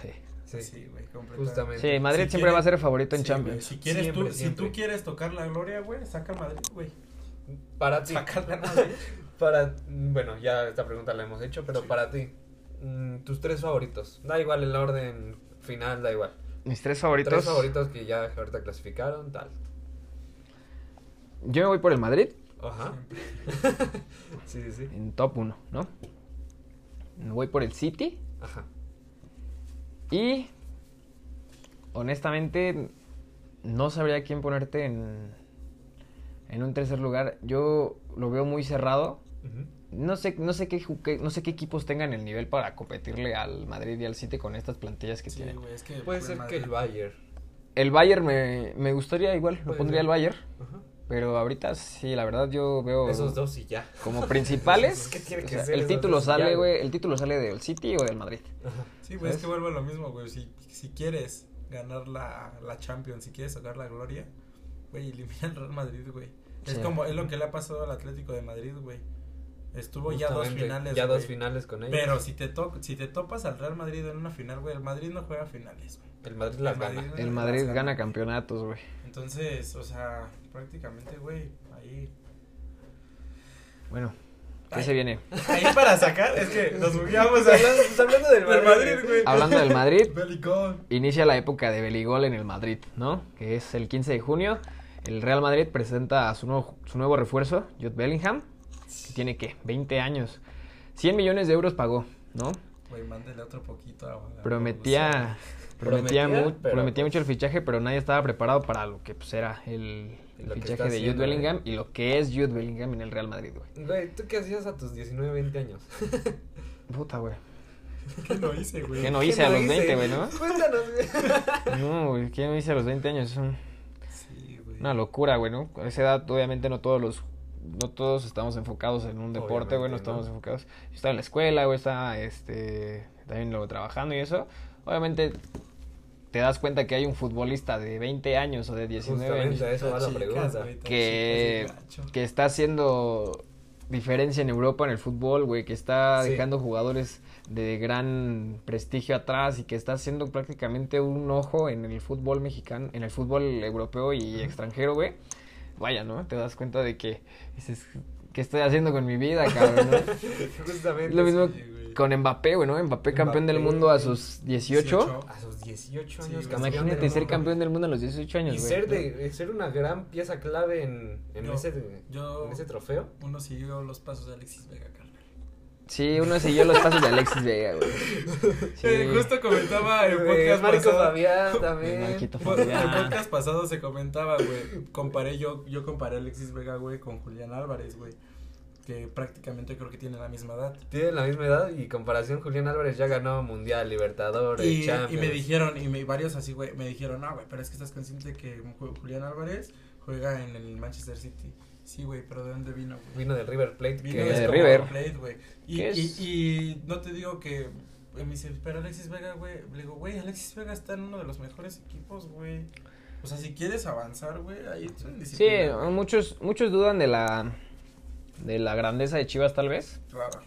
B: Sí.
A: Sí,
C: Sí, güey, completamente.
A: justamente.
B: Sí, Madrid
C: Si
B: siempre
C: quiere-
B: va a ser favorito en
C: Sí, güey,
B: Champions.
C: Si, quieres
A: Siempre,
C: tú,
A: siempre.
C: si tú quieres tocar la gloria, güey, saca al Madrid, güey.
A: Para ti,
C: Saca al Real Madrid.
A: para, bueno, ya esta pregunta la hemos hecho, pero
C: Sí.
A: para ti, mm, tus tres favoritos, da igual el orden final, da igual.
B: Mis tres favoritos.
A: Tres favoritos que ya ahorita clasificaron, tal.
B: Yo me voy por el Madrid
A: Ajá. sí, sí, sí.
B: en top 1, ¿no? Me voy por el City
A: Ajá.
B: y honestamente no sabría quién ponerte en en un tercer lugar. Yo lo veo muy cerrado.
A: Ujú.
B: No sé, no sé qué, ju- qué- no sé qué equipos tengan el nivel para competirle al Madrid y al City con estas plantillas que
C: Sí,
B: tienen.
C: güey, es que
A: Puede
C: el
A: ser que
C: Madrid-
A: el Bayern.
B: El Bayern me, me gustaría igual, lo
A: Puede
B: pondría
A: ser.
B: el Bayern,
A: Ajá.
B: pero ahorita sí, la verdad yo veo
A: Esos dos y ya.
B: como principales.
A: Es que tiene
B: o
A: que
B: sea,
A: ser
B: el
A: esas
B: título
A: dos y ya,
B: sale,
A: güey. Ah,
B: güey, el título sale del City o del Madrid.
C: Sí, güey,
B: ¿Sabes?
C: es que vuelvo a lo mismo, güey. Si, si quieres ganar la, la Champions, si quieres sacar la gloria, güey, elimina al Real Madrid, güey. Es
B: Sí.
C: como, es lo que le ha pasado al Atlético de Madrid, güey. Estuvo ya dos
A: Justamente,
C: finales,
A: Ya dos
C: güey.
A: finales con ellos.
C: Pero si te, to- si te topas al Real Madrid en una final, güey, el Madrid no juega finales, güey.
A: el Madrid las
C: el
A: gana.
C: Madrid-
B: El
C: Las
B: Madrid
C: gana.
B: gana campeonatos, güey.
C: Entonces, o sea, prácticamente, güey, ahí...
B: Bueno, ¿qué
C: Ay.
B: se viene?
C: Ahí para sacar, es que nos movíamos a...
A: hablando, hablando del
C: Del Madrid, güey.
B: Hablando del Madrid,
C: Belicón.
B: inicia la época de Beligol en el Madrid, ¿no? Que es el 15 de junio. El Real Madrid presenta a su nuevo, su nuevo refuerzo, Jude Bellingham, que tiene, ¿qué? 20 años. 100 millones de euros pagó, ¿no?
C: Güey, mándale otro poquito a... a-
B: Prometía,
A: Prometía,
B: prometía, mu-
A: pero,
B: prometía
A: pues,
B: mucho el fichaje, pero nadie estaba preparado para lo que pues, era el, el
A: Lo que está
B: fichaje de Jude
A: haciendo, eh.
B: Bellingham
A: güey.
B: y lo que es Jude Bellingham en el Real Madrid, güey.
A: Güey, ¿tú qué hacías a tus 19, 20 años?
B: Puta, güey.
C: ¿Qué no hice, güey?
B: ¿Qué no hice a
A: no
B: los
A: hice?
B: 20, güey, no?
A: Cuéntanos, güey.
B: No, güey, ¿qué no hice a los 20 años? Es un-
C: Sí, güey.
B: una locura, güey, ¿no? A esa edad, obviamente, no todos los... No todos estamos enfocados en un deporte,
A: Obviamente,
B: güey, no estamos
A: ¿no?
B: enfocados. Yo estaba en la escuela, güey, estaba, este, también luego trabajando y eso. Obviamente, te das cuenta que hay un futbolista de 20 años o de 19
A: Justamente a
B: años
A: eso va la
C: Chicas,
A: pregunta.
C: güey, tan
B: que-
C: chicas, gacho.
B: que está haciendo diferencia en Europa en el fútbol, güey, que está
A: Sí.
B: dejando jugadores de gran prestigio atrás y que está haciendo prácticamente un ojo en el fútbol mexicano, en el fútbol europeo y extranjero, güey. Vaya, ¿no? Te das cuenta de que dices, ¿qué estoy haciendo con mi vida, cabrón? no?"
A: Justamente.
B: Lo mismo
C: Sí, güey.
B: con Mbappé, güey, ¿no? Mbappé campeón del
A: Mbappé,
B: mundo a
A: güey.
B: sus 18.
A: A sus 18
C: Sí,
A: años.
C: güey.
A: campeón del
B: Imagínate
A: mundo,
B: ser
A: güey.
B: campeón del mundo a los 18 años,
A: Y
B: güey.
A: ser, de, ser una gran pieza clave en, en,
C: Yo-
A: ese,
C: yo-
A: en ese trofeo.
C: Uno siguió los pasos de Alexis Vega, carnal.
B: Sí, uno siguió los pasos de Alexis Vega, güey. Sí.
C: Eh, justo comentaba el
A: Eh,
C: podcast
A: Marco
C: pasado.
A: Fabián también.
B: Marquito
C: Pues, El
B: Fabián.
C: podcast pasado se comentaba, güey. Comparé yo, yo comparé a Alexis Vega, güey, con Julián Álvarez, güey. Que prácticamente creo que tienen la misma edad.
A: Tienen la misma edad y comparación Julián Álvarez ya ganó Mundial, Libertadores,
C: Y,
A: Champions.
C: y me dijeron, y me, varios así, güey, me dijeron, no, güey, pero es que estás consciente que Ju- Julián Álvarez juega en el Manchester City. Sí, güey, pero ¿de dónde vino, güey?
A: Vino del River Plate.
C: Vino
B: Que
A: es
B: de
A: como-
B: River.
C: Plate, güey. Y,
B: ¿Qué es?
C: y, y no te digo que. eh, Me dice, pero Alexis Vega, güey. Le digo, güey, Alexis Vega está en uno de los mejores equipos, güey. O sea, si quieres avanzar, güey, ahí es una
B: Sí,
C: disciplina, güey.
B: muchos, muchos dudan de la, de la grandeza de Chivas, tal vez.
C: Claro.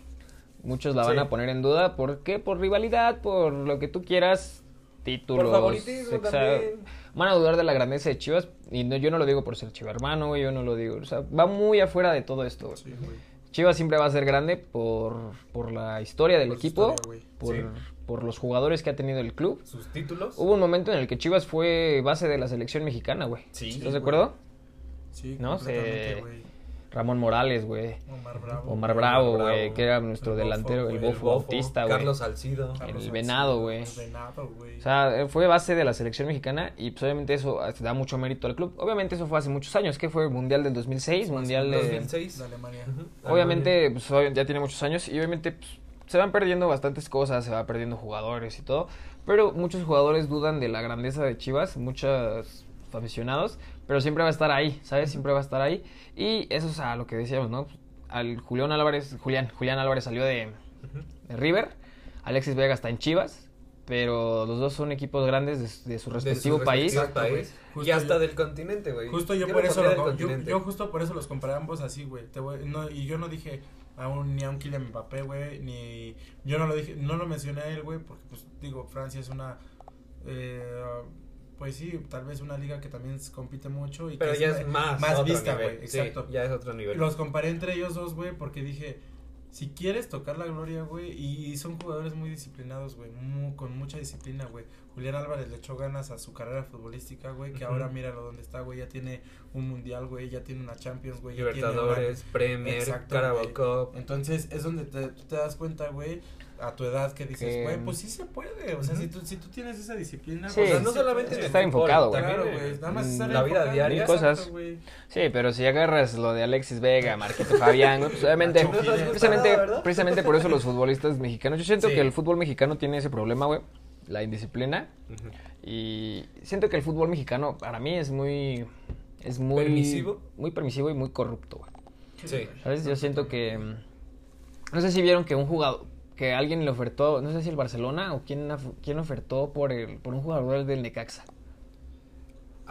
B: Muchos la van
A: Sí.
B: a poner en duda. ¿Por qué? Por rivalidad, por lo que tú quieras, títulos.
A: Por favoritismo
B: exa-
A: también.
B: Van a dudar de la grandeza de Chivas. Y no, yo no lo digo por ser Chiva hermano, güey, yo no lo digo. O sea, va muy afuera de todo esto. güey.
C: Pues Sí, güey.
B: Chivas siempre va a ser grande por, por la historia del
C: Por su
B: equipo,
C: historia, güey.
B: por,
A: Sí.
B: por los jugadores que ha tenido el club.
A: Sus títulos.
B: Hubo un momento en el que Chivas fue base de la selección mexicana, güey.
A: Sí,
B: ¿Estás
A: güey.
B: de acuerdo?
C: Sí,
B: No,
C: completamente,
B: se-
C: güey.
B: Ramón Morales, güey.
C: Omar Bravo.
B: Omar Bravo,
A: Bravo.
B: güey, que era nuestro
C: El
B: delantero,
C: Bofo,
B: el
C: güey, el
B: Bofo Bautista, güey.
A: Carlos Salcido.
C: Carlos
B: el
C: Salcido,
B: Venado, güey.
C: El venado, güey.
B: O sea, eh, fue base de la selección mexicana y pues obviamente eso eh, da mucho mérito al club. Obviamente eso fue hace muchos años, que fue Mundial del 2006, Mundial de...
A: 2006.
C: De Alemania.
B: Obviamente, pues obvia- ya tiene muchos años y obviamente pues, se van perdiendo bastantes cosas, se va perdiendo jugadores y todo, pero muchos jugadores dudan de la grandeza de Chivas, muchos aficionados, pero siempre va a estar ahí, ¿sabes? Siempre va a estar ahí y eso es a lo que decíamos, ¿no? Al Julián Álvarez, Julián, Julián Álvarez salió de, de River, Alexis Vega está en Chivas, pero los dos son equipos grandes de su- de, su respectivo país.
A: Exacto,
C: país.
A: güey.
C: Justo
A: y hasta
C: yo-
A: del continente, güey.
C: Justo yo
A: Quiero
C: por eso
A: poner
C: lo,
A: del
C: co- yo,
A: continente.
C: yo justo por eso los comparé ambos así, güey. Te voy- no, y yo no dije a un, ni a un Kylian Mbappé, güey, ni yo no lo dije, no lo mencioné a él, güey, porque pues digo, Francia es una eh, pues sí, tal vez una liga que también s- compite mucho y
A: Pero
C: que
A: ya
C: una-
A: es más.
C: más
A: otro
C: vista,
A: nivel.
C: güey,
A: Sí,
C: exacto.
A: ya es otro nivel.
C: los comparé entre ellos dos, güey, porque dije, si quieres tocar la gloria, güey, y, y son jugadores muy disciplinados, güey, mu- con mucha disciplina, güey. Julián Álvarez le echó ganas a su carrera futbolística, güey, que
A: Ujú.
C: ahora míralo donde está, güey, ya tiene un mundial, güey, ya tiene una Champions, güey, ya tiene una-
A: Libertadores, Premier,
C: Exacto,
A: Carabao
C: güey.
A: Cup.
C: Entonces, es donde te, tú te das cuenta, güey, a tu edad que
B: Que-
C: dices, güey, pues sí se puede, o sea,
A: Ujú.
C: si tú si tú tienes esa disciplina,
B: Sí.
C: o sea,
A: no solamente en
C: se
A: el
C: puede.
B: Estar
A: fútbol,
B: enfocado, güey.
C: Claro,
A: también
C: güey, nada
B: Mm,
C: más estar
A: la vida
C: enfocado,
A: diaria.
C: exacto,
B: Cosas.
C: güey.
B: Sí, pero si agarras lo de Alexis Vega, Marquito Fabián, güey, pues obviamente,
C: No estás
B: precisamente,
A: preparado, ¿verdad?
B: precisamente por eso los futbolistas mexicanos, yo siento
A: Sí.
B: que el fútbol mexicano tiene ese problema, güey, la indisciplina,
A: Ujú.
B: y siento que el fútbol mexicano para mí es muy, es muy,
A: ¿Permisivo?
B: muy permisivo y muy corrupto, güey.
A: Sí.
B: ¿Sabes? Yo siento que, mm, no sé si vieron que un jugador, que alguien le ofertó, no sé si el Barcelona o quién, af- quién ofertó por, el, por un jugador del Necaxa.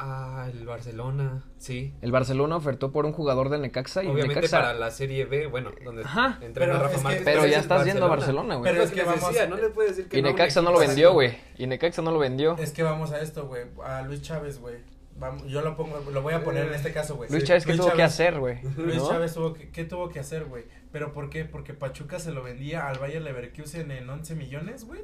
A: Ah, el Barcelona. Sí.
B: El Barcelona ofertó por un jugador del Necaxa y el
A: Obviamente
B: Necaxa...
A: para la Serie B, bueno, donde
B: Ajá.
A: entrena
C: Pero
A: Rafa
C: es que-
A: Márquez.
B: Pero
A: pues
B: ya
A: es
B: estás yendo a Barcelona, güey.
A: Pero es que vamos. no le puedes decir que
B: Y
A: no a un
B: Necaxa no lo
A: equipo.
B: vendió, güey. Y Necaxa no lo vendió.
C: Es que vamos a esto, güey. A Luis Chávez, güey. Vamos- Yo lo pongo, lo voy a poner en este caso, güey.
B: Luis
C: Sí.
B: Chávez, ¿qué tuvo que
C: Chávez-
B: hacer, güey?
C: Luis
B: ¿No?
C: Chávez tuvo que, ¿qué tuvo que hacer, güey? ¿Pero por qué? Porque Pachuca se lo vendía al Bayer Leverkusen en 11 millones, güey.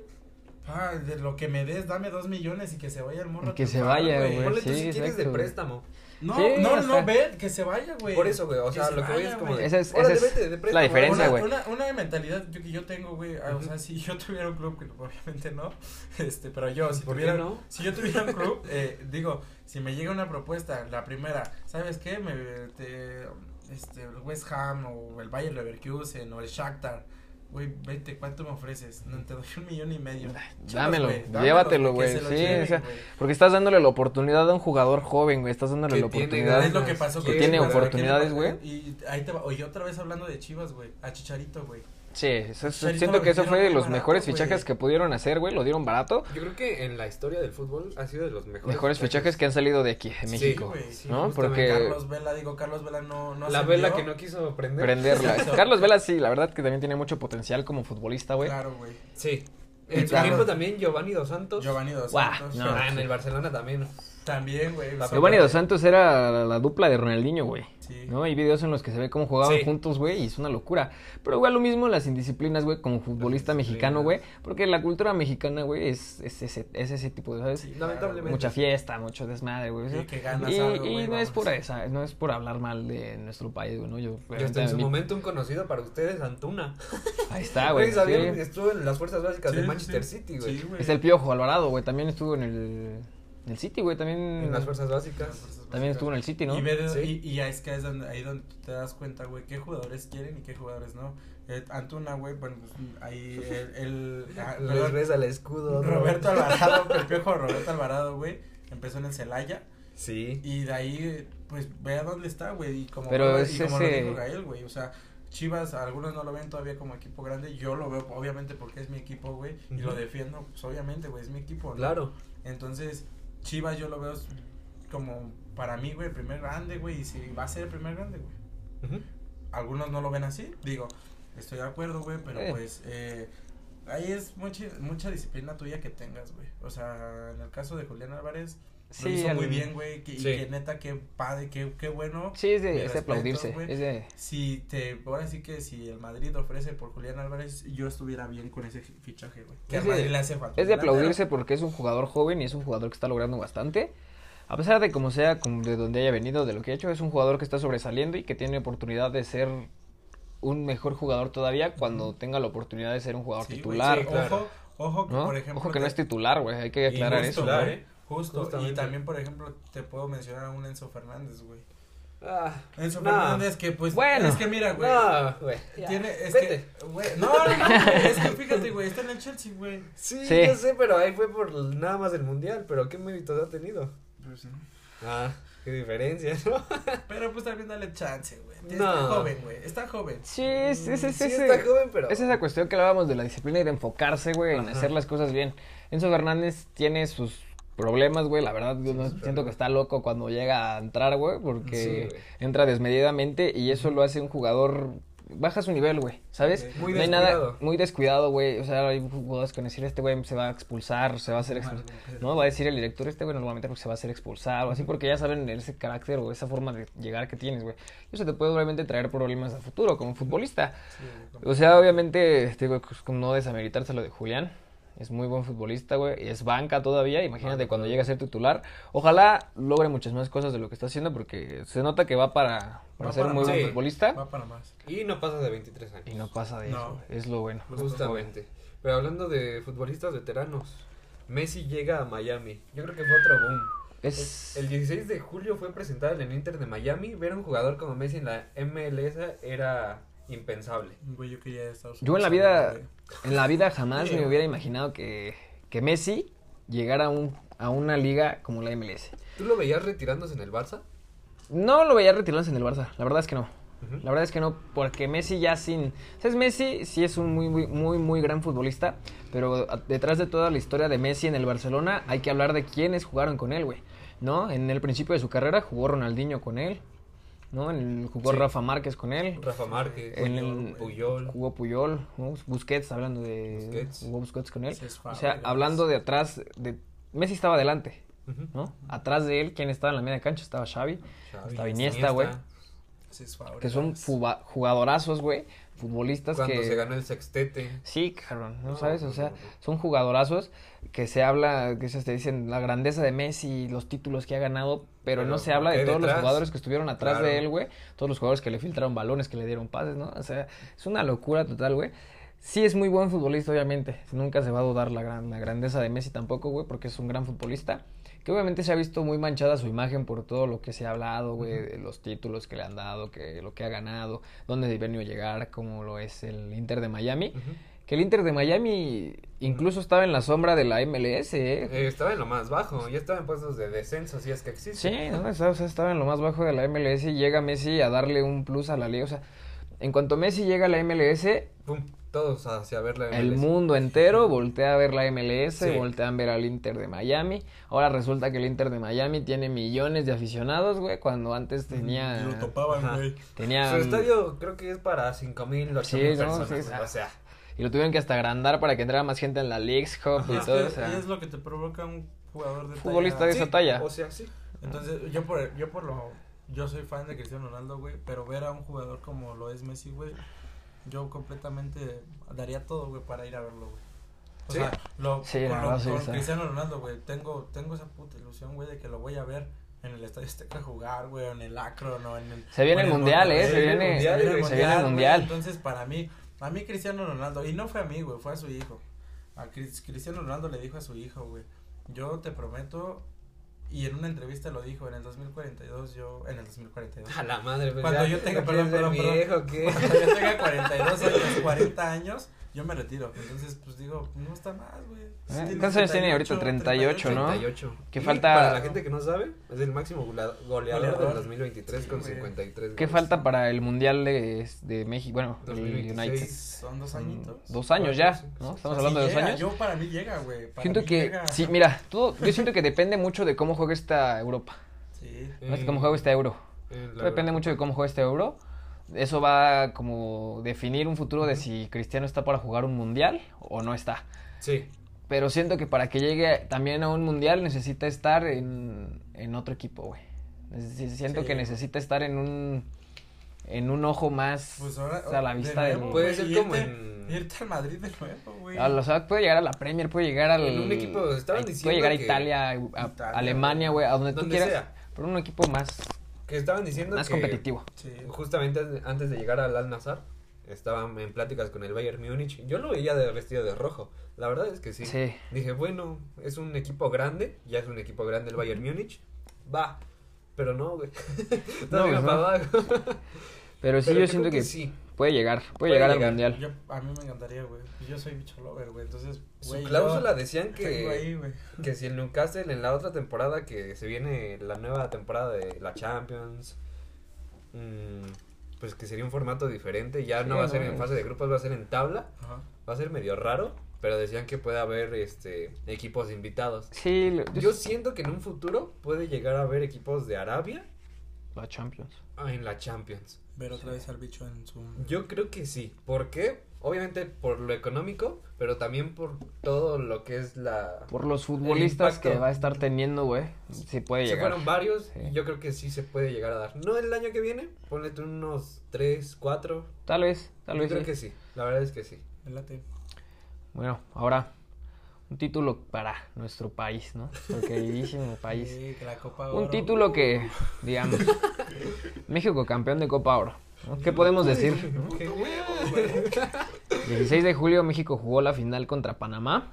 C: Ah, de lo que me des, dame 2 millones y que se vaya el morro.
B: Y que
C: a tu
B: se
C: fan,
B: vaya, güey.
A: Ponle tú
B: Sí,
A: si quieres de
B: exacto, güey.
A: préstamo.
C: No,
B: Sí,
C: no,
B: hasta-
C: no, ve, que se vaya, güey.
A: Por eso, güey, o
C: Que
A: sea,
C: se
A: lo que voy es
C: vaya,
A: como
C: güey.
A: de-
B: Esa es,
A: Órale,
B: esa es
A: vete de préstamo,
B: la
C: una,
B: diferencia, güey.
C: Una, una mentalidad yo- que yo tengo, güey, ah, o
A: Ujú.
C: sea, si yo tuviera un club, que obviamente no, este, pero yo, si
A: ¿Por qué
C: tuviera,
A: no?
C: si yo tuviera un club, eh, digo, si me llega una propuesta, la primera, ¿sabes qué? Me, te- este, el West Ham o el Bayer Leverkusen o el Shakhtar, güey, vete, ¿cuánto me ofreces? No, te doy un millón y medio.
B: dámelo,
C: güey,
B: llévatelo,
C: que
B: güey,
C: se lo
B: sí,
C: lleven,
B: o sea,
C: güey.
B: Porque estás dándole la oportunidad a un jugador joven, güey. Estás dándole
A: Que
B: la
A: tiene
B: oportunidad.
A: ganas.
C: Es lo que pasó
A: Que
C: con
B: tiene
C: Chivas,
B: oportunidades,
C: güey. Y ahí te va. Oye, otra vez hablando de Chivas, güey. A Chicharito, güey.
B: Sí, eso- eso-
C: Chicharito
B: siento
C: lo
B: que eso
C: vendieron
B: fue de
C: muy
B: los
C: barato,
B: mejores
C: güey.
B: fichajes que pudieron hacer, güey. Lo dieron barato.
A: Yo creo que en la historia del fútbol ha sido de los mejores,
B: Mejores fichajes que han salido de aquí, de
A: Sí,
B: México.
C: güey, sí,
B: ¿No?
A: justamente.
B: Porque
C: Carlos Vela, digo, Carlos Vela no, no
A: Eh, La
C: ascendió.
A: vela que no quiso prender.
B: prenderla.
C: Exacto.
B: Carlos Vela sí, la verdad que también tiene mucho potencial como futbolista, güey.
C: Claro, güey.
A: Sí.
C: Y
A: En su
C: claro.
A: tiempo también Giovanni Dos Santos.
C: Giovanni Dos
B: Guau,
C: Santos.
B: no.
A: Ah, en el Barcelona también.
C: También, güey.
A: La
C: son-
B: Giovanni Dos Santos era la, la dupla de Ronaldinho, güey.
C: Sí.
B: ¿No? Hay videos en los que se ve cómo jugaban
A: Sí.
B: juntos, güey, y es una locura. Pero, güey, lo mismo las indisciplinas, güey, como futbolista
A: Las
B: mexicano, güey.
A: indisciplinas.
B: Porque la cultura mexicana, güey, es, es ese, es ese tipo de, ¿sabes?
C: Sí,
A: Lamentablemente.
B: Mucha fiesta, mucho desmadre, güey.
C: Sí,
B: ¿sí?
C: que ganas
B: y
C: algo,
B: y
C: güey,
B: no es
C: vamos.
B: por esa, no es por hablar mal de nuestro país, güey, ¿no? Yo,
A: Y hasta en su
B: mi-
A: momento un conocido para ustedes, Antuna.
B: Ahí está,
A: Güey,
B: güey. sí.
A: sabían, estuvo en las fuerzas básicas
C: Sí,
A: de
C: sí,
A: Manchester
C: sí.
A: City, güey.
C: Sí,
B: Es el Piojo Alvarado, güey, también estuvo en el, en el City, güey, también,
A: En las fuerzas
C: Las
A: básicas.
C: fuerzas
B: también
C: básicas.
B: estuvo en el City, ¿no?
C: Y, ve de-
A: Sí.
C: y, y ahí es que es donde, ahí donde tú te das cuenta, güey, qué jugadores quieren y qué jugadores no. Eh, Antuna, güey, bueno, pues ahí el, el- a-
A: Ah, Les ves al escudo. otra
C: Roberto
A: vez.
C: Alvarado, el viejo Roberto Alvarado, güey, empezó en el Celaya
A: Sí.
C: y de ahí, pues, vea dónde está, güey, y como,
B: Pero
C: y
B: es
C: como lo
B: ese-
C: dijo Gael, güey, o sea, Chivas, algunos no lo ven todavía como equipo grande, yo lo veo obviamente porque es mi equipo, güey, y lo
A: Ujú.
C: defiendo, pues, obviamente, güey, es mi equipo, ¿no?
A: Claro.
C: Entonces, Chivas yo lo veo como para mí, güey, el primer grande, güey, y si va a ser el primer grande, güey.
A: Ujú.
C: Algunos no lo ven así, digo, estoy de acuerdo, güey, pero
B: Eh.
C: pues eh, ahí es mucha, mucha disciplina tuya que tengas, güey. O sea, en el caso de Julián Álvarez, lo hizo muy
B: al-
C: bien, güey, que, y
A: Sí.
C: que neta, qué padre, qué, qué bueno.
B: Sí, es de,
C: Mis
B: es de
C: respetos,
B: aplaudirse,
C: güey.
B: es de...
C: Si te, ahora sí que si el Madrid ofrece por Julián Álvarez, yo estuviera bien con ese fichaje, güey. Que
B: Es
C: al
B: de-
C: Madrid le hace falta.
B: Es de
C: un delantero.
B: aplaudirse porque es un jugador joven y es un jugador que está logrando bastante. A pesar de como sea, como de donde haya venido, de lo que ha hecho, es un jugador que está sobresaliendo y que tiene oportunidad de ser un mejor jugador todavía cuando tenga la oportunidad de ser un jugador
C: Sí, güey,
B: titular.
C: sí,
A: claro.
C: Ojo, ojo, que,
B: ¿no?
C: por ejemplo.
B: Ojo que no
C: te-
B: es titular, ¿eh? güey, hay que
C: y
B: aclarar
C: justo,
B: eso.
A: claro.
C: güey, Justo.
A: Justamente.
C: Y también, por ejemplo, te puedo mencionar a un Enzo Fernández, güey.
A: Ah,
C: Enzo
A: No.
C: Fernández que, pues.
B: Bueno.
C: Es que mira, güey.
A: no, güey. ya,
C: Tiene, es
A: vete.
C: que, güey, no, no, no, güey, es que fíjate, güey, está en el Chelsea, güey.
A: Sí,
B: Sí.
A: yo sé, pero ahí fue por nada más el mundial. Pero qué méritos ha tenido. Ah, qué diferencia, ¿no?
C: Pero pues también dale chance, güey. Está
A: No.
C: joven, güey, está joven.
B: Sí, es, es, es,
A: Sí,
B: es-
A: está joven, pero.
B: Es esa cuestión que hablábamos de la disciplina y de enfocarse, güey, en
A: Ajá.
B: hacer las cosas bien. Enzo Fernández tiene sus problemas, güey. La verdad, yo no siento que está loco cuando llega a entrar, güey, porque
A: Sí, güey.
B: entra desmedidamente y eso lo hace un jugador. Baja su nivel, güey, ¿sabes?
A: Muy
B: no hay nada
A: descuidado.
B: muy descuidado, güey. O sea, hay jugadores que van a decir, este güey se va a expulsar, se va a hacer expulsar. No, va a decir el director, este güey no lo va a meter porque se va a hacer expulsar o así, porque ya saben ese carácter o esa forma de llegar que tienes, güey. Y eso te puede obviamente traer problemas a futuro como futbolista.
C: Sí, güey,
B: O sea, obviamente, este, güey, pues, como no desmeritarse lo de Julián. Es muy buen futbolista, güey. y Es banca todavía. Imagínate cuando llegue a ser titular. Ojalá logre muchas más cosas de lo que está haciendo porque se nota que va para, para
C: Va
B: ser
C: para
B: muy
A: más.
B: buen
A: Sí.
B: futbolista.
C: Va para más.
A: Y no pasa de 23 años.
B: Y no pasa de
C: No.
B: eso. güey, Es lo bueno.
A: Justamente. Pero hablando de futbolistas veteranos, Messi llega a Miami. Yo creo que fue otro boom.
B: Es...
A: El 16 de julio fue presentado en el Inter de Miami. Ver a un jugador como Messi en la MLS era impensable.
C: Güey, yo quería estar.
B: Yo en la vida, en la vida jamás
C: Sí.
B: me hubiera imaginado que, que Messi llegara a, un, a una liga como la MLS.
A: ¿Tú lo veías retirándose en el Barça?
B: No lo veía retirándose en el Barça, la verdad es que no.
A: Ujú.
B: La verdad es que no, porque Messi ya sin... ¿Sabes? Messi sí es un muy, muy, muy, muy gran futbolista, pero a- detrás de toda la historia de Messi en el Barcelona hay que hablar de quiénes jugaron con él, güey. ¿No? En el principio de su carrera jugó Ronaldinho con él, ¿no? En el- jugó
A: Sí.
B: Rafa Márquez con él,
A: Rafa Márquez,
B: En
A: Puyol,
B: el-
A: Puyol.
B: jugó Puyol, ¿no? Busquets, hablando de...
A: Busquets.
B: Jugó Busquets con él.
C: Sí, es
B: O sea,
C: Fabregas.
B: hablando de atrás, de... Messi estaba adelante,
A: Ujú.
B: ¿no? Atrás de él, ¿quién estaba en la media cancha? Estaba Xavi.
A: Xavi,
B: Estaba Iniesta, güey. Que son fuba- jugadorazos, güey. Futbolistas
A: Cuando
B: que.
A: se ganó el sextete.
B: Sí, cabrón, no,
A: No,
B: sabes,
A: no,
B: o sea,
A: no, no.
B: son jugadorazos que se habla, que se te dicen la grandeza de Messi, los títulos que ha ganado, pero, no
A: Pero,
B: se habla
A: ¿qué
B: de todos los
A: detrás?
B: jugadores que estuvieron atrás de
A: Claro.
B: él, güey, todos los jugadores que le filtraron balones, que le dieron pases, ¿no? O sea, es una locura total, güey. Sí es muy buen futbolista, obviamente, nunca se va a dudar la, gran, la grandeza de Messi tampoco, güey, porque es un gran futbolista, que obviamente se ha visto muy manchada su imagen por todo lo que se ha hablado, güey, de los títulos que le han dado, que lo que ha ganado, dónde debió llegar, como lo es el Inter de Miami.
A: Ujú.
B: Que el Inter de Miami incluso estaba en la sombra de la MLS, ¿eh?
A: Eh, estaba en lo más bajo. Ya estaba en puestos de descenso, si es que existe.
B: Sí, ¿no? Estaba, o sea, estaba en lo más bajo de la MLS y llega Messi a darle un plus a la liga. O sea, en cuanto Messi llega a la MLS,
A: Pum, todos hacia ver la MLS.
B: El mundo entero voltea a ver la MLS,
A: Sí.
B: voltean a ver al Inter de Miami. Ahora resulta que el Inter de Miami tiene millones de aficionados, güey, cuando antes tenía...
C: Mm, Lo topaban,
A: Ajá.
C: güey.
B: tenía mm,
A: Su estadio creo que es para 5000, 8000
B: Sí, no,
A: personas.
B: sí,
A: güey, o sea,
B: Y lo tuvieron que hasta agrandar para que entrara más gente en la Leagues Cup
C: Y
B: y
C: es que
B: todo. o sea,
C: ahí es lo que te provoca un jugador de talla-
B: Futbolista de-
A: sí,
B: esa talla.
A: O sea, sí.
C: Entonces, yo por, yo por lo... Yo soy fan de Cristiano Ronaldo, güey, pero ver a un jugador como lo es Messi, güey, yo completamente daría todo, güey, para ir a verlo, güey. O
A: Sí.
C: sea, lo,
B: Sí,
C: con,
B: la
C: lo-
B: verdad, sí,
C: con
B: sí.
C: Cristiano Ronaldo, güey, tengo, tengo esa puta ilusión, güey, de que lo voy a ver en el Estadio Azteca jugar, güey, o en el Acro, no en el...
B: Se viene
C: o
B: el
C: en
B: Mundial,
C: Monterrey,
A: eh, se
C: güey,
A: viene- se viene el
B: Mundial,
C: güey,
B: Mundial.
C: Entonces, para mí, a mí Cristiano Ronaldo, y no fue a mí, güey, fue a su hijo. A Cris- Cristiano Ronaldo le dijo a su hijo, güey, yo te prometo, y en una entrevista lo dijo, en el 2042 yo, en el 2042.
A: A la madre, pues,
C: Cuando
A: ya,
C: yo tenga,
A: ¿no
C: perdón,
A: quieres
C: perdón,
A: ser viejo,
C: perdón.
A: ¿qué?
C: Cuando yo tenga 42 años, 40 años, yo me retiro. Entonces, pues digo, no está más, güey. Si
B: Eh,
C: tienes
B: ¿cuántos años tiene ahorita? 38, ¿no?
A: 38.
B: Que
A: Y
B: falta-
A: Para la gente que no sabe, es el máximo gola- goleador del
C: Goleador.
A: 2023 con
C: Sí, güey.
A: 53
B: ¿Qué
A: goles.
B: falta para el Mundial de, de México? Bueno, el
A: 2026.
B: United.
C: Son dos
B: Son
C: añitos.
B: Mm, Dos años ya,
A: Sí,
B: ¿no?
A: sí,
B: Estamos
C: O sea,
B: hablando de
C: sí
B: dos
C: llega,
B: años.
C: Yo para mí llega, güey. para
B: siento
C: mí
B: que,
C: llega.
B: sí, mira, todo, yo siento que depende mucho de cómo juega esta Europa,
C: Sí.
B: ¿no?
A: Eh,
B: De cómo juega este Euro.
A: eh, la
B: Depende
A: verdad.
B: mucho de cómo juega este Euro. Eso va a como definir un futuro de si Cristiano está para jugar un Mundial o no está.
A: Sí.
B: Pero siento que para que llegue también a un mundial necesita estar en, en otro equipo, güey. Neces- Siento
C: Sí.
B: que necesita estar en un en un ojo más
C: Pues ahora.
B: a la vista del...
C: nuevo,
A: Puede
C: güey,
A: ser
C: y
A: como
C: irte-
A: en-
C: Irte al Madrid de nuevo, güey.
B: a la- o sea, puede llegar a la Premier, puede llegar al...
A: En un equipo, estaban
B: ay,
A: diciendo
B: Puede llegar a
A: que-
B: Italia, a- a
C: Italia,
B: Alemania, güey, a donde, tú
A: Donde
B: quieras.
A: sea.
B: Pero un equipo más,
A: Que estaban diciendo
B: más
A: que
B: competitivo.
C: Sí.
A: justamente an- antes de llegar al Al-Nazar, estaban en pláticas con el Bayern Múnich. Yo lo veía de vestido de rojo. La verdad es que sí.
B: Sí.
A: Dije, bueno, es un equipo grande, ya es un equipo grande el Bayern Múnich. Va. Pero no, güey. Todavía para
B: pues no.
A: abajo.
B: Pero sí,
A: Pero
B: yo siento
A: creo
B: que,
A: sí.
B: puede llegar, puede,
A: Puede
B: llegar,
A: llegar.
B: al mundial.
C: Yo, a mí me encantaría, güey. Yo soy bicho lover, güey. Entonces,
A: Su
C: güey.
A: cláusula
C: yo
A: decían
C: tengo
A: que,
C: ahí, güey.
A: que si el Newcastle en la otra temporada que se viene la nueva temporada de la Champions, mm, pues que sería un formato diferente, ya
B: Sí,
A: no va a
B: no,
A: ser en
B: es-
A: fase de grupos, va a ser en tabla,
C: Ajá.
A: va a ser medio raro, pero decían que puede haber este equipos invitados.
B: Sí, lo-
A: Yo siento que en un futuro puede llegar a haber equipos de Arabia
B: la Champions.
A: ah, en la Champions.
C: Ver otra vez al bicho en su.
A: Yo creo que sí. ¿Por qué? Obviamente por lo económico, pero también por todo lo que es la...
B: Por los futbolistas que
A: impacto.
B: va a estar teniendo, güey, sí puede
A: Se
B: llegar.
A: fueron varios
B: Sí.
A: y yo creo que sí se puede llegar a dar. No el año que viene, ponle tú unos 3, 4.
B: Tal vez, tal
A: yo
B: vez.
A: creo
B: sí.
A: que sí, la verdad es que sí.
C: El late.
B: Bueno, ahora un título para nuestro país, ¿no? Nuestro queridísimo país.
C: Sí, que la Copa
B: Un
C: Oro.
B: título que, digamos, México campeón de Copa Oro. ¿no? ¿Qué podemos decir? no?
A: ¿Qué?
B: 16 de julio México jugó la final contra Panamá.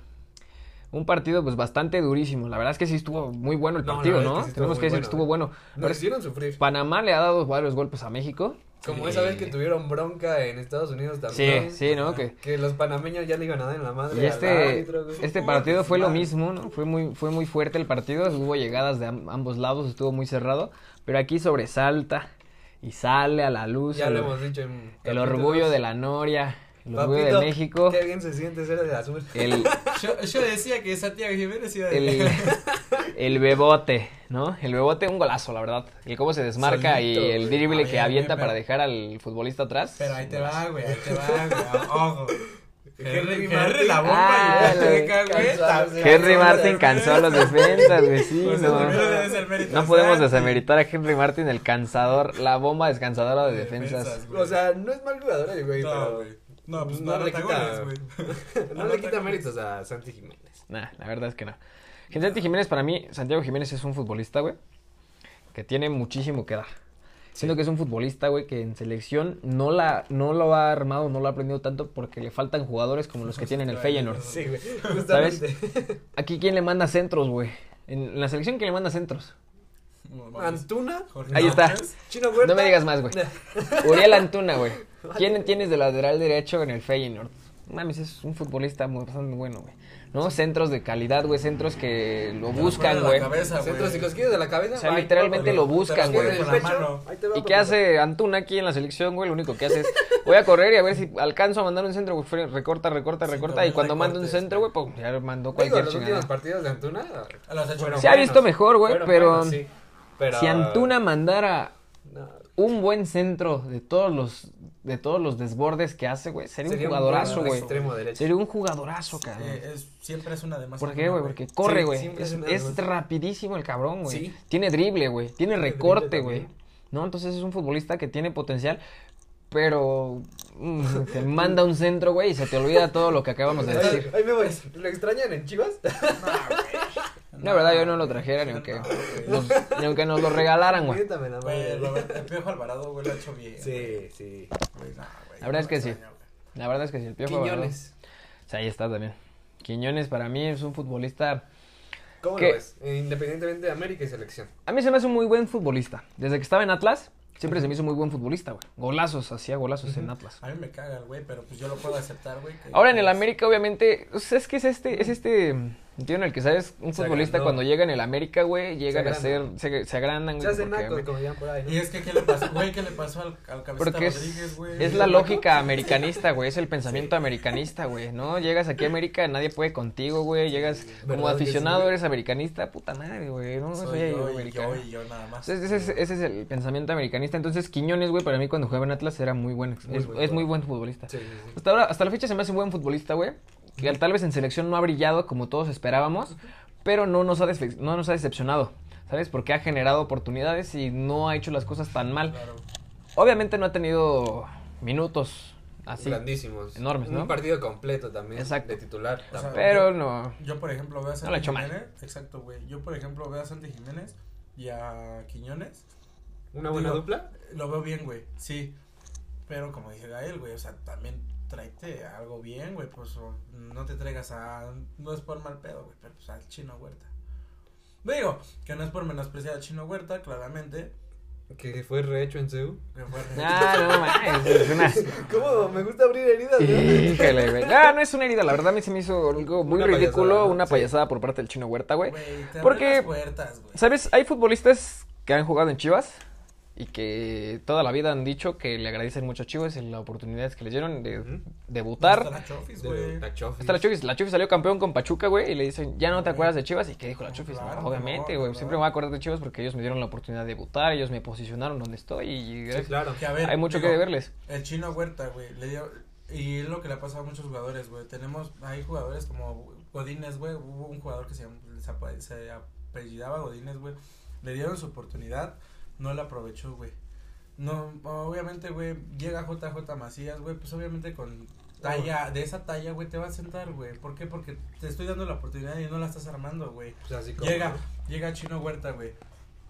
B: Un partido pues bastante durísimo. La verdad es que sí estuvo muy bueno el
A: No, la
B: partido,
A: verdad
B: ¿no?
A: es que sí estuvo
B: Tenemos que
A: muy ¿eh?
B: decir que estuvo bueno.
A: Nos
B: Pero
A: hicieron sufrir.
B: Panamá le ha dado varios golpes a México.
A: Como
B: Sí.
A: esa vez que tuvieron bronca en Estados Unidos
B: Sí,
A: también.
B: sí, ¿no? Que
A: Que los panameños ya le iban a dar en la madre.
B: Y
A: al
B: este,
A: árbitro, güey.
B: este
C: Uy,
B: partido
C: qué
B: fue lo
C: mal.
B: mismo, ¿no? Fue muy, fue muy fuerte el partido, hubo llegadas de am- ambos lados, estuvo muy cerrado, pero aquí sobresalta y sale a la luz
A: ya
B: el,
A: lo hemos dicho en
B: el
A: capítulos.
B: orgullo de la Noria, el orgullo
A: Papito,
B: de México,
A: Qué bien se siente ser de azul.
B: el,
C: Yo, yo decía que Santiago Jiménez iba a
B: el, el bebote, ¿no? El bebote, un golazo, la verdad. Y cómo se desmarca y
A: Solito,
B: el
A: güey.
B: drible
C: A
B: que
C: ver,
B: avienta
C: güey,
B: para
C: pero-
B: dejar al futbolista atrás.
C: Pero ahí te va, güey, ahí te va, güey. Ojo.
A: Henry
C: Henry,
A: Martin.
C: Henry la bomba
B: Ah,
C: y
B: la-
C: Azteca, güey.
A: cansó a los-
C: también.
B: Henry Martin cansó a los defensas, vecino.
C: Pues el primero debe ser mérito
B: No
C: de
B: podemos
C: Santi.
B: desameritar a Henry Martin, el cansador, la bomba descansadora de
C: De
B: defensas.
C: defensas,
A: O sea, no es mal jugador el güey,
C: No,
A: pero
C: güey. No, pues
A: No
C: no,
A: le
C: le
A: quita-
C: güey.
A: no le quita méritos a Santi Jiménez.
B: Nah, la verdad es que no. Santi Jiménez, para mí, Santiago Jiménez es un futbolista, güey, que tiene muchísimo que dar. Siento que es un futbolista, güey, que en selección no, la, no lo ha armado, no lo ha aprendido tanto porque le faltan jugadores como los que tiene en el Feyenoord.
A: Sí, güey. Justamente.
B: Aquí, ¿quién le manda centros, güey? En la selección, ¿quién le manda centros?
C: No, mames.
A: Antuna.
C: Jorge
B: Ahí está.
C: Sánchez.
A: Chino Huerta.
B: No me digas más, güey. Uriel Antuna, güey. ¿Quién tienes de lateral derecho en el Feyenoord? mames, es un futbolista muy, bastante bueno, güey. No, centros de calidad, güey, centros que lo buscan, güey.
A: Centro, si los quieres de la cabeza,
B: O sea,
A: va, ahí
B: literalmente
A: te
B: lo
A: te los
B: buscan,
A: quieres
B: güey.
A: del
C: Con la mano.
A: pecho, ahí te va,
B: ¿Y qué
A: papito.
B: hace Antuna aquí en la selección, güey? Lo único que hace es, voy a correr y a ver si alcanzo a mandar un centro, güey. fre- Recorta, recorta,
C: Sí,
B: recorta.
C: también
B: Y cuando manda un
C: recortes,
B: centro, güey, pues ya mandó
A: Digo,
B: cualquier
A: los últimos
B: chingada.
A: partidos de Antuna.
C: A los ocho.
A: fueron
B: Se ha visto mejor, güey,
A: fueron
B: pero-
A: buenos, sí. Pero-
B: Si Antuna mandara
A: No,
B: un buen centro de todos los de todos los desbordes que hace, güey, sería,
A: Sería
B: un
A: un
B: jugadorazo,
A: buen
B: güey.
A: extremo derecho.
B: Sería un jugadorazo, cabrón.
C: Eh, es- siempre es una de más.
B: ¿Por
C: que
B: qué,
C: una,
B: güey? Porque corre,
A: Sí,
B: güey.
A: siempre
B: es,
A: es una
B: es
A: vergüenza.
B: rapidísimo el cabrón, güey.
A: Sí.
B: Tiene drible, güey. Tiene
A: drible
B: recorte, güey.
A: también.
B: No, entonces es un futbolista que tiene potencial, pero mm, te manda un centro, güey, y se te olvida todo lo que acabamos de
A: Ahí,
B: decir.
A: ahí me voy. ¿Lo extrañan en Chivas?
B: La verdad, yo no lo trajera ni aunque, nos, ni aunque nos lo regalaran, güey.
A: Cuéntame la
C: Güey,
A: madre.
C: Robert- el Piojo Alvarado, güey, lo ha hecho bien.
A: Sí, sí.
C: Güey, nah, güey,
B: La verdad es que sí.
C: extraño, güey.
B: La verdad es que si el piojo. Alvarado-
A: Quiñones.
B: O sea, ahí está también. Quiñones para mí es un futbolista.
A: ¿Cómo
B: ¿Qué?
A: lo ves? Eh, Independientemente de América y selección.
B: A mí se me hace un muy buen futbolista. Desde que estaba en Atlas, siempre se me hizo muy buen futbolista, güey. Golazos, hacía golazos en Atlas.
C: A mí me caga, el güey, pero pues yo lo puedo aceptar, güey. que- pues,
B: Ahora en el
A: Pues,
C: que-
B: América, obviamente, o sea, es que es este, es este, tío en el que sabes, un
A: Se
B: futbolista
A: agrandó.
B: cuando llega en el América, güey, llegan a ser,
A: agrandan.
B: se, se
A: Se
B: agrandan, güey.
A: hacen
B: porque-
A: nacos, como dirían por ahí. ¿no?
C: Y es que, ¿qué le pasó, güey? ¿Qué le pasó al, al Cabecita
B: Porque
C: Rodríguez,
B: es,
C: güey?
B: es la lógica americanista, güey, es el pensamiento americanista, güey, ¿no? Llegas aquí a América, nadie puede contigo, güey, llegas como
A: ¿verdad que sí,
B: aficionado,
A: güey?
B: eres americanista, puta madre, güey, no, no soy,
C: Soy yo, y
B: americano.
C: yo y yo nada más.
B: Entonces, ese, es, ese es el pensamiento americanista, entonces Quiñones, güey, para mí cuando jugaba en Atlas era muy buen,
A: Muy
B: es,
A: buen
B: es muy
A: jugador.
B: buen futbolista.
A: Sí, sí, sí.
B: Hasta ahora, hasta la fecha se me hace un buen futbolista, güey. Que tal vez en selección no ha brillado como todos esperábamos, pero no nos ha, desfe- no nos ha decepcionado, ¿sabes? Porque ha generado oportunidades y no ha hecho las cosas tan mal.
C: Claro.
B: Obviamente no ha tenido minutos así,
A: Grandísimos.
B: Enormes, ¿no?
A: Un partido completo también.
B: Exacto.
A: De titular.
C: sea,
A: también.
B: pero no.
C: Yo, por ejemplo, veo a Santi
B: la he hecho mal.
C: Jiménez. Exacto, güey. Yo, por ejemplo, veo a Santi Jiménez y a Quiñones.
A: ¿Una buena
C: digo,
A: dupla?
C: Lo veo bien, güey. Sí. Pero como dice Gael, güey, o sea, también tráete algo bien, güey. Pues o no te traigas a. No es por mal pedo, güey, pero pues al chino huerta. Digo, que no es por menospreciar al chino huerta, claramente.
A: Que fue rehecho en CEU.
C: Que fue
B: Ah, no, man, es una...
A: ¿Cómo? Me gusta abrir heridas, ¿no?
B: Híjole, güey. No, no es una herida, la verdad a mí se me hizo algo muy
A: Una
B: ridículo,
A: payasada, ¿no?
B: una
A: Sí.
B: payasada por parte del chino Huerta, güey.
C: Güey, te
B: Porque-
C: abren las puertas, güey.
B: ¿Sabes? Hay futbolistas que han jugado en Chivas y que toda la vida han dicho que le agradecen mucho a Chivas en las oportunidades que le dieron de
A: Ujú.
C: Hasta
B: debutar.
C: la chofis,
A: De
C: güey.
A: Tachofis.
B: Hasta la Chufis, la Chufis salió campeón con Pachuca, güey, y le dicen, ya no te acuerdas de Chivas. ¿Y qué dijo la Chufis? No,
C: Claro,
B: obviamente,
C: no,
B: güey,
C: claro.
B: siempre me voy a acordar de Chivas porque ellos me dieron la oportunidad de debutar, ellos me posicionaron donde estoy y
A: Sí, claro.
C: Que a ver,
B: hay mucho
C: digo,
B: que deberles.
C: El chino Huerta, güey, le dio... Y es lo que le ha pasado a muchos jugadores, güey. Tenemos, hay jugadores como Godínez, güey. Hubo un jugador que se, llam- se ape- se apellidaba Godínez, güey. Le dieron su oportunidad, no la aprovechó, güey. No, obviamente, güey, llega JJ Macías, güey, pues obviamente con talla, de esa talla, güey, te va a sentar, güey. ¿Por qué? Porque te estoy dando la oportunidad y no la estás armando, güey.
A: Pues así como.
C: Llega, llega Chino Huerta, güey.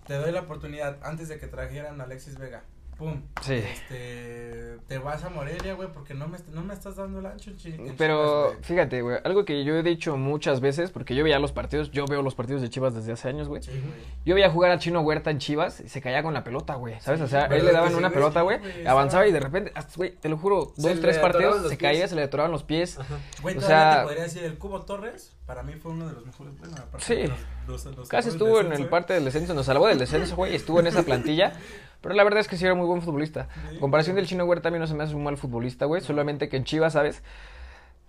C: Te doy la oportunidad antes de que trajeran a Alexis Vega. Pum.
B: Sí.
C: Este, te vas a Morelia, güey, porque no me, est- no me estás dando el ancho, chi- en Chivas,
B: Pero
C: güey.
B: fíjate, güey, algo que yo he dicho muchas veces, porque yo veía los partidos, yo veo los partidos de Chivas desde hace años, güey.
C: Sí, güey.
B: Yo veía jugar a Chino Huerta en Chivas y se caía con la pelota, güey. ¿Sabes? O sea,
A: ¿verdad
B: él le daban
A: que sí,
B: una
A: güey?
B: pelota,
C: Sí,
B: güey.
C: güey,
B: Avanzaba
C: estaba-
B: y de repente, ah, güey, te lo juro,
A: Se
B: dos,
A: le
B: tres
A: atoraban
B: partidos,
A: los
B: se
A: pies.
B: caía, se le atoraban los pies.
A: Ajá.
C: Güey,
B: O
C: todavía
B: sea-
C: te podría decir el Cubo Torres, para mí fue uno de los mejores, bueno, aparte
B: Sí.
C: de los- los- los
B: Casi
C: mejores
B: estuvo en
C: defensas,
B: el parte del descenso, nos salvó del descenso, güey, y estuvo en esa plantilla. Pero la verdad es que sí era muy buen futbolista.
C: Sí.
B: En comparación del Chino Huerta, a mí no se me hace un mal futbolista, güey. Solamente que en Chivas, ¿sabes?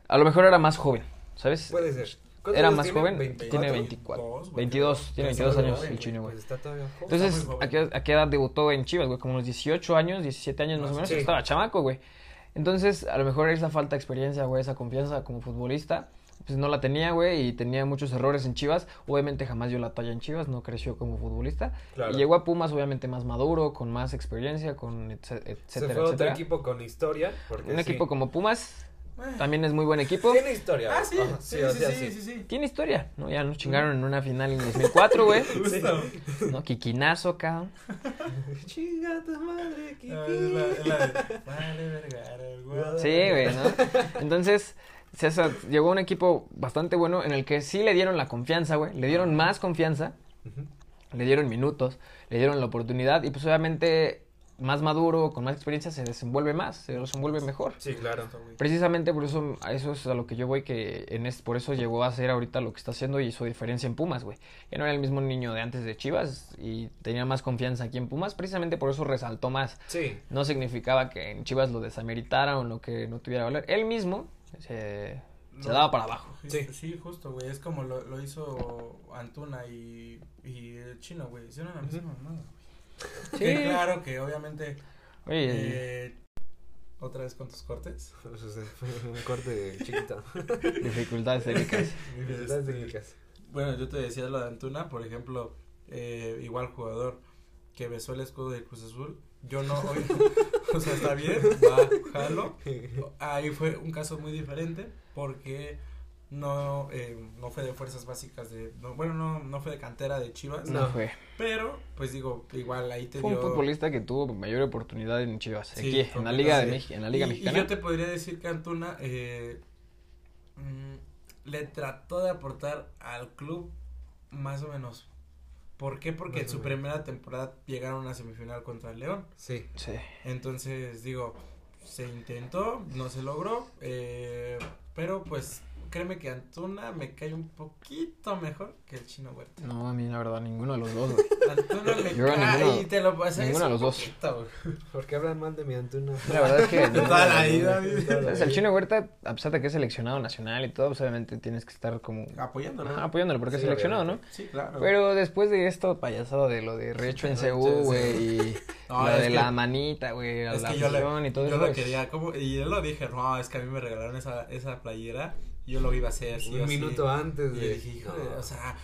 B: A lo mejor era más joven, ¿sabes?
A: Puede ser. Pues, ¿Cuántos
B: Era
A: años
B: más
A: tiene?
B: joven,
A: 24.
B: tiene
C: 24,
B: 24,
C: güey.
B: 22, tiene
C: Está
B: 22
C: muy
B: años
C: joven,
B: el
C: güey,
B: chino, güey.
A: Pues está todavía joven.
B: Entonces,
C: Está muy
B: ¿a
C: joven.
B: qué, a qué edad debutó en Chivas, güey? Como unos 18 años, 17 años más o menos,
A: Sí.
B: estaba chamaco, güey. Entonces, a lo mejor esa falta de experiencia, güey, esa confianza como futbolista, pues no la tenía, güey, y tenía muchos errores en Chivas. Obviamente jamás dio la talla en Chivas, no creció como futbolista.
A: Claro.
B: Y llegó a Pumas, obviamente, más maduro, con más experiencia, con etce-
A: se
B: etcétera,
A: fue a otro
B: etcétera.
A: equipo con historia. Porque
B: Un
A: sí.
B: equipo como Pumas
C: Eh.
B: también es muy buen equipo.
A: Tiene historia.
C: Ah, sí,
A: Ajá,
C: sí,
A: o
C: sí,
A: sea,
C: sí, sí, sí.
B: Tiene historia, ¿no? Ya nos chingaron en una final en 2004, güey.
C: Justo.
B: ¿No? Kikinazo, cabrón.
A: Chinga tu madre, Kiki.
C: Ah, es la- es la de, Vale, vergara, el Guadalajara.
B: Sí, güey, ¿no? Entonces, César llegó a un equipo bastante bueno en el que sí le dieron la confianza, güey. Le dieron más confianza,
A: Ujú.
B: le dieron minutos, le dieron la oportunidad y pues obviamente más maduro, con más experiencia, se desenvuelve más, se desenvuelve mejor.
A: Sí, claro.
C: Esto, güey.
B: Precisamente por eso, a eso es a lo que yo voy, que en es, por eso llegó a ser ahorita lo que está haciendo y hizo diferencia en Pumas, güey. Ya no era el mismo niño de antes de Chivas y tenía más confianza aquí en Pumas, precisamente por eso resaltó más.
A: Sí,
B: No significaba que en Chivas lo desameritara o no que no tuviera valor. Él mismo se, se
C: No.
B: daba para abajo.
A: Sí.
C: Sí, sí, justo, güey. Es como lo, lo hizo Antuna y, y el chino, güey. Hicieron la misma mamada, güey. Que claro que obviamente.
B: Oye,
C: eh, Otra vez con tus cortes.
A: Pues, o sea, fue un corte chiquito.
B: dificultades técnicas.
A: Dificultades
C: Este,
A: técnicas.
C: Bueno, yo te decía lo de Antuna, por ejemplo, eh, igual jugador que besó el escudo del Cruz Azul. Yo no, oye, o sea, está bien, va, jalo. Ahí fue un caso muy diferente porque no, eh, no fue de fuerzas básicas de, no, bueno, no, no fue de cantera de Chivas,
B: No,
A: No.
B: fue.
C: pero pues digo, igual ahí te
B: Fue un
C: dio.
B: futbolista que tuvo mayor oportunidad en Chivas.
C: Sí,
B: aquí, en la Liga, de Mex-
C: completamente.
B: en la Liga
C: Y-
B: Mexicana.
C: Y yo te podría decir que Antuna eh, mm, le trató de aportar al club más o menos. ¿Por qué? Porque en
A: Más o
C: su
A: menos.
C: primera temporada llegaron a una semifinal contra el León.
A: Sí.
B: Sí.
C: Entonces, digo, se intentó, no se logró, eh, pero pues créeme que Antuna me cae un poquito mejor que el chino Huerta.
B: No, a mí la verdad, ninguno de los dos. güey.
C: Antuna me
B: Yo a
C: cae
B: ninguno-
C: y te lo pasé.
B: ninguno de los dos.
A: ¿Por qué hablan mal de mi Antuna?
B: La verdad es que.
C: Toda la vida,
B: ¿Sabes? El chino Huerta, a pesar de que es seleccionado nacional y todo, pues obviamente tienes que estar como
C: Apoyándolo.
B: ajá, apoyándolo porque es
A: Sí,
B: seleccionado, ¿no?
A: obviamente.
C: Sí, claro.
B: Pero después de esto payasado de lo de Recho en
A: Sí, no
B: CU,
A: manches.
B: güey, y
C: No,
B: la
C: es
B: de
C: que-
B: la manita, güey, la
C: Es
B: la
C: que yo
B: afición
C: le,
B: y todo
C: yo
B: eso. pues.
C: lo
B: es-
C: quería, como, y él lo dije, no, es que a mí me regalaron esa, esa playera, y yo lo iba a hacer, sí o
A: Un
C: sí".
A: minuto antes
C: Y
A: de.
C: yo dije, hijo de,
A: No.
C: o sea,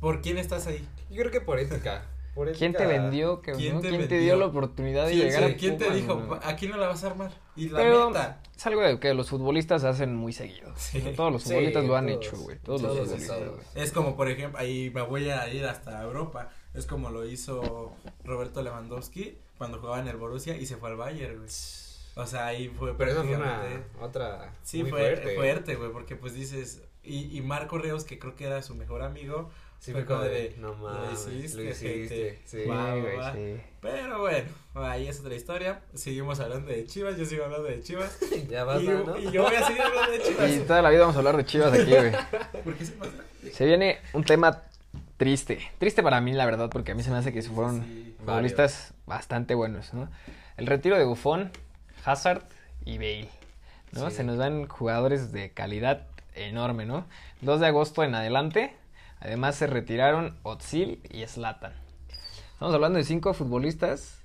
C: ¿por quién estás ahí?
A: Yo creo que por ética. por
B: ¿Quién te
A: ética-
B: vendió? cabrón?
C: ¿Quién
B: ¿Quién,
C: te
B: te,
C: vendió?
B: dio la oportunidad de
C: ¿Quién,
B: llegar
C: sí,
B: a
C: quién te
B: Pumas,
C: dijo,
B: güey?
C: aquí no la vas a armar? Y la
B: Pero
C: neta,
B: es algo de que los futbolistas hacen muy seguido.
C: Sí.
B: Todos los
A: Sí,
B: futbolistas lo han
A: todos.
B: hecho, güey. Todos,
A: Todos,
B: los futbolistas.
A: todos.
B: güey.
C: es como, por ejemplo, ahí me voy a ir hasta Europa, es como lo hizo Roberto Lewandowski cuando jugaba en el Borussia y se fue al Bayern, güey. O sea, ahí fue
A: Pero esa fue
C: prácticamente-
A: una. Otra.
C: Sí,
A: muy
C: fue
A: fuerte.
C: fuerte. güey, porque pues dices, y, y Marco Reos, que creo que era su mejor amigo,
A: Sí,
C: Fue
A: fue como
C: como
A: de.
C: de,
A: No
C: "Lo
A: mames.
C: hiciste,
A: Lo hiciste.
C: gente".
A: Sí.
B: Sí,
C: Va,
B: güey,
C: va.
B: sí.
C: pero bueno, ahí es otra historia, seguimos hablando de Chivas, yo sigo hablando de Chivas,
A: Ya
C: y,
A: vas, ¿no?
C: y yo voy a seguir hablando de
B: Y
C: Chivas,
B: toda la vida vamos a hablar de chivas aquí, güey.
C: porque se pasa.
B: Se viene un tema triste. Triste para mí, la verdad, porque a mí se me hace que se fueron
C: Sí,
B: futbolistas bastante buenos, ¿no? El retiro de Buffon, Hazard y Bale, ¿no?
A: Sí.
B: Se nos dan jugadores de calidad enorme, ¿no? 2 de agosto en adelante, además se retiraron Otzil y Slatan. Estamos hablando de cinco futbolistas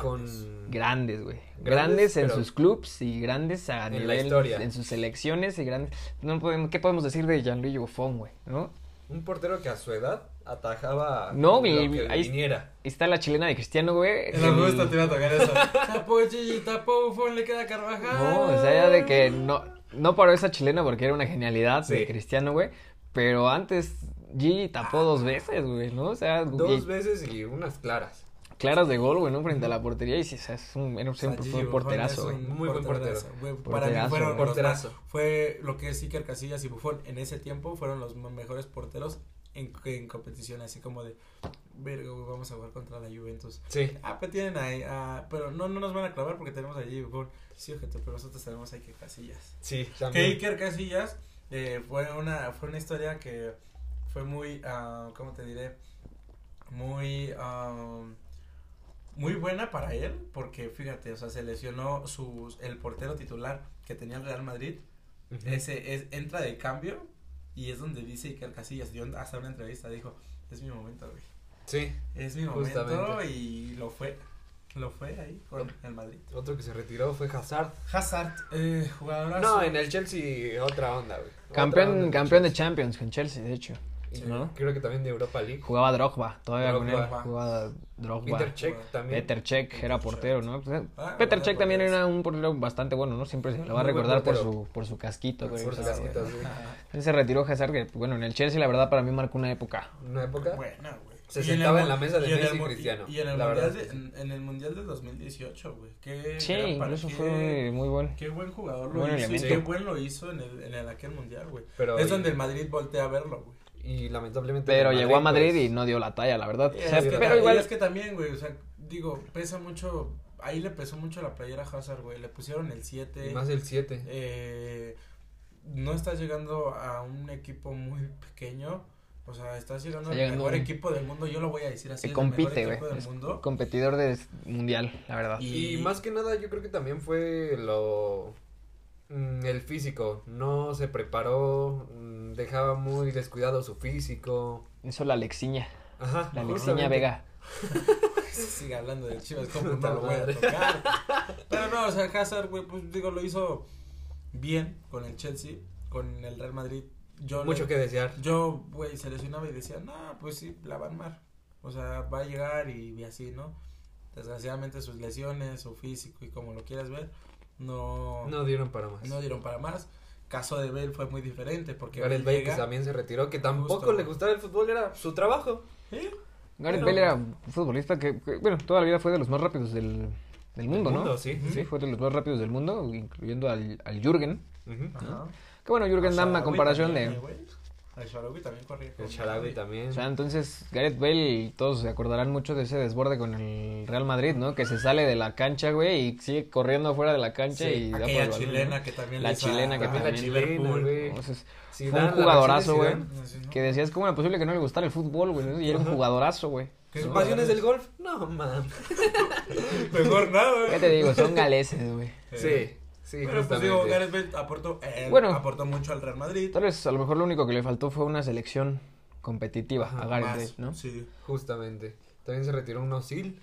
A: Con.
B: grandes, güey.
A: Grandes,
B: Grandes, en
A: pero-
B: sus clubs y grandes a
A: En la
B: nivel
A: historia.
B: en sus selecciones y grandes. No podemos, ¿qué podemos decir de Gianluigi Buffon, güey? ¿No?
A: Un portero que a su edad atajaba.
B: No,
A: lo
B: mi-
A: que
B: ahí-
A: viniera.
B: Está la chilena de Cristiano, güey.
C: Era
B: el-
C: justo, te iba a tocar eso. Tapó Gigi, tapó Buffon, le queda Carvajal.
B: No, o sea, ya de que no, no paró esa chilena porque era una genialidad
A: Sí.
B: de Cristiano, güey. Pero antes Gigi tapó dos veces, güey, ¿no? O sea,
A: Dos
B: y-
A: veces y unas claras.
B: claras de gol, güey, ¿no? Frente a la portería y sí, o sea, es un, era un,
C: O sea,
B: siempre fue
C: Gigi
B: un
C: Buffon
B: porterazo,
C: es
B: güey.
C: un
A: Muy buen
C: porterazo,
A: portero.
C: güey. Para
B: Porterazo,
C: mí fueron
B: güey.
C: los
A: Porterazo.
C: más- fue lo que es Iker Casillas y Buffon en ese tiempo fueron los me- mejores porteros en, en competición, así como de, verga, güey, vamos a jugar contra la Juventus.
A: Sí.
C: Ah, pero tienen ahí, ah, pero no, no nos van a clavar porque tenemos allí Buffon. Sí, ojete, pero nosotros tenemos a Iker Casillas.
A: Sí,
C: Que
A: también.
C: Iker Casillas eh, fue una fue una historia que fue muy, ah, ¿cómo te diré? Muy, ah, muy buena para él porque, fíjate, o sea, se lesionó sus, el portero titular que tenía el Real Madrid.
A: Ujú.
C: Ese es, entra de cambio y es donde dice Iker Casillas, dio hasta una entrevista, dijo, es mi momento, güey.
A: Sí.
C: Es mi momento
A: Justamente.
C: y lo fue, lo fue ahí con el Madrid.
A: Otro que se retiró fue Hazard.
C: Hazard, eh, jugadorazo.
A: No, en el Chelsea otra onda, güey. Otra onda
B: Campeón,
A: en
B: campeón de
A: el
B: Champions con Chelsea, de hecho.
A: Chelsea.
B: ¿no?
A: Creo que también de Europa League.
B: Jugaba Drogba, todavía con él
A: Drogba.
B: jugaba Drogba.
A: Peter Cech también.
B: Peter Cech era
C: Peter
B: portero, ¿no? Pues, eh,
C: Ah,
B: Peter
C: bueno,
B: Cech también
C: portero.
B: era un portero bastante bueno, ¿no? Siempre se lo va a
A: Muy buen
B: recordar por
A: portero.
B: su, por su casquito, güey.
A: Por
B: o
A: sus
B: sea,
A: casquitos, güey.
B: Él se retiró Hazard, que bueno, en el Chelsea la verdad para mí marcó una época.
A: Una época.
C: Buena, güey.
A: Se
C: Y
A: sentaba
C: el
A: en la
C: mu-
A: mesa de
C: y en el
A: Messi y
C: mu-
A: Cristiano,
C: Y en el,
A: la
C: mundial
A: verdad es
C: de,
A: que sí.
C: en, en el Mundial del 2018, güey. Qué
B: Sí,
C: gran par-
B: incluso
C: qué-
B: fue muy bueno.
C: Qué buen jugador lo
B: Buen
C: hizo. y
B: elemento.
C: Qué buen lo hizo en, el, en el aquel mundial, güey.
A: Pero
C: es
A: y-
C: donde el Madrid voltea a verlo, güey.
A: Y lamentablemente.
B: Pero
A: el
B: llegó a Madrid
A: pues,
B: y no dio la talla, la verdad. O sea,
A: sí,
B: pero igual
C: es que también, güey, o sea, digo, pesa mucho. Ahí le pesó mucho la playera a Hazard, güey. Le pusieron el 7.
A: Más el 7.
C: Eh, no estás llegando a un equipo muy pequeño. O sea, estás llegando
B: Está
C: al
B: llegando
C: mejor
B: un-
C: equipo del mundo. Yo lo voy a decir así.
B: Que
C: el mejor
B: compite,
C: equipo
B: güey.
C: del
B: Es
C: mundo.
B: competidor de mundial, la verdad.
A: Y,
C: Y-
A: más que nada, yo creo que también fue lo. mm, El físico. No se preparó. mm, Dejaba muy descuidado su físico.
B: Hizo la lexiña,
A: Ajá.
B: la lexiña
A: justamente.
B: Vega.
C: Sigue hablando de Chivas, como no lo voy a tocar. Pero no, o sea, Hazard, güey, pues digo, lo hizo bien con el Chelsea, con el Real Madrid. Yo
A: Mucho
C: le-
A: que desear.
C: Yo, güey, se lesionaba y decía, no, pues sí, la va a armar. O sea, va a llegar y, y así, ¿no? Desgraciadamente sus lesiones, su físico y como lo quieras ver, no, no.
A: No dieron para más.
C: dieron para más. Caso de Bale fue muy diferente porque
A: Gareth
C: Bale
A: Bale que
C: llega-
A: también se retiró, que tampoco
C: Justo,
A: le
C: güey.
A: gustaba el fútbol, era su trabajo.
C: ¿Eh?
B: Gareth
C: Pero-
B: Bale era un futbolista que, que, bueno, toda la vida fue de los más rápidos del, del mundo,
A: mundo,
B: ¿no?
A: sí.
B: Sí, fue de los más rápidos del mundo, incluyendo al, al Jürgen.
A: Ujú.
C: Ajá.
B: Que bueno, Jürgen da
C: Al
B: una
C: Shaarawy
B: comparación
C: también, eh,
B: de...
C: güey. Al Sharawi también corría.
A: El
C: como
A: Sharawi
C: Sharawi.
A: también.
B: O sea, entonces Gareth Bale, todos se acordarán mucho de ese desborde con el Real Madrid, ¿no? Que se sale de la cancha, güey, y sigue corriendo afuera de la cancha y da por el
C: Aquella
B: balón, ¿no?
C: chilena que también
B: La
C: le hizo a-
B: chilena que
A: también la
B: también
A: chilena,
C: Liverpool.
A: güey.
B: Entonces,
A: Zidane,
B: fue un
A: la versión de
B: jugadorazo, güey.
A: Zidane.
C: Así, ¿no?
B: Que decías, ¿cómo era posible que no le gustara el fútbol, güey? ¿no? Y era un jugadorazo, güey.
C: Que
A: ¿Su
C: no,
A: pasión es
C: no,
A: el golf? No, mames.
C: Mejor nada,
B: ¿Qué
C: güey.
B: te digo? Son galeses, güey.
A: Sí, sí,
C: Pero pues
A: justamente.
C: digo, Gareth Bale aportó, eh,
B: Bueno.
C: aportó mucho al Real Madrid.
B: Tal vez a lo mejor lo único que le faltó fue una selección competitiva a Gareth
C: Más,
B: Bale, ¿no?
C: Sí.
A: Justamente. También se retiró un Osil.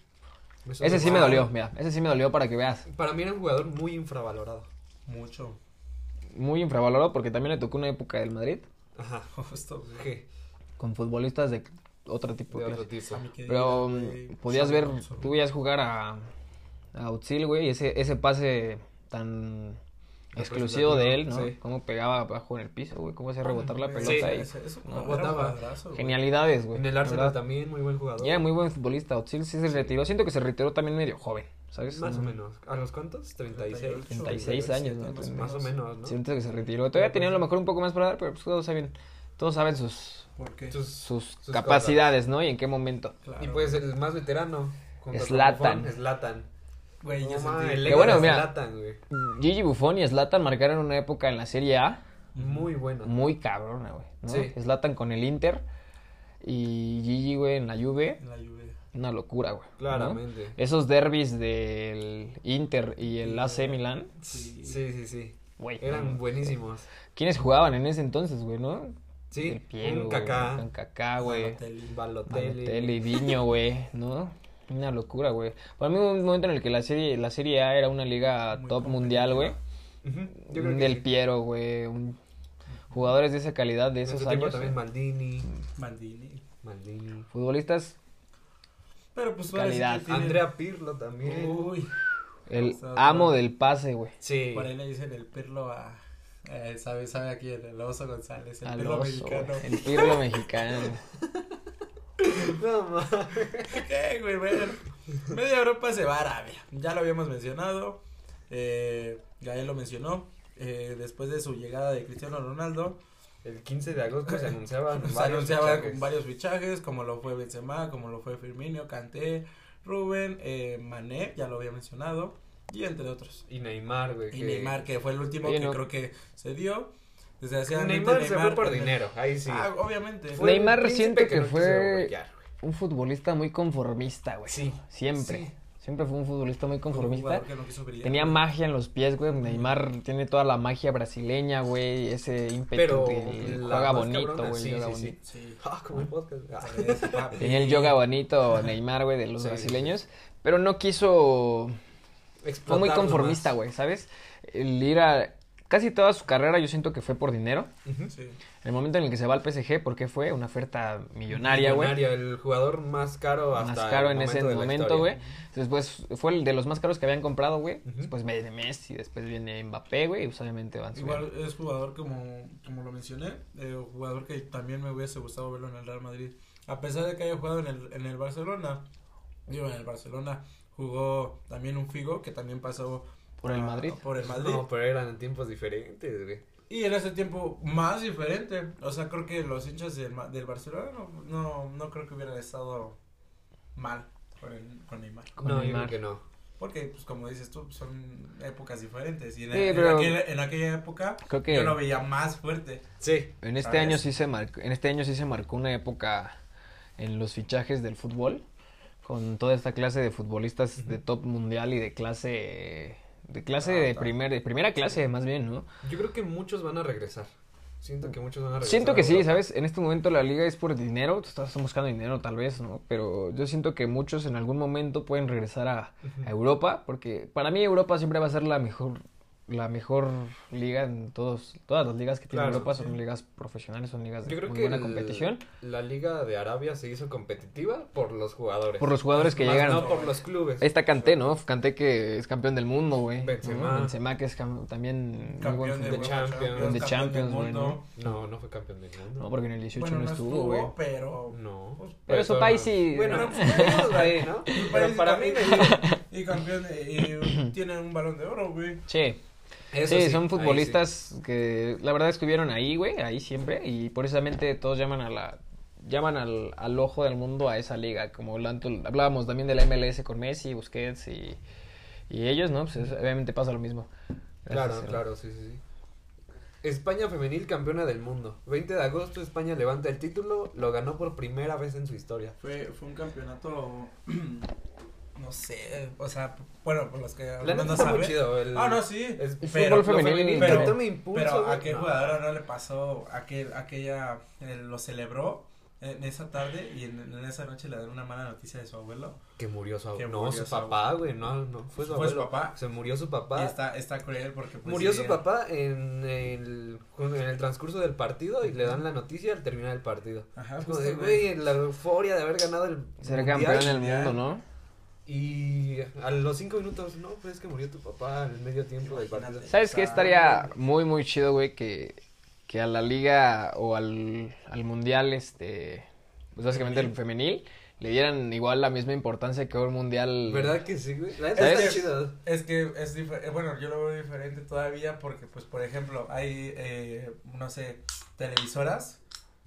A: Eso
B: Ese
A: no-
B: sí me dolió, mira, ese sí me dolió para que veas.
A: Para mí era un jugador muy infravalorado.
C: Mucho.
B: Muy infravalorado porque también le tocó una época del Madrid
A: Ajá.
C: Justo, güey.
A: ¿Qué?
B: con futbolistas de otro tipo
A: De
B: de
A: otro
B: clase.
A: tipo.
C: A mí que
B: Pero
C: digan,
B: mm,
C: güey,
B: podías
C: Xabi
B: ver,
C: Alonso.
B: tú veías jugar a, a Özil, güey, y ese, ese pase tan exclusivo de él, ¿no?
A: Sí.
B: Cómo pegaba abajo en el piso, güey, cómo hacía rebotar la
C: Sí,
B: pelota
A: Sí.
B: ahí.
C: ese- eso
B: No,
C: era un
A: botaba.
C: madrazo, güey.
B: Genialidades, güey.
A: En el
B: la
A: Arsenal
B: verdad.
A: también, muy buen jugador.
B: Y era muy buen futbolista, Özil sí se retiró, siento que se retiró también medio joven, ¿sabes? Mm.
A: Más o
B: No,
A: menos. ¿A los cuántos? 36.
B: 36 años, ¿no?
C: Más o
A: Más o menos, ¿no?
B: Siento que se retiró, todavía tenía a lo mejor un poco más para dar, pero pues todos saben, todos saben sus,
C: ¿Por qué?
A: Sus-
B: sus,
A: Sus
B: capacidades, ¿no? Y en qué momento.
C: Claro.
A: Y pues el más veterano. junto a
B: Zlatan.
A: Buffon, Zlatan.
C: Güey, yo
A: No, ma, el
C: sentí-
B: Que bueno,
A: Legolas
B: mira.
A: Zlatan, güey.
B: Gigi Buffon y Zlatan marcaron una época en la Serie A
C: Mm.
A: Muy bueno.
B: muy cabrona, güey. ¿no?
A: Sí.
B: Zlatan con el Inter y Gigi, güey, en la Juve.
C: en la Juve.
B: Una locura, güey. ¿no?
A: Claramente.
B: Esos derbis del Inter y el AC Milan,
C: Sí.
A: Sí, sí, sí.
B: güey.
A: Eran
B: no,
A: buenísimos.
B: ¿Quiénes jugaban en ese entonces, güey, no?
A: Sí,
B: El Piero,
A: un
B: güey,
A: Kaká,
B: Un Kaká, Ah, güey.
C: Balotelli.
A: Balotelli.
B: Balotelli, Viño, güey, ¿no? Una locura, güey. Para mí hubo un momento en el que la serie, la serie A era una liga
C: Muy
B: top mundial, güey.
A: Ujú, Yo creo
B: Un
A: que
B: Mm, Del
A: sí.
B: Piero, güey. un- Jugadores de esa calidad de
A: En
B: esos
A: su tiempo
B: años.
A: también Maldini,
C: Mandini.
A: Maldini.
B: Futbolistas,
C: Pero pues ahora sí Uh, que
B: Calidad.
C: tienen-
A: Andrea Pirlo también.
C: Uy.
B: el
C: Exacto.
B: amo del pase, güey.
A: sí.
C: Por ahí le dicen el perlo a. eh, ¿Sabe, sabe a quién? El oso González, el
B: Al
C: perro
B: oso, güey,
C: mexicano.
B: El pirlo mexicano.
A: No, ma.
C: ¿Qué, güey? Bueno, media Europa se va a Arabia. Ya lo habíamos mencionado. Eh, Gael lo mencionó. Eh, después de su llegada de Cristiano Ronaldo,
A: El 15 de agosto se anunciaban varios
C: se Pues anunciaba
A: fichajes.
C: con varios fichajes, como lo fue Benzema, como lo fue Firmino, Kanté, Rubén, eh, Mané, ya lo había mencionado, y entre otros.
A: Y Neymar, güey.
C: Y
A: que-
C: Neymar, que fue el último
B: Oye,
C: que
B: no.
C: creo que se dio. Desde hace
A: Neymar, se fue por dinero, ahí sí.
C: Ah, obviamente.
A: Fue
B: Neymar
A: un príncipe
B: siento que
A: no quiso
B: fue-
A: bloquear, güey.
B: Un futbolista muy conformista, güey.
A: Sí,
B: Siempre.
A: sí.
B: Siempre fue un futbolista muy
C: Fue un
B: conformista.
C: jugador que no quiso brillar.
B: Tenía magia en los pies, güey. Neymar tiene toda la magia brasileña, güey. Ese
A: Pero
B: ímpetu. que
A: la
B: juega
A: más
B: bonito,
A: cabrona,
B: güey.
A: sí,
B: juega
A: sí, sí.
B: bonito.
C: Sí.
A: Ah, como el podcast. Ah.
B: Tenía el yoga bonito Neymar, güey, de los
A: Sí,
B: brasileños. Pero no quiso. Fue muy
A: Explotarlo
B: conformista,
A: más.
B: güey, ¿sabes? El ir a. Casi toda su carrera yo siento que fue por dinero.
A: Ujú.
C: Sí.
B: En el momento en el que se va al PSG, porque fue una oferta millonaria, güey.
A: Millonario, el jugador más caro hasta
B: Más caro
A: el
B: en ese
A: de la
B: momento,
A: historia.
B: güey. Después fue el de los más caros que habían comprado, güey.
A: Ujú.
B: Después viene Messi, después viene Mbappé, güey. Y pues obviamente van subiendo.
C: Igual es jugador como, como lo mencioné, eh, jugador que también me hubiese gustado verlo en el Real Madrid. A pesar de que haya jugado en el, en el Barcelona, digo, en el Barcelona jugó también un Figo que también pasó
B: Por el
C: a-
B: Madrid.
C: Por el Madrid.
A: No, pero eran en tiempos diferentes, güey.
C: Y en ese tiempo más diferente. O sea, creo que los hinchas del, Ma- del Barcelona no, no, no creo que hubieran estado mal. con, el, con Neymar.
B: Con
A: no, yo creo
B: Neymar.
A: que no.
C: Porque, pues como dices tú, son épocas diferentes. Y en,
B: Sí,
C: en
B: pero-
C: aquel- en aquella época
B: Creo que-
C: yo lo veía más fuerte.
A: Sí.
B: En este
C: Ah,
B: año
C: es-
B: sí se marcó, en este año sí se marcó una época en los fichajes del fútbol con toda esta clase de futbolistas de top mundial y de clase de
A: Ah,
B: clase de
C: Alta.
B: primer de primera clase más bien, ¿no?
A: Yo creo que muchos van a regresar. Siento que muchos van a regresar.
B: Siento
A: a
B: que sí,
A: Europa.
B: ¿sabes? En este momento la liga es por dinero, tú estás buscando dinero tal vez, ¿no? Pero yo siento que muchos en algún momento pueden regresar a, a Europa, porque para mí Europa siempre va a ser la mejor la mejor liga en todos todas las ligas que tiene
A: Claro,
B: Europa
C: sí.
B: son ligas profesionales, son ligas de
A: Yo creo
B: muy
A: que
B: buena
A: el-
B: competición.
A: la liga de Arabia se hizo competitiva por los jugadores.
B: Por los jugadores que
A: Más
B: llegan.
A: No por los clubes.
B: Ahí está Kanté, ¿no? Kanté que es campeón del mundo, güey.
A: Benzema.
B: ¿no? Benzema que es cam- también muy buen
C: Campeón de,
B: futbolista.
A: Champions.
C: Champions,
B: De
C: campeón
B: Champions,
C: del
B: güey,
C: mundo.
B: ¿no?
A: No, no fue campeón del mundo.
B: No, porque en el 18
C: Bueno,
B: no estuvo, güey.
C: pero...
A: No.
C: Pues,
B: Pero eso Pai sí-
A: Bueno,
C: Pero,
A: pues, bueno, ahí, ¿no? Pero
C: parece
A: para mí
C: también-
A: me dio-
C: Y campeón, de- y tienen un balón de oro, güey.
B: Sí,
A: Eso
B: sí,
A: sí, ahí
B: son
A: sí.
B: futbolistas que la verdad estuvieron ahí, güey, ahí siempre. Y precisamente todos llaman a la llaman al, al ojo del mundo a esa liga. Como hablando- hablábamos también de la MLS con Messi, Busquets y, y ellos, ¿no? Pues es- obviamente pasa lo mismo.
A: Claro,
B: Gracias, eh,
A: claro, sí, sí, sí. España femenil campeona del mundo. 20 de agosto España levanta el título, lo ganó por primera vez en su historia.
C: Fue, fue un campeonato, no sé, o sea, bueno, por los que
A: La
C: algunos
A: neta
C: no
A: está muy
C: saben.
A: chido. El,
C: Ah, no, sí.
A: Es
B: el
C: pero-
B: fútbol femenil.
A: lo femenil
C: pero-
A: que toma impulso,
C: Pero a
A: güey.
C: qué
A: No.
C: jugadora no le pasó aquel, aquella, eh, lo celebró en esa tarde y en, en esa noche le dan una mala noticia de su abuelo.
A: Que murió su
C: Que
A: abuelo. No,
C: murió
A: su
C: su
A: papá, güey. No, no. Fue su
C: Fue su
A: abuelo.
C: papá.
A: Se murió su
C: Y
A: papá.
C: está, está cruel porque pues,
A: murió
C: sí,
A: su papá en el, en el transcurso del partido y le dan la noticia al terminar el partido.
C: Ajá,
A: Es como
C: justo,
A: de,
C: güey.
A: güey, la euforia de haber ganado el
B: Ser
A: mundial.
B: campeón del
C: mundial.
B: mundo, ¿no?
A: Y a los cinco minutos, no, pues es que murió tu papá al medio tiempo del partido.
C: Imagínate.
B: ¿Sabes qué?
C: Exacto.
B: Estaría muy, muy chido, güey, que, que a la liga o al, al mundial, este, pues básicamente el femenil, le dieran igual la misma importancia que un mundial.
A: ¿Verdad que sí, güey? La neta
B: ¿Sabes?
A: está chido.
C: Es que es diferente, bueno, yo lo veo diferente todavía porque, pues, por ejemplo, hay, eh, no sé, televisoras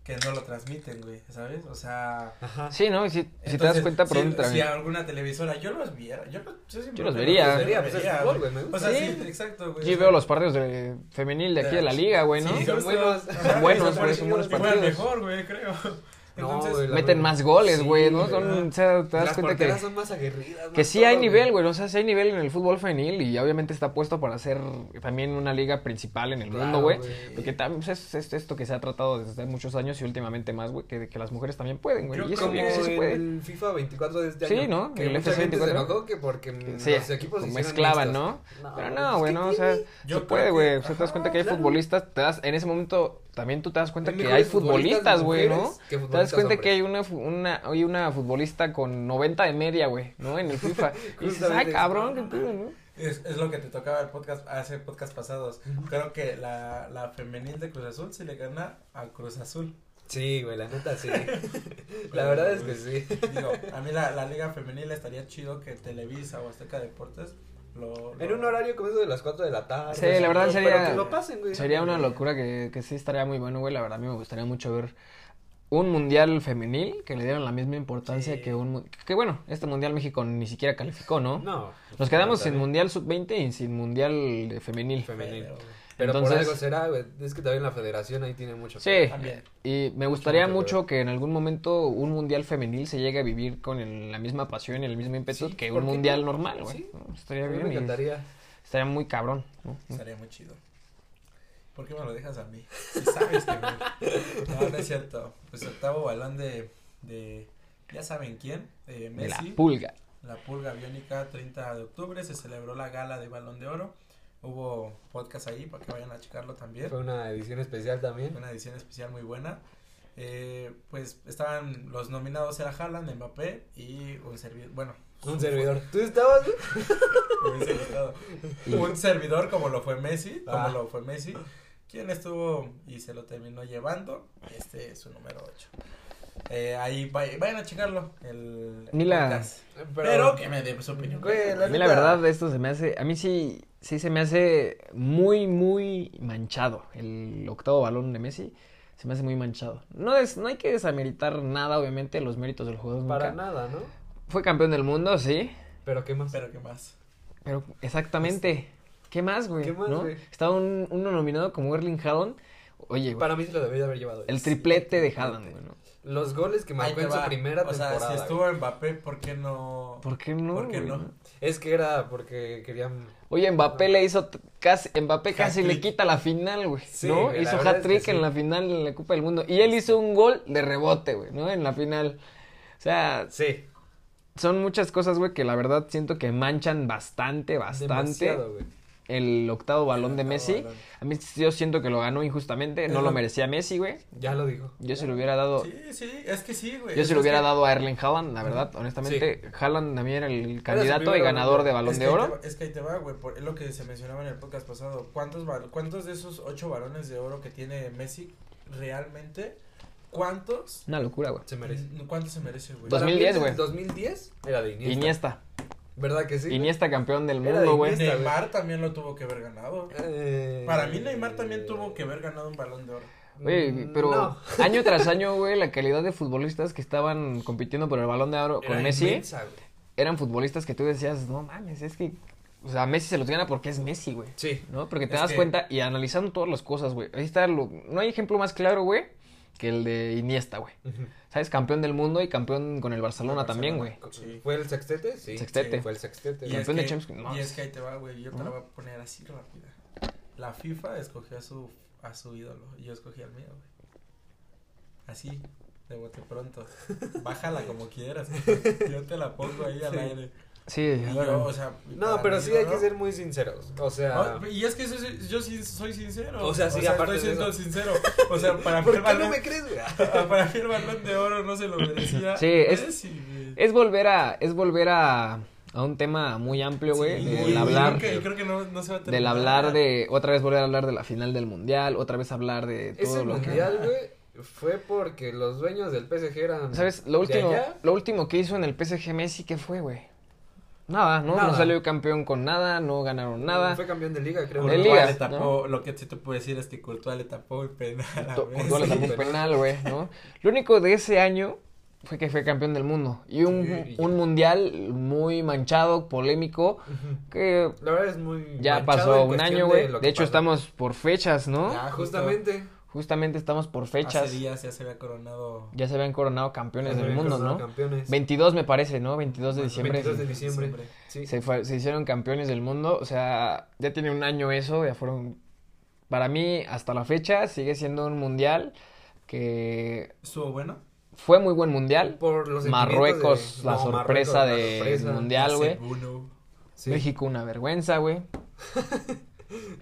C: que no lo transmiten, güey, ¿sabes? O sea...
A: Ajá.
B: Sí, ¿no? Y Ah, Si, si te das
C: entonces,
B: cuenta por
C: si,
B: dónde
C: si
B: también.
C: alguna televisora, yo los viera, yo, los- yo, siempre
B: Yo los
C: los
B: vería.
C: yo
A: Sería,
C: los
A: pues es
C: vería,
A: fútbol,
C: güey.
A: güey, me
C: O
A: gusta.
C: sea, sí,
B: Sí.
C: exacto, güey.
B: Yo veo los partidos de femenil de aquí de la liga, güey, ¿no?
A: pues, Sí,
C: son
A: Son buenos.
C: buenos.
B: Son buenos, güey, son buenos
C: Y juegan
B: partidos.
C: mejor, güey, creo.
A: No,
C: Entonces,
A: güey, la-
B: Meten más goles,
A: Sí,
B: güey, ¿no?
A: güey,
B: Son,
A: ¿verdad?
B: o sea, te das
A: Las
B: cuenta que,
A: porteras son más aguerridas.
B: que
A: más
B: sí hay
A: todo,
B: nivel, güey, ¿no? o sea, sí hay nivel en el fútbol femenil y obviamente está puesto para ser también una liga principal en el
A: Claro,
B: mundo, güey.
A: güey.
B: Porque también pues, es, es esto que se ha tratado desde hace muchos años y últimamente más, güey, que, que las mujeres también pueden, güey.
A: Creo
B: Y eso
A: como
B: bien, sí se
A: en
B: puede.
A: el FIFA 24 de este
B: Sí,
A: año.
B: ¿no?
A: Que
B: El
A: mucha
B: FC
A: gente
B: 24.
A: se enojó que porque
B: Sí,
A: los equipos se
B: como
A: hicieron
B: mezclaban,
A: mixtos.
B: ¿no? Pero
A: es
B: no, güey,
A: que
B: no, o sea,
A: tiene-
C: Yo
B: se puede,
C: creo
B: güey.
C: que-
B: O sea, te das
C: ajá,
B: cuenta que hay
A: claro.
B: futbolistas, te das, en ese momento también tú te das cuenta
A: Hay
B: que hay
A: mejores futbolistas
B: futbolistas, güey, ¿no?
A: mujeres que
B: Te das
A: futbolistas
B: cuenta que hay
A: hombres.
B: una, fu- una, hay una futbolista con 90 de media, güey, ¿no? En el FIFA. y dices, ah,
A: Justamente.
B: cabrón, qué pedo, ¿no?
C: Es, es lo que te tocaba el podcast, hace podcast pasados. Creo que la, la femenil de Cruz Azul sí le gana a Cruz Azul.
A: Sí, güey, la neta sí. la verdad es
C: Pues,
A: que sí.
C: Digo, a mí la, la liga femenil estaría chido que Televisa o Azteca Deportes lo...
A: En
C: lo-
A: un horario como eso de las 4 de la tarde.
B: Sí, la verdad
A: pero
B: sería-
A: que lo pasen, güey.
B: Sería una locura que, que sí estaría muy bueno, güey. La verdad, a mí me gustaría mucho ver un mundial femenil que le dieran la misma importancia
C: Sí.
B: que un. mu- Que bueno, este mundial México ni siquiera calificó, ¿no?
A: No.
B: Nos quedamos sin
A: Pero-
B: mundial sub-20 y sin mundial de femenil.
A: eh, Femenil.
C: Pero,
A: Pero por
B: Entonces-
A: algo será, güey. Es que también la federación ahí tiene mucho.
B: Sí,
C: También.
B: y me gustaría
A: mucho
B: mucho que en algún momento un mundial femenil se llegue a vivir con el- la misma pasión y el mismo ímpetu
A: Sí,
B: que
A: ¿por
B: un
A: qué
B: mundial
A: no?
B: normal, güey.
A: Sí.
B: ¿no?
A: A
B: Estaría
A: mí
B: bien
A: me
B: y
A: encantaría.
B: estaría muy cabrón, ¿no?
C: Estaría muy chido. ¿Por qué me lo dejas a mí? Si sabes que me... No, no es cierto. Pues octavo balón de... de ya saben quién. eh,
B: De la
C: Messi.
B: pulga.
C: La pulga biónica 30 de octubre. Se celebró la gala de Balón de Oro. Hubo podcast ahí para que vayan a checarlo también.
A: Fue una edición especial también.
C: Una edición especial muy buena. Eh, pues estaban los nominados era Haaland, Mbappé y un servidor, bueno,
A: Un servidor. ¿Tú estabas? güey?
C: me hubiese gustado. un servidor como lo fue Messi, como
A: Ah.
C: lo fue Messi, quien estuvo y se lo terminó llevando, este es su número 8. Eh, ahí vay- vayan a checarlo, el el
B: Mila.
C: podcast. Pero, que me dé su opinión.
A: Güey,
B: A mí la verdad esto se me hace, a mí sí, sí se me hace muy, muy manchado. El octavo balón de Messi se me hace muy manchado. No es, no hay que desameritar nada, obviamente, los méritos del jugador.
A: Para
B: nunca.
A: nada, ¿no?
B: Fue campeón del mundo, sí.
A: Pero qué más.
C: Pero qué más.
B: Pero exactamente. ¿Qué más, güey?
A: ¿Qué más,
B: ¿No?
A: güey?
B: Estaba un, uno nominado como Erling Haaland. Oye, güey,
A: Para mí se lo debería haber llevado. él.
B: el triplete de Haaland, güey. ¿no?
A: Los goles que
C: Ahí
A: marcó
C: te
A: en su
C: va.
A: primera
C: O sea,
A: temporada.
C: si
A: güey.
C: estuvo Mbappé, ¿por qué no?
B: ¿Por qué no?
C: ¿Por qué
B: güey,
C: no?
A: Es que era porque querían.
B: Oye, Mbappé le hizo t- casi, Mbappé casi le
C: Hat-trick.
B: quita la final, güey,
A: Sí,
B: ¿no?
A: güey, la
B: hizo
A: verdad es que
B: hat-trick en
A: sí.
B: la final en la Copa del Mundo y él hizo un gol de rebote, güey, ¿no? En la final. O sea,
A: Sí.
B: son muchas cosas, güey, que la verdad siento que manchan bastante, bastante
A: Demasiado, güey.
B: el octavo balón de
C: octavo
B: Messi.
C: balón.
B: A mí yo siento que lo ganó injustamente,
C: Es
B: no lo
C: lo-
B: merecía Messi, güey.
A: Ya lo dijo.
B: Yo se lo hubiera dado
C: Sí, sí, es que sí, güey.
A: pues,
B: Yo
C: Es
B: se lo hubiera
C: que-
B: dado a Erling Haaland, la verdad, honestamente. Haaland también era el candidato y
A: primer
B: ganador
A: balón de-
B: de Balón
C: es
B: de
C: que ahí
B: Oro.
C: te va- es que ahí te va, güey, por- es lo que se mencionaba en el podcast pasado. ¿Cuántos, val- ¿Cuántos de esos ocho balones de oro que tiene Messi realmente, cuántos,
B: Una locura, güey.
A: Se merece.
C: cuántos se merece, güey?
B: Dos
A: Para mí,
B: 2010,
A: el
B: güey.
A: 2010 era de Iniesta.
B: Iniesta.
A: ¿Verdad que sí? güey?
B: Iniesta campeón del
A: Era de
B: mundo, güey.
A: Iniesta.
C: Neymar también lo tuvo que haber ganado.
A: Eh,
C: Para mí Neymar también tuvo que haber ganado un balón de oro.
B: Oye, pero
A: No.
B: año tras año, güey, la calidad de futbolistas que estaban compitiendo por el Balón de Oro con
A: Era
B: Messi
A: inmensa, güey.
B: eran futbolistas que tú decías, no mames, es que... O sea, Messi se los gana porque es Messi, güey.
A: Sí.
B: ¿no? Porque te
C: Es
B: das
C: que-
B: cuenta y analizando todas las cosas, güey. Ahí está, lo- no hay ejemplo más claro, güey, que el de Iniesta, güey.
A: Ujú.
B: ¿Sabes? Campeón del mundo y campeón con el Barcelona,
C: Barcelona.
B: también, güey.
C: Sí.
A: ¿Fue el sextete? Sí.
B: Sextete.
A: Sí, fue el sextete.
C: Y es,
B: Campeón de
C: que,
B: Champions League, no.
C: y es que ahí te va, güey. Yo te
B: Ujú.
C: la voy a poner así rápida. La FIFA escogió a su, a su ídolo. Y yo escogí al mío, güey. Así, de bote pronto. Bájala como quieras. güey. Yo te la pongo ahí al
A: Sí.
C: aire.
B: Sí,
C: Y
B: a ver,
C: yo, o sea.
A: No,
C: para
A: pero
C: mi
A: sí hay
C: ídolo-
A: que ser muy sinceros. O sea,
C: No, y es que eso es- yo sí soy sincero.
A: O sea, sí, aparte
C: estoy
A: de
C: siendo
A: eso.
C: sincero. O sea, para mí,
A: ¿por
C: el
A: qué no
C: balón, ah,
A: me crees, güey?
C: para mí el balón de oro no se lo merecía.
B: Sí, es-
C: Messi, güey.
B: Es volver a, es volver a, a un tema muy amplio, güey,
C: Sí,
B: del
C: yo
B: hablar,
C: Creo que, creo que no, no se va a
B: del
C: terminar.
B: hablar de, otra vez volver a hablar de la final del mundial, otra vez hablar de todo
A: Ese
B: lo
A: mundial, güey, fue porque los dueños del PSG eran.
B: que... ¿Sabes? Lo último,
A: De allá,
B: lo último que hizo en el PSG Messi, ¿qué fue, güey? Nada, ¿no? No
A: Nada.
B: salió campeón con nada, no ganaron nada.
A: Fue campeón de liga, creo.
B: De
C: Courtois
B: liga,
C: le tapó, lo que sí te puedo decir es que Courtois le tapó el penal a
B: To-
C: Messi.
B: Courtois le tapó un penal, güey, ¿no? Lo único de ese año fue que fue campeón del mundo. Y un,
A: Sí.
B: un mundial muy manchado, polémico, que
A: La verdad es muy.
B: ya
A: manchado
B: pasó
A: en
B: un
A: cuestión
B: año, güey.
A: lo
B: De,
A: que
B: hecho,
A: pasó.
B: estamos por fechas, ¿no?
C: Ya.
A: Ah, justamente.
B: Justamente estamos por fechas.
C: Hace días ya se había coronado.
B: Ya se habían coronado campeones del
A: Los
B: mundo,
A: Lakers son
B: ¿no?
A: Campeones.
B: 22 me parece, ¿no? 22 de diciembre.
A: 22 de diciembre.
C: Diciembre.
A: Sí.
B: Se, fue- se hicieron campeones del mundo. O sea, ya tiene un año eso. Ya fueron. Para mí, hasta la fecha, sigue siendo un mundial que
C: Estuvo bueno.
B: fue muy buen mundial.
A: Por los
B: Marruecos,
A: sentimientos de-
B: la
A: No,
B: sorpresa
A: Marruecos, la
B: del
A: sorpresa.
B: mundial, güey.
C: Hace uno.
A: Sí.
B: México, una vergüenza, güey.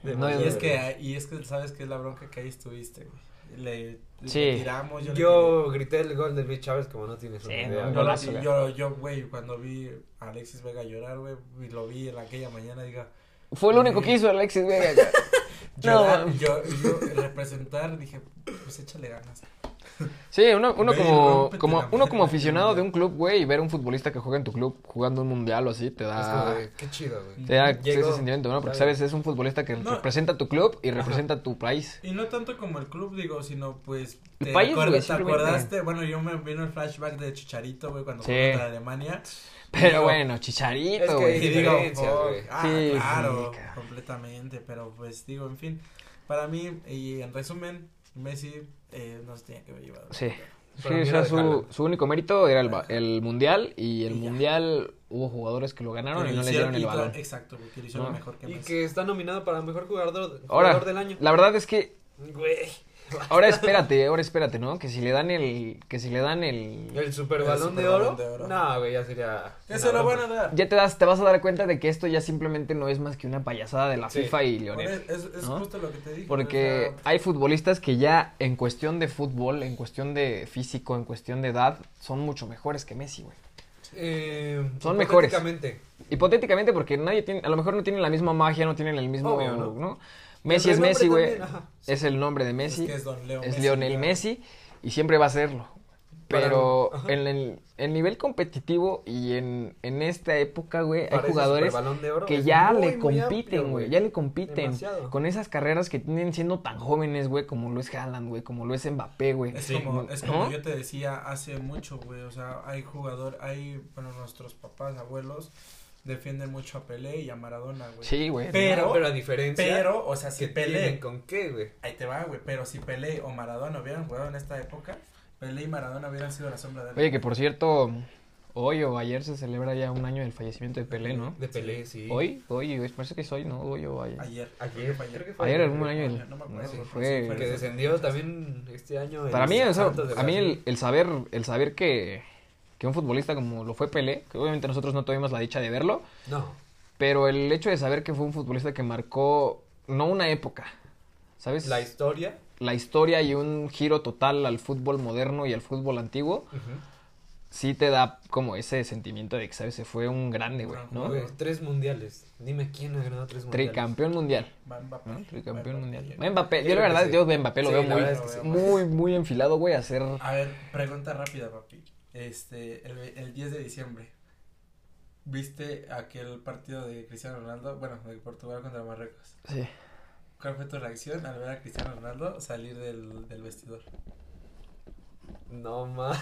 B: No,
C: Y
B: güey.
C: es que, y es que sabes que es la bronca que ahí estuviste, güey. Le, le
B: Sí.
C: tiramos, yo, le
A: Yo grité el gol de Luis Chávez como no tienes una
B: Sí,
A: idea.
B: no,
C: tiré. yo,
A: güey.
C: lo-
B: golazo, güey.
C: yo, yo, güey, cuando vi a Alexis Vega llorar, güey, y lo vi en aquella mañana, diga,
B: Fue lo único que hizo Alexis Vega. güey.
C: llorar,
B: mames.
C: yo, yo representar, dije, pues échale ganas.
B: Sí, uno, uno
C: Ve,
B: como,
C: rómpete
B: como,
C: la
B: uno como
C: madre,
B: aficionado
C: güey.
B: de un club, güey, y ver a un futbolista que juega en tu club jugando un mundial o así, te
A: Es como
B: da,
A: de, qué chido, güey.
B: te da
A: Llegó,
B: ese sentimiento, ¿no? Porque,
A: ¿sabes?
B: ¿sabes? Es un futbolista que
C: No.
B: representa tu club y representa tu país.
C: Y no tanto como el club, digo, sino pues.
B: El
C: ¿Te,
B: país,
C: acuer-
B: güey,
C: ¿te
B: simplemente.
C: acordaste? Bueno, yo me vino el flashback de Chicharito, güey, cuando
B: Sí.
C: jugó contra Alemania.
B: Pero
C: Digo,
B: bueno,
A: Es que-
B: Chicharito,
C: Y
B: güey.
C: digo,
A: diferencias,
C: "Fuck,
A: güey".
C: ah,
B: Sí,
C: claro,
B: sí, cabrón.
C: completamente. Pero pues, digo, en fin. Para mí, y en resumen, Messi eh, nos tenía que haber llevado.
B: Sí. Sí,
A: Pero
B: o
A: mira
B: sea,
A: de
B: su,
A: Haaland.
B: su único mérito era el, ba- el mundial y el
C: Y ya.
B: mundial hubo jugadores que lo ganaron y
C: Que
B: no
C: lo
B: les
C: hicieron-
B: dieron el
C: y tra-
B: balón.
C: Exacto, güey, que lo hicieron
B: No.
C: mejor que
A: Y
C: Messi.
A: que está nominado para mejor jugador, jugador
B: Ahora,
A: del año.
B: la verdad es que
A: Güey.
B: ahora espérate, ahora espérate, ¿no? Que si le dan el que si le dan el
A: El super
C: El
A: balón de
C: superbalón
A: oro.
C: de oro.
A: No, güey, ya sería.
C: Que se lo
A: una
C: van a
A: broma.
C: dar.
B: ya te das te vas a dar cuenta de que esto ya simplemente no es más que una payasada de la
A: Sí.
B: FIFA y
C: Por
B: Lionel.
C: Es, es- es
B: ¿no?
C: justo lo que te dije.
B: Porque
C: o sea,
B: hay futbolistas que ya en cuestión de fútbol, en cuestión de físico, en cuestión de edad, son mucho mejores que Messi, güey.
A: Eh,
B: Son mejores.
A: hipotéticamente,
B: Hipotéticamente porque nadie tiene, a lo mejor no tienen la misma magia, no tienen el mismo,
A: Obvio, ¿no?
B: ¿no? Messi
A: El
B: es
A: renombre
B: Messi, güey.
A: también, ajá.
B: Es el nombre de Messi.
C: Es que es Don Leo
B: es
C: Messi,
B: Lionel
C: claro.
B: Messi y siempre va a serlo.
A: Para-
B: Pero
A: ajá.
B: en el en nivel competitivo y en, en esta época, güey, hay
A: Para ese
B: jugadores
A: Superbalón de Oro
B: que
A: es
B: ya
A: muy, muy
B: le
A: amplio,
B: compiten, güey. Ya le compiten.
A: Demasiado.
B: Con esas carreras que tienen siendo tan jóvenes, güey, como lo es Haaland, güey, como lo es Mbappé, güey.
C: Es
A: Sí.
C: como, es como
B: ¿No?
C: yo te decía hace mucho, güey. O sea, hay jugador, hay, bueno, nuestros papás, abuelos, defienden mucho a Pelé y a Maradona, güey.
B: Sí, güey.
C: Pero-
A: pero a diferencia
C: Pero, o sea, si
A: que
C: Pelé,
A: tienen con qué, güey.
C: ahí te va, güey. Pero si Pelé o Maradona hubieran jugado en esta época, Pelé y Maradona hubieran sido la sombra de
B: Oye, que por cierto, hoy o ayer se celebra ya un año del fallecimiento de Pelé, ¿no?
A: De Pelé, sí.
B: Hoy, hoy, hoy, parece que es hoy, ¿no? Hoy o ayer.
C: Ayer.
A: Ayer,
C: Fue
A: creo que fue
B: Ayer,
A: ayer,
B: algún
A: creo.
B: año.
C: ayer,
B: el-
C: no me acuerdo,
B: sí,
C: pero
B: fue-
C: sí fue
A: Que
C: eso.
A: descendió también este año. el
B: Para mí, o sea,
A: Santos de
B: a mí
A: Brasil.
B: el, el saber, el saber que, que un futbolista como lo fue Pelé, que obviamente nosotros no tuvimos la dicha de verlo,
A: No,
B: pero el hecho de saber que fue un futbolista que marcó no una época, ¿sabes?
A: la historia.
B: La historia y un giro total al fútbol moderno y al fútbol antiguo, sí te da como ese sentimiento de que, ¿sabes? Se fue un grande, güey,
C: Gran
B: ¿no?
A: Güey, tres mundiales. Dime quién ha ganado tres mundiales.
B: Tricampeón mundial.
C: Va Mbappé,
B: ¿no? Tricampeón
C: va
B: mundial.
C: Mbappé.
B: Mbappé, yo
A: creo
B: la
A: que
B: verdad,
A: pues, sí.
B: yo de Mbappé lo
A: Sí,
B: veo
A: la
B: muy,
A: verdad es que sí.
B: muy, muy enfilado, güey, a hacer...
C: A ver, pregunta rápida, papi. Este, el, ve- el 10 de diciembre. ¿Viste aquel partido de Cristiano Ronaldo? Bueno, de Portugal contra Marruecos.
B: Sí.
C: ¿Cuál fue tu reacción al ver a Cristiano Ronaldo salir del, del vestidor?
A: No, ma.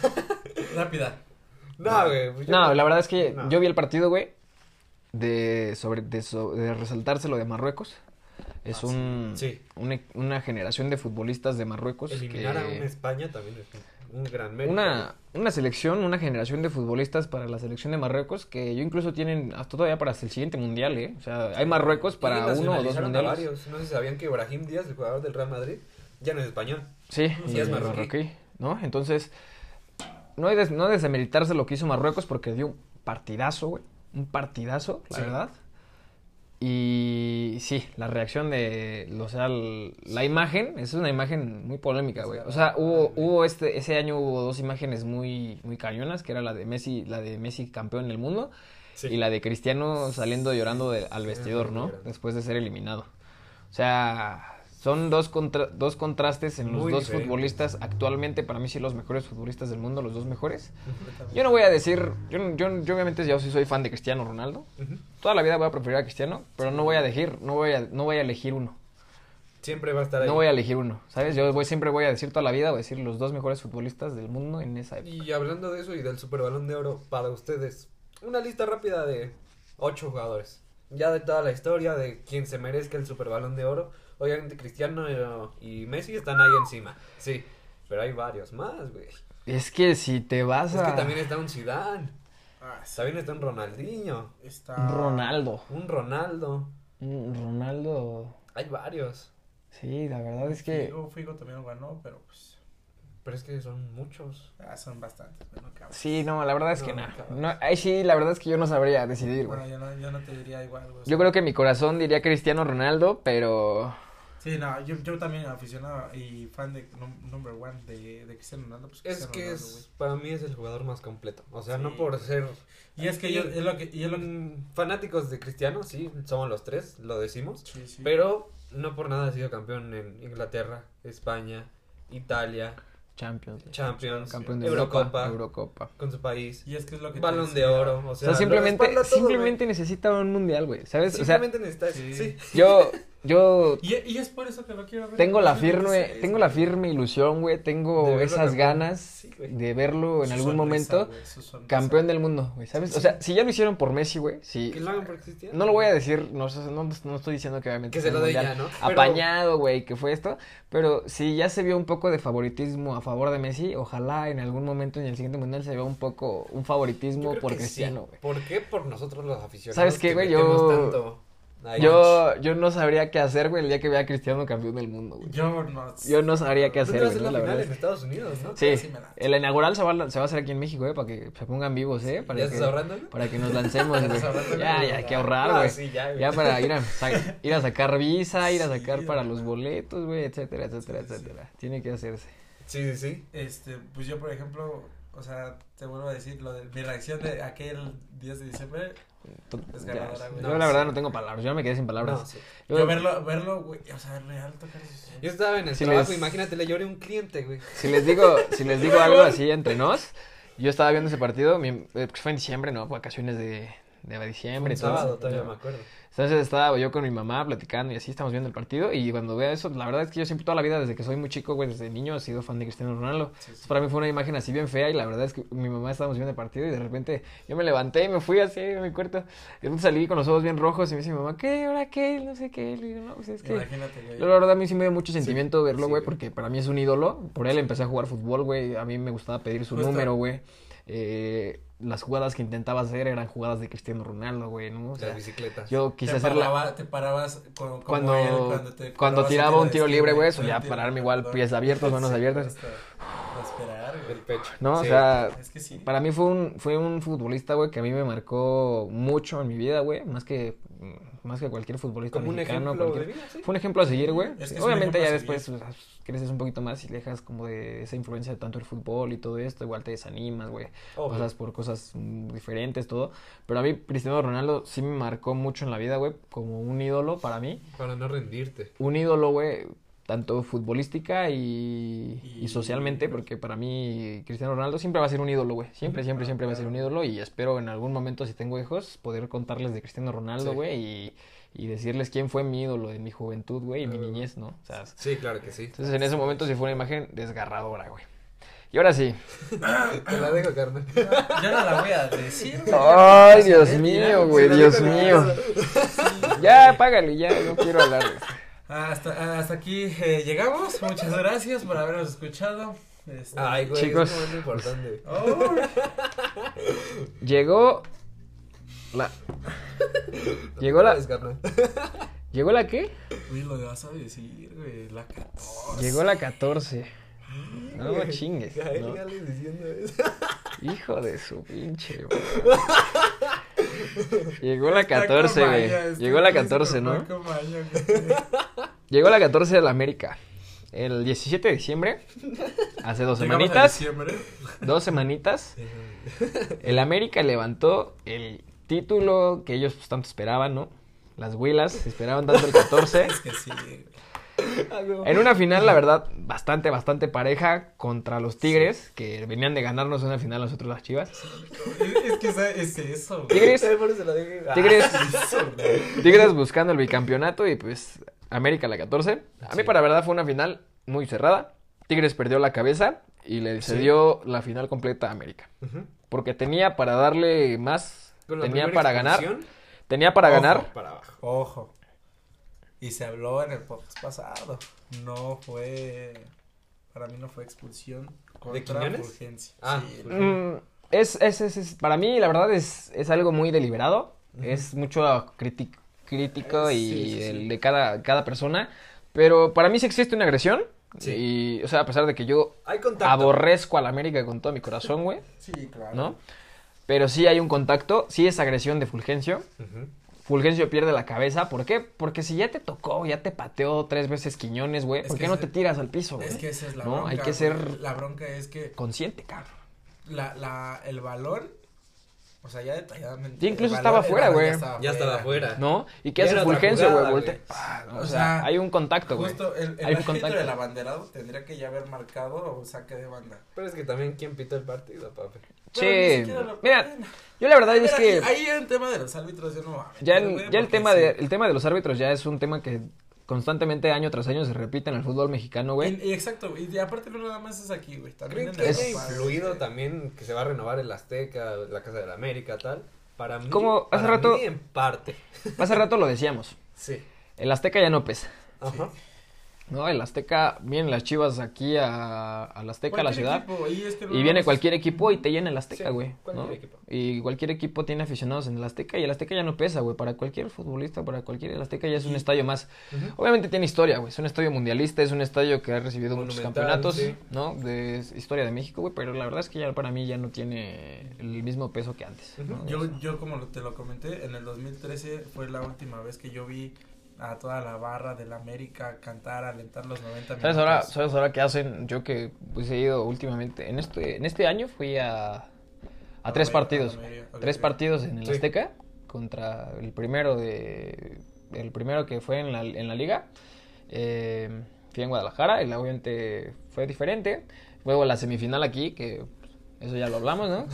C: Rápida.
A: No, güey. pues yo-
B: No, la verdad es que
A: No.
B: yo vi el partido, güey, de, sobre, de, so- de resaltarse lo de Marruecos. Es
C: Ah, sí.
B: un,
A: Sí.
B: un- e, una generación de futbolistas de Marruecos.
A: Pues Eliminar a
B: que-
A: un España también es un- un gran mérito.
B: una, una selección, una generación de futbolistas para la selección de Marruecos que yo incluso tienen hasta todavía para hasta el siguiente mundial, ¿eh? O sea, hay Marruecos para
A: Y
B: uno o dos
A: nacionalizaron a
B: mundiales.
A: varios. No sé si sabían que Ibrahim Díaz, el jugador del Real Madrid, ya no es español.
B: Sí,
A: Sí,
B: y
A: es
B: el
A: marroquí.
B: ¿no? Entonces, no hay des- no desmeritarse lo que hizo Marruecos porque dio un partidazo, güey. Un partidazo, la
A: Sí.
B: verdad. Y sí, la reacción de, o sea, el- la imagen, es una imagen muy polémica, güey. O sea, hubo, hubo este, ese año hubo dos imágenes muy, muy cañonas, que era la de Messi, la de Messi campeón del mundo
A: Sí.
B: y la de Cristiano saliendo llorando de- al vestidor, ¿no?
A: llorando.
B: Después de ser eliminado. O sea, son dos, contra- dos contrastes en los
A: Muy
B: dos
A: diferentes.
B: futbolistas actualmente, para mí sí los mejores futbolistas del mundo, los dos mejores. Yo no voy a decir, yo, no- yo, no- yo obviamente yo sí soy fan de Cristiano Ronaldo.
A: Ujú.
B: Toda la vida voy a preferir a Cristiano, pero no voy a elegir, no voy a, no voy a elegir uno.
A: Siempre va a estar ahí.
B: No voy a elegir uno, ¿sabes? Yo voy, siempre voy a decir toda la vida, voy a decir los dos mejores futbolistas del mundo en esa época.
A: Y hablando de eso y del Superbalón de Oro, para ustedes, una lista rápida de ocho jugadores. Ya de toda la historia de quien se merezca el Superbalón de Oro. Obviamente Cristiano eh, y Messi están ahí encima. Sí, pero hay varios más, güey.
B: Es que si te vas
A: Es
B: a...
A: que también está un Zidane,
C: Ah, sí.
A: también está un Ronaldinho,
C: Está.
B: Ronaldo.
A: un Ronaldo.
B: Mm, Ronaldo...
A: Hay varios,
B: Sí, la verdad es que...
C: Figo, Figo también lo ganó, pero pues.
A: pero es que son muchos.
C: ah, son bastantes, güey, no cabrón.
B: Sí, no, la verdad es que
A: No,
B: no.
A: cabrón.
B: No, ahí sí, la verdad es que yo no sabría decidir, güey.
C: Bueno, yo no, yo no te diría igual, güey.
B: Yo creo que mi corazón diría Cristiano Ronaldo, pero
C: Sí, no, yo, yo también aficionado y fan de num- number one de, de Cristiano Ronaldo. Pues
A: Es
C: Cristiano
A: que
C: Ronaldo,
A: es, para mí es el jugador más completo. O sea,
C: Sí.
A: no por ser
C: güey. Y es que yo, es lo que. Y es lo que
A: Mm, fanáticos de Cristiano, sí, somos los tres, lo decimos.
C: sí, sí.
A: Pero no por nada ha sido campeón en Inglaterra, España, Italia,
B: Champions. League,
A: Champions,
B: Campeón de
A: Eurocopa,
B: Europa. Eurocopa.
A: con su país,
C: Y es que es lo que. te
A: Balón de
C: decía.
A: Oro. O
B: O
A: sea,
B: sea,
A: lo
B: simplemente,
A: respalda todo,
B: simplemente necesita un mundial, güey,
A: güey.
B: ¿sabes? O sea,
A: Simplemente necesitas.
C: sí.
A: Sí.
B: yo, yo
C: Y, y es por eso que lo quiero ver.
B: tengo la
C: Yo creo que
B: firme,
C: sí,
B: tengo
C: sí.
B: la firme ilusión, güey,
A: De
B: tengo
A: verlo
B: esas
A: campeón.
B: ganas
A: Sí, güey.
B: de verlo en
C: Su
B: algún
C: sonrisa,
B: momento
C: güey, su sonrisa.
B: campeón del mundo, güey, ¿sabes? O sea, si ya lo hicieron por Messi, güey, si
A: Que lo hagan por Cristiano.
B: No lo voy a decir, no, o sea, no, no estoy diciendo que obviamente
A: Que se
B: fue
A: lo
B: el
A: dé ya,
B: mundial
A: ¿no? Pero-
B: Apañado, güey, que fue esto. Pero si ya se vio un poco de favoritismo a favor de Messi, ojalá en algún momento en el siguiente mundial se vea un poco un
A: Yo
B: favoritismo
A: creo
B: por
A: que sí.
B: Cristiano, güey.
A: ¿Por qué? Por nosotros los aficionados.
B: ¿Sabes qué,
A: que
B: güey?
A: metemos
B: Yo-
A: tanto ahí.
B: Yo, yo no sabría qué hacer, güey, el día que vea a Cristiano campeón del mundo, güey.
C: Yo no.
B: Yo no sabría qué
A: ¿No te
B: hacer,
A: va a
B: güey,
A: hacer
B: ¿no?
A: la,
B: la
A: final
B: verdad.
A: en Estados Unidos, no?
B: Sí,
C: Sí, me la-
B: el inaugural se va, a, se va a hacer aquí en México, eh, para que se pongan vivos, eh, para
A: ¿Ya
B: que,
A: estás ahorrando? güey?
B: para que nos lancemos, güey.
C: ahorrando,
B: Ya,
C: güey.
B: ya, hay que
A: Ah,
B: ahorrar, güey.
A: sí, ya, güey.
B: Ya para ir a, sa- ir a sacar visa, ir a sacar
C: Sí,
B: para
C: hermano.
B: los boletos, güey, etcétera, etcétera,
C: Sí, sí, sí.
B: etcétera. Tiene que hacerse.
A: Sí, sí, sí.
C: Este, pues yo, por ejemplo, o o sea, te vuelvo a decir, lo de, mi reacción de aquel 10 de diciembre,
B: Tú-
C: Es
B: ya,
C: ganadora, güey.
B: yo la verdad no tengo palabras, yo me quedé sin palabras.
A: No, sí.
C: yo,
B: Yo-
C: verlo, verlo, güey, o sea, real tocar eso.
A: Yo estaba en el
B: Si
A: trabajo,
B: les-
A: imagínate, le lloré a un cliente, güey.
B: Si les digo, si les digo algo así entre nos, yo estaba viendo ese partido, mi- eh, fue en diciembre, ¿no? Vacaciones de, de diciembre.
A: Un
B: entonces-
A: sábado todavía me acuerdo.
B: Entonces estaba yo con mi mamá platicando y así estamos viendo el partido y cuando veo eso, la verdad es que yo siempre toda la vida, desde que soy muy chico, güey, desde niño he sido fan de Cristiano Ronaldo.
C: Sí, sí.
B: Entonces, para mí fue una imagen así bien fea y la verdad es que mi mamá estábamos viendo el partido y de repente yo me levanté y me fui así a mi cuarto. Y entonces salí con los ojos bien rojos y me dice mi mamá, ¿qué? ¿Ahora qué? No sé qué. Le digo, no, pues es que...
C: Imagínate, güey.
B: Yo la verdad a mí sí me dio mucho sentimiento verlo,
A: sí,
B: güey,
A: güey.
B: porque para mí es un ídolo. Por él empecé a jugar fútbol, güey. A mí me gustaba pedir su
C: Justo.
B: número, güey. Eh, las jugadas que intentaba hacer eran jugadas de Cristiano Ronaldo, güey, ¿no? O sea,
A: Las bicicletas.
B: yo
C: Te
B: quise hacer la...
C: paraba- te parabas co- como
B: Cuando-
C: él, cuando, te
B: cuando
C: parabas este,
B: tiraba un tiro
C: de
B: libre,
C: esquina,
B: güey, eso
C: todo el
B: ya
C: tiro,
B: pararme igual,
C: perdón.
B: pies abiertos, manos
C: Sí,
B: abiertas.
C: hasta Respirar,
A: El
C: güey.
A: pecho.
B: No, o
A: Sí.
B: sea,
C: Es que sí.
B: para mí fue un, fue un futbolista, güey, que a mí me marcó mucho en mi vida, güey. Más que, más que cualquier futbolista
A: Como un
B: mexicano.
A: ejemplo
B: cualquier-
A: de vida, sí.
B: Fue un ejemplo a seguir, güey.
C: Es que es un
B: Obviamente
C: ejemplo
B: ya
C: a
B: después pues, creces un poquito más y dejas como de esa influencia de tanto el fútbol y todo esto. Igual te desanimas, güey.
A: Obvio.
B: Pasas por cosas mm, diferentes, todo. Pero a mí Cristiano Ronaldo sí me marcó mucho en la vida, güey, como un ídolo para mí.
A: Para no rendirte.
B: Un ídolo, güey, tanto futbolística y, y
C: Y-
B: socialmente, porque para mí Cristiano Ronaldo siempre va a ser un ídolo, güey. Siempre, siempre, siempre va a ser un ídolo y espero en algún momento, si tengo hijos, poder contarles de Cristiano Ronaldo,
A: Sí.
B: güey, y- y, decirles quién fue mi ídolo en mi juventud, güey, y mi
A: Ah, güey.
B: niñez, ¿no? O sea,
A: Sí, claro que sí.
B: entonces en ese momento sí fue una imagen desgarradora, güey. Y ahora sí.
A: Te la dejo, carnal.
C: Yo no la voy a decir, güey.
B: Ay, Dios mío, güey,
A: Se la
B: Dios
A: dejo,
B: mío.
C: Sí,
B: Ya,
C: güey.
B: págale, ya, no quiero hablar de eso.
C: Hasta, hasta aquí eh, llegamos. Muchas gracias por habernos escuchado. Este-
A: Ay, güey,
B: Chicos.
A: es un momento importante.
C: Oh,
B: Llegó la... Llegó la...
A: Sabes, carnal.
B: ¿Llegó la qué?
C: güey, lo vas a decir, güey. La 14.
B: Llegó la 14. No
A: Güey,
B: chingues.
A: a él
B: no.
A: ya le diciendo eso.
B: Hijo de su pinche. güey. Llegó la 14, güey. Llegó la 14, ¿no? Llegó la 14 de la América. El 17 de diciembre, hace dos semanitas, dos semanitas, el América levantó el título que ellos pues, tanto esperaban, ¿no? Las Huilas esperaban tanto el 14.
C: Es que sí, güey.
A: Ah, no.
B: En una final, la verdad, bastante, bastante pareja contra los Tigres, que venían de ganarnos una final nosotros las Chivas.
C: Es, es que esa- es eso, güey.
B: Tigres,
A: Ay, por eso la dejé. Ah,
B: Tigres,
A: eso, güey.
B: Tigres buscando el bicampeonato y pues América la 14. A mí
A: Sí.
B: para verdad fue una final muy cerrada. Tigres perdió la cabeza y le cedió la final completa a América.
A: Ujú.
B: Porque tenía para darle más,
A: Con la
B: tenía
A: primera
B: para ganar,
A: expulsión,
B: tenía para
C: Ojo.
B: ganar.
A: Para abajo.
C: Ojo. Y se habló en el podcast pasado. No fue. Para mí no fue expulsión. Contra
A: Quiñones?
C: urgencia.
A: Ah.
C: Sí,
B: Mm, es, es, es, es- para mí la verdad es, es algo muy deliberado. Es mucho criti- crítico
C: Eh,
B: y
C: sí, sí,
B: del-
C: sí.
B: de cada, cada persona. Pero para mí sí existe una agresión.
A: Sí.
B: Y, o sea, a pesar de que yo
A: Hay contacto.
B: aborrezco a la América con todo mi corazón, güey.
C: sí, claro.
B: ¿no? Pero sí hay un contacto, sí es agresión de Fulgencio.
A: Ujú.
B: Fulgencio pierde la cabeza, ¿por qué? Porque si ya te tocó, ya te pateó tres veces Quiñones, güey,
C: Es
B: ¿por
C: que
B: qué no
C: ese-
B: te tiras al piso, güey?
C: Es que esa es la
B: No,
C: bronca.
B: hay que
C: güey.
B: ser-
C: La bronca es que
B: Consciente, cabrón.
C: la, la, el balón. O sea, ya detalladamente.
B: Sí, incluso
C: el
B: estaba
C: el
B: fuera, güey.
A: Ya estaba afuera.
B: ¿No? ¿Y qué
A: Ya
B: hace
A: era otra
B: Fulgencio, güey?
A: jugada,
B: Voltea.
A: güey.
B: Ah, no,
C: O
B: o sea,
C: sea,
B: hay un contacto, güey.
C: Justo el, el
B: Hay un
C: árbitro
B: contacto.
C: del abanderado tendría que ya haber marcado un saque de banda.
A: Pero es que también, ¿quién pitó el partido, papi?
C: Pero ni
B: Che,
C: siquiera lo-
B: mira, yo la verdad
C: Pero
B: es que
C: aquí- ahí el tema de los árbitros yo no voy a
B: ya,
C: meter,
B: en-
C: güey,
B: ya el
C: porque
B: tema
C: sí.
B: de el tema de los árbitros ya es un tema que constantemente año tras año se repite en el fútbol mexicano, güey.
C: Y- y exacto, güey, y aparte no nada más es aquí, güey.
A: ¿Creen
C: También en
A: que
B: Es-
A: es
C: Europa, güey.
A: influido también que se va a renovar el Azteca, la Casa de la América, tal? Para mí,
B: Como hace
A: para
B: rato-
A: mí, en parte.
B: Hace rato lo decíamos,
A: Sí.
B: el Azteca ya no pesa.
A: Ajá.
B: No, el Azteca, vienen las Chivas aquí a, al Azteca, a la
C: Cualquier
B: ciudad.
C: equipo, y es que no
B: Y viene
C: nos-
B: cualquier equipo y te llena el Azteca,
A: este Sí,
B: güey.
A: cualquier
B: ¿no?
A: equipo.
B: Y cualquier equipo tiene aficionados en el Azteca y el Azteca ya no pesa, güey. Para cualquier futbolista, para cualquier el Azteca ya es un estadio más. Obviamente tiene historia, güey. Es un estadio mundialista, es un estadio que ha recibido muchos
A: Monumental,
B: campeonatos,
A: sí.
B: ¿no? De s- historia de México, güey. Pero la verdad es que ya para mí ya no tiene el mismo peso que antes. ¿no?
C: Yo, yo como lo- te lo comenté, en el 2013 fue la última vez que yo vi a toda la barra del América cantar, alentar los 90 minutos.
B: ¿Sabes ahora, ¿Sabes ahora qué hacen? Yo que pues he ido últimamente, en este, en este año fui a, a
C: A
B: tres
C: medio,
B: partidos.
C: a medio, ok,
B: tres
C: ok.
B: partidos en el
A: Sí.
B: Azteca contra el primero de el primero que fue en la, en la liga. Eh, fui en Guadalajara, el obviamente fue diferente. Luego la semifinal aquí, que pues, eso ya lo hablamos, ¿no?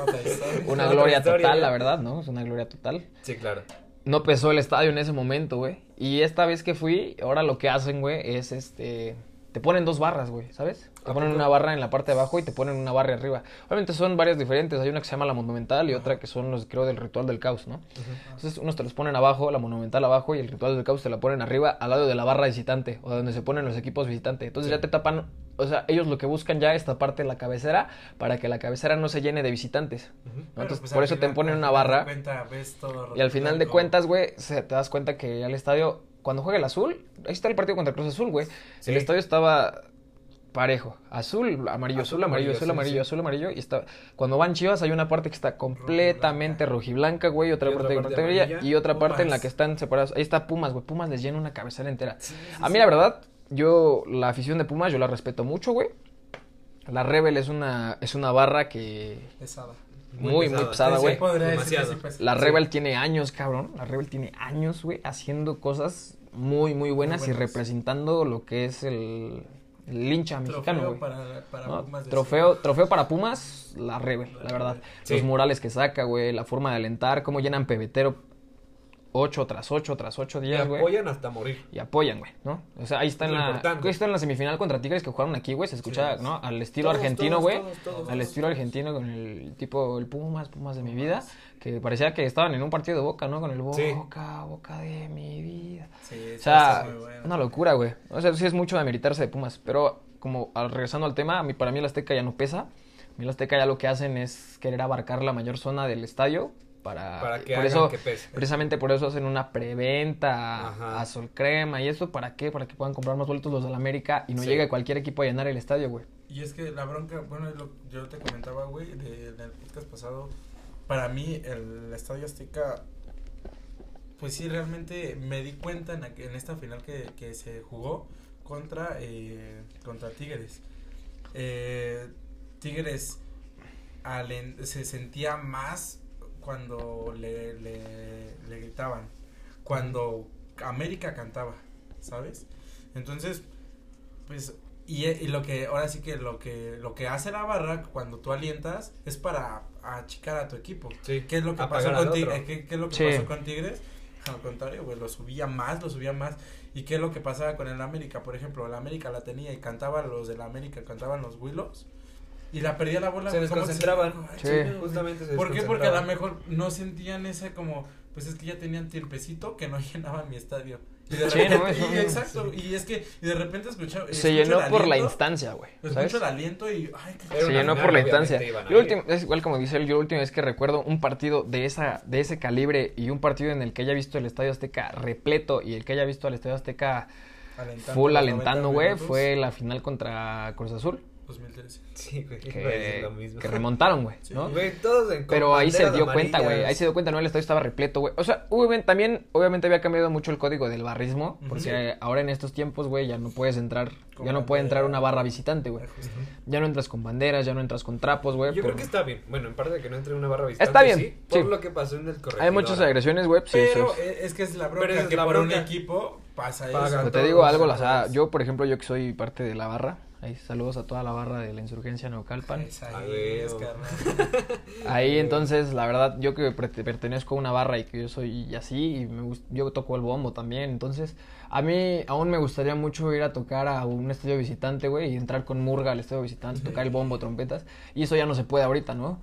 C: Otra historia.
B: Una
A: Otra
B: gloria
A: historia,
B: total,
A: ya.
B: la verdad, ¿no? Es una gloria total
A: Sí, claro.
B: no pesó el estadio en ese momento, güey. Y esta vez que fui, ahora lo que hacen, güey, es este. Te ponen dos barras, güey, ¿sabes? Te
A: ¿A
B: ponen
A: poco?
B: una barra en la parte de abajo y te ponen una barra arriba. Obviamente son varias diferentes. Hay una que se llama la monumental y otra que son los, creo, del ritual del caos, ¿no? Entonces, unos te los ponen abajo, la monumental abajo y el ritual del caos te la ponen arriba al lado de la barra visitante o donde se ponen los equipos visitantes. Entonces ya te tapan. O sea, ellos lo que buscan ya es taparte la cabecera para que la cabecera no se llene de visitantes. ¿no?
A: Ujú.
C: Pero,
B: Entonces,
C: pues,
B: por
C: al
B: eso te
C: final-
B: ponen
C: al
B: una
C: final de
B: barra.
C: cuenta, ves todo
B: Y al final de
C: rotulando.
B: cuentas, güey, se- te das cuenta que ya el estadio, cuando juega el azul, ahí está el partido contra el Cruz Azul, güey.
A: Sí.
B: El estadio estaba parejo, azul, amarillo, azul, amarillo, azul,
A: sí,
B: amarillo,
A: sí.
B: azul, amarillo. Y está, cuando van Chivas hay una parte que está completamente rojiblanca, güey, otra,
A: Y otra
B: parte,
A: parte
B: amarilla,
A: amarilla,
B: y otra parte en la
C: Pumas.
B: que están separados. Ahí está Pumas, güey, Pumas les llena una cabecera entera. A mí la verdad, yo la afición de Pumas yo la respeto mucho, güey. La Rebel es una es una barra que
C: Pesada.
B: muy, muy pesada,
A: Sí,
B: güey.
A: sí,
C: podría decir que
A: Demasiado.
C: sí pesa.
B: La
C: Sí.
B: Rebel tiene años, cabrón. La Rebel tiene años, güey, haciendo cosas muy, muy buenas,
C: buenas.
B: y representando lo que es el, el hincha mexicano,
C: Trofeo
B: güey.
C: para, para
B: ¿No?
C: Pumas de
B: Trofeo, trofeo para Pumas, la Rebel, la verdad.
A: Sí.
B: Los murales que saca, güey, la forma de alentar, cómo llenan pebetero ocho tras ocho tras ocho
A: Y
B: días, güey.
A: apoyan hasta morir.
B: Y apoyan, güey, ¿no? O sea, ahí está,
A: Es
B: en
A: lo
B: la,
A: importante.
B: ahí está en la semifinal contra Tigres que jugaron aquí, güey. Se escucha,
C: Sí.
B: ¿no? Al estilo
A: Todos,
B: argentino,
A: todos,
B: güey.
A: todos, todos,
B: Al
A: todos,
B: estilo argentino con el tipo, el Pumas, Pumas de mi vida. Que parecía que estaban en un partido de boca, ¿no? Con el boca,
A: Sí.
B: boca de mi vida.
C: Sí,
B: O sea,
C: eso es muy bueno.
B: una locura, güey. O sea, sí es mucho de ameritarse de Pumas. Pero, como al- regresando al tema, a mí, para mí el Azteca ya no pesa. A mí el Azteca ya lo que hacen es querer abarcar la mayor zona del estadio para,
A: Para que
B: por
A: hagan
B: eso,
A: que pese.
B: Precisamente por eso hacen una preventa
A: Ajá.
B: a Sol Crema y eso, ¿para qué? Para que puedan comprar más boletos los del América y no
A: Sí.
B: llegue cualquier equipo a llenar el estadio, güey.
C: Y es que la bronca, bueno, es lo- yo te comentaba, güey, de- del podcast pasado. Para mí, el Estadio Azteca, pues sí, realmente me di cuenta en, aqu- en esta final que, que se jugó contra, eh, contra Tigres. Eh, Tigres alen- se sentía más cuando le, le, le gritaban, cuando América cantaba, ¿sabes? Entonces, pues, y, y lo que, ahora sí que lo que, lo que hace la barra cuando tú alientas es para achicar a tu equipo.
A: Sí,
C: ¿Qué es lo que
A: apagar
C: pasó
A: al
C: con
A: otro.
C: Tigres? ¿Qué, qué es lo que
B: Sí.
C: pasó con Tigres? Al contrario, güey, lo subía más, lo subía más. ¿Y qué es lo que pasaba con el América? Por ejemplo, el América la tenía y cantaban los del América, cantaban los Willows. Y la perdía la bola.
A: Se
C: ¿cómo
A: desconcentraban.
C: Ay,
B: Sí.
C: chinga, güey.
A: Justamente se
C: ¿Por qué? Porque a lo
A: desconcentraban.
C: mejor no sentían ese como, pues es que ya tenían tiempecito que no llenaban mi estadio. Y de
B: Sí,
C: repente,
B: ¿no? Eso
C: y
B: no-
C: exacto, y es que, y de repente escuchaba.
B: Se llenó por la instancia, güey. ¿sabes?
C: Escucho el aliento y, ay, qué
A: Era
B: Se
A: una
B: llenó
A: final,
B: por la
A: obviamente
B: instancia.
A: iban a
B: Yo
A: ir.
B: último, es igual como dice él, yo la última vez que recuerdo un partido de esa, de ese calibre y un partido en el que haya visto el Estadio Azteca repleto y el que haya visto al Estadio Azteca
C: alentando
B: full
C: los
B: alentando,
C: 90
B: güey,
C: minutos,
B: fue la final contra Cruz Azul.
C: 2013.
A: Sí, güey. iba a decir
B: Que,
A: lo mismo.
B: que remontaron, güey.
C: Sí.
B: ¿no?
A: Güey, todos en- con
B: Pero ahí se
A: banderas
B: dio cuenta, güey.
A: amarillas.
B: Ahí se dio cuenta, ¿no? El estadio estaba repleto, güey. O sea, hubo bien- también, obviamente había cambiado mucho el código del barrismo.
C: Ujú.
B: Porque eh, ahora en estos tiempos, güey, ya no puedes entrar.
C: Con
B: ya no puede
C: bandera.
B: entrar una barra visitante, güey.
C: Justo.
B: Ya no entras con banderas, ya no entras con trapos, güey.
A: Yo
B: pero-
A: creo que está bien. Bueno, en parte de que no entre una barra visitante.
B: Está bien,
A: Sí, por
B: sí.
A: lo que pasó en el corregidor.
B: Hay muchas agresiones, güey. pues, Sí,
C: Pero
B: sí.
C: e- es que es la
A: Pero
C: bronca
A: esa es
C: que
A: la
C: por
A: bronca.
C: un equipo pasa
A: Pagan
C: eso.
B: Pero te
A: todos,
B: digo algo,
A: a
B: la- o sea,
A: todos.
B: yo, por ejemplo, yo que soy parte de la barra. Ahí, saludos a toda la barra de la insurgencia Neocalpan.
C: Es
A: A
C: ahí,
A: ver,
C: es
A: o-
C: carnal.
B: Ahí entonces, la verdad, yo que perte- pertenezco a una barra y que yo soy así, y me gust- yo toco el bombo también, entonces a mí aún me gustaría mucho ir a tocar a un estadio visitante, güey, y entrar con murga al estadio visitante, tocar el bombo, trompetas, y eso ya no se puede ahorita, ¿no?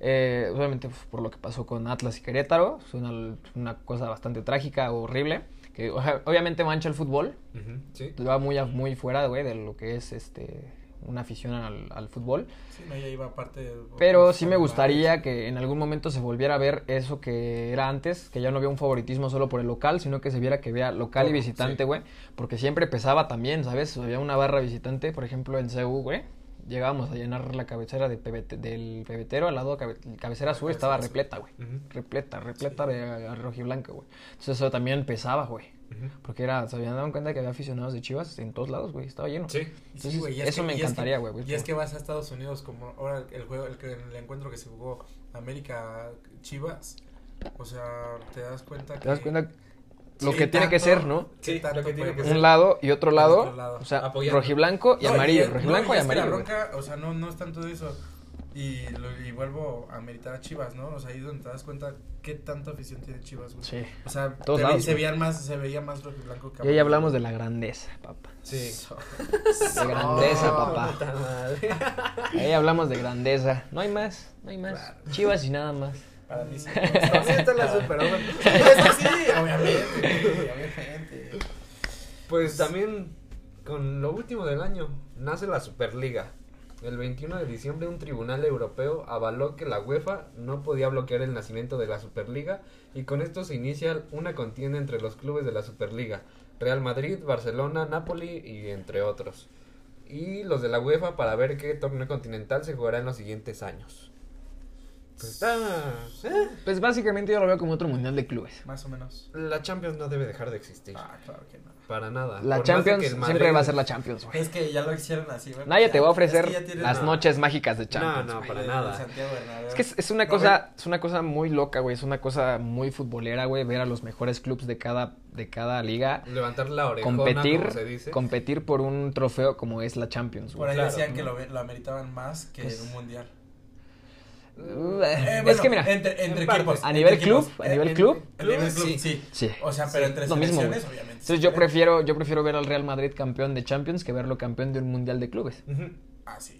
B: Eh, obviamente pues, por lo que pasó con Atlas y Querétaro, es una, una cosa bastante trágica, horrible, que oja- obviamente mancha el fútbol,
A: Ujú, Sí.
B: va muy, a- muy fuera, güey, de lo que es este una afición al- al fútbol.
C: Sí, no, ya iba aparte de-
B: Pero
C: Pues,
B: sí me gustaría que en algún momento se volviera a ver eso que era antes, que ya no había un favoritismo solo por el local, sino que se viera que había local y
A: Todo, sí.
B: visitante, güey. Porque siempre pesaba también, ¿sabes? Había una barra visitante, por ejemplo, en CU, güey. Llegábamos a llenar la cabecera de PBT del pebetero, al lado cabe- cabecera azul estaba
C: cabecera
B: repleta,
C: azul.
B: güey.
A: Ujú.
B: Repleta, repleta de de rojiblanca, güey. Entonces eso también pesaba, güey. Porque era, se habían dado cuenta que había aficionados de Chivas en todos lados, güey. Estaba lleno.
A: Sí.
B: Entonces,
C: Sí, güey, y es
B: eso
C: que-
B: me
C: y es que-
B: encantaría, güey.
C: Y es que vas a Estados Unidos como ahora el- el juego, el, que- el encuentro que se jugó América Chivas, o sea, te das cuenta
B: Te das
C: que-
B: cuenta
C: Sí,
B: lo que tiene que
C: tanto-
B: ser, ¿no?
C: qué
A: Sí,
C: tanto
A: lo que tiene que
C: podemos-
A: ser.
B: Un lado y otro lado.
C: Eh. otro lado.
B: O sea,
A: Apoyando.
B: rojiblanco y
C: No,
B: amarillo.
C: es-
B: rojiblanco
C: no,
B: y
C: es que la
B: amarillo. güey.
C: bronca, o sea, no, no es tanto de eso. Y, lo- y vuelvo a meritar a Chivas, ¿no? O sea, ahí es donde te das cuenta qué tanta afición tiene Chivas, güey.
B: Sí.
C: O sea,
B: Todos
C: te vi-
B: lados,
C: se,
B: güey.
C: veían más, se veía más rojo y blanco que
B: Y ahí hablamos de la grandeza, papá.
A: Sí.
B: De grandeza,
C: Oh,
B: papá.
A: Puta madre.
B: Ahí hablamos de grandeza. No hay más, no hay más. Chivas y nada más.
C: Para mí sí.
A: También está la super, pero bueno.
C: Eso Pues sí, obviamente, obviamente.
A: Pues también con lo último del año nace la Superliga. El 21 de diciembre un tribunal europeo avaló que la UEFA no podía bloquear el nacimiento de la Superliga y con esto se inicia una contienda entre los clubes de la Superliga, Real Madrid, Barcelona, Napoli y entre otros. Y los de la UEFA para ver qué torneo continental se jugará en los siguientes años. Pues está... ¿eh?
B: Pues básicamente yo lo veo como otro mundial de clubes.
C: Más o menos.
A: La Champions no debe dejar de existir.
C: Ah, claro que no.
A: Para nada.
B: La
A: Por más de
B: Champions
A: que el
B: siempre
A: Madrid-
B: va a ser la Champions, güey.
C: Es que ya lo hicieron así, güey.
B: Nadie te va a ofrecer
C: Es que ya tienen
B: las
C: la-
B: noches mágicas de Champions.
A: No,
B: güey.
A: no, para
C: el- el
A: nada.
C: Santiago Bernabéu.
B: Es que es, es una
C: No,
B: cosa, es una cosa muy loca, güey. Es una cosa muy futbolera, güey. Ver a los mejores clubs de cada, de cada liga
A: Levantar la orejona,
B: competir,
A: como se dice.
B: competir por un trofeo como es la Champions,
C: Por
B: güey.
C: ahí
A: Claro,
C: decían que
A: ¿no?
C: lo, lo ameritaban más que
B: Pues-
C: en un mundial.
B: Uh,
C: Eh,
B: es
C: bueno,
B: que mira,
C: entre, entre
A: en parte.
C: equipos.
B: A
C: entre
B: nivel
C: equipos.
B: club, a
C: Eh,
B: nivel
C: en-
B: club.
C: a nivel club,
A: Sí.
C: sí.
B: sí.
C: O sea, pero entre
B: lo mismo,
C: selecciones,
B: güey.
C: obviamente. Eh,
B: Entonces yo prefiero, yo prefiero ver al Real Madrid campeón de Champions que verlo campeón de un mundial de clubes.
A: Ujú.
C: Ah, sí.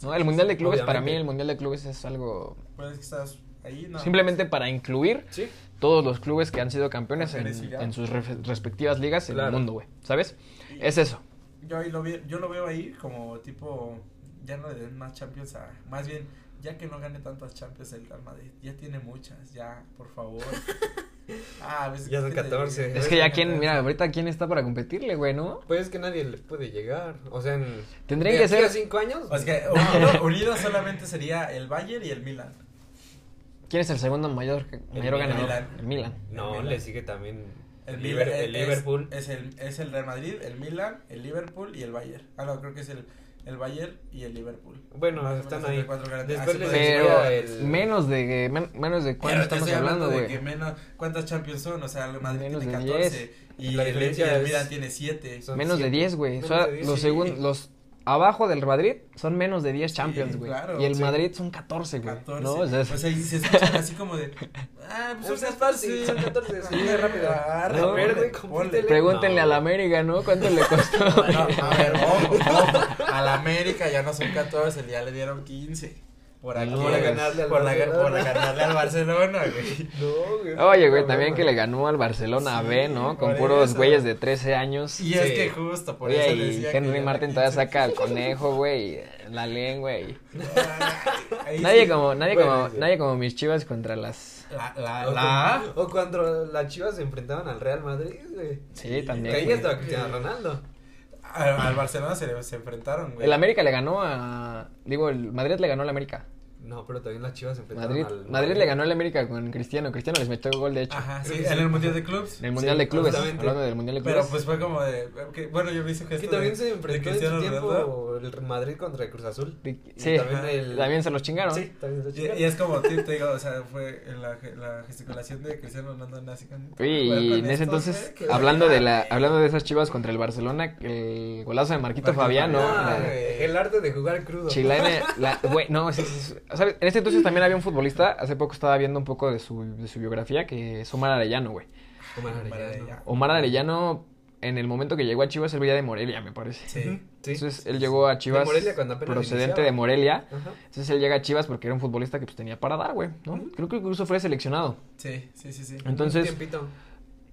B: ¿no? El mundial de clubes, para mí,
A: Obviamente.
B: el mundial de clubes es algo
C: Pues es que estás ahí, no.
B: simplemente para incluir
A: Sí,
B: todos los clubes que han sido campeones en,
C: Agresividad.
B: en sus ref- respectivas ligas en el
A: Claro.
B: mundo, güey. ¿Sabes? Es eso.
C: Yo, ahí lo vi- yo lo veo ahí como tipo. Ya no le den más Champions a. Más bien, ya que no gane tantas Champions el Real Madrid. Ya tiene muchas, ya, por favor. ah, ves
A: Ya son
C: que te-
A: 14.
B: Es que ya quién, mira, ahorita quién está para competirle, güey, ¿no?
A: pues es que nadie les puede llegar. O sea, en...
B: Tendrían
A: de
B: que
A: aquí
B: ser-
A: a cinco años?
C: O sea, Pues que unido, unido solamente sería el Bayern y el Milan.
B: ¿Quién es el segundo mayor, mayor
A: Milan.
B: ganador?
C: Milan.
B: El Milan.
A: no,
C: el Milan.
A: le sigue también el, Liber-
C: Liber-
A: el
C: es-
A: Liverpool.
C: Es, el, es el Real Madrid, el Milan, el Liverpool y el Bayern. Ah, no, creo que es el, el Bayern y el Liverpool.
A: Bueno,
C: Más o
A: están
C: menos entre
A: ahí.
C: cuatro grandes.
A: Después
C: Así
A: les
C: puede ser.
B: Pero
A: sigue el-
B: menos de men- menos de
C: Pues, Pero
B: cuánto
C: te
B: estamos
C: estoy
B: hablando,
C: de que
B: güey.
C: menos, ¿Cuántas Champions son? O sea, el Madrid
B: Menos
C: tiene
B: de
C: 14 y
A: La
C: el,
A: diferencia
C: y el
A: es-
C: Milan tiene 7.
A: son
B: Menos de
A: siete.
B: 10, güey. O
A: Menos
B: sea,
A: de diez,
B: los
A: sí.
B: segun- los abajo del Madrid son menos de 10 Champions, güey.
C: claro,
B: y el
C: sí. Pues
B: Madrid son 14, güey.
C: 14.
B: No, o sea, es-
C: O sea, y se escuchan así como de. Ah, pues
A: Pues
C: son
A: es fácil,
C: 14.
A: son 14.
C: Ah,
A: Sí, rápido.
C: agarra,
B: No,
C: ponle,
A: güey,
C: ponle.
A: compítele.
B: pregúntenle
A: No.
B: al América, ¿no? ¿Cuánto le costó?
C: No, a ver, ojo, ojo. A la América ya no son 14, ya le dieron 15. Por aquí.
B: No,
C: por,
B: por
A: ganarle al
C: por la-
A: Barcelona.
C: por ganarle al Barcelona, güey.
A: No, güey.
B: Oye, güey, también que le ganó al Barcelona
C: Sí,
B: B, ¿no? Con
C: por
B: puros
C: eso.
B: güeyes de 13 años.
C: Y es
A: Sí.
C: que justo, por
B: Oye,
C: eso
B: y
C: decía que
B: Henry
C: ya
B: Martin
C: era
B: todavía saca al conejo, güey, la lengua, güey.
C: 15. Ahí
B: Nadie
C: sí.
B: como, nadie
A: Bueno,
B: como,
A: sí.
B: nadie como mis chivas contra las...
C: La, la,
A: O
C: la.
A: cuando- O cuando las chivas se enfrentaban al Real Madrid, güey.
B: Sí,
A: Que
B: también,
A: ahí
B: güey.
A: estaba Cristiano Ronaldo.
C: Al, al Barcelona se, le- se enfrentaron, güey.
B: El América le ganó a... Digo, el Madrid le ganó al América.
A: No, pero también las chivas se enfrentaban
B: Madrid,
A: al.
B: Madrid le ganó al América con Cristiano. Cristiano les metió gol, de hecho.
C: Ajá,
A: Creo
C: sí,
A: que
C: en
A: sí.
C: el Mundial de Clubs.
B: En el Mundial
A: Sí,
B: de Clubes.
A: justamente.
B: Hablando del Mundial de Clubes.
C: Pero pues fue como de. que- bueno, yo vi ese gesto.
A: Que también
C: de-
A: se
C: de
A: enfrentó en
C: Cristiano
A: su
C: Ronaldo.
A: tiempo el Madrid contra el Cruz Azul.
B: De-
A: Y
B: sí,
A: también
B: ajá.
A: el-
B: también se los chingaron.
A: Sí, también se
C: Y, y es como, te, te digo, o sea, fue en la, ge- la gesticulación de Cristiano Ronaldo en así con-
B: Oye,
C: con-
B: y
C: con
B: en ese
C: estos,
B: entonces,
C: güey, que-
B: hablando de la, hablando de esas chivas contra el Barcelona, el golazo de Marquito
C: Marquito
B: Fabián, ¿no?
C: Fabián,
B: La-
A: Ah, güey, El arte de jugar crudo.
B: Chilena, la, güey, no, sí, sí, sí. ¿Sabes? En este entonces también había un futbolista, hace poco estaba viendo un poco de su, de su biografía, que es Omar Arellano, güey.
A: Omar
C: Maravilla.
A: Arellano.
B: Omar Arellano, en el momento que llegó a Chivas, él veía de Morelia, me parece.
C: Sí.
A: Sí.
B: Entonces él llegó a Chivas
A: Morelia cuando apenas
B: procedente
A: iniciaba.
B: de Morelia.
A: Ajá.
B: Entonces él llega a Chivas porque era un futbolista que pues tenía para dar, güey, ¿no? Creo que incluso fue seleccionado.
C: Sí, sí, sí, sí.
B: Entonces,
A: Un tiempito.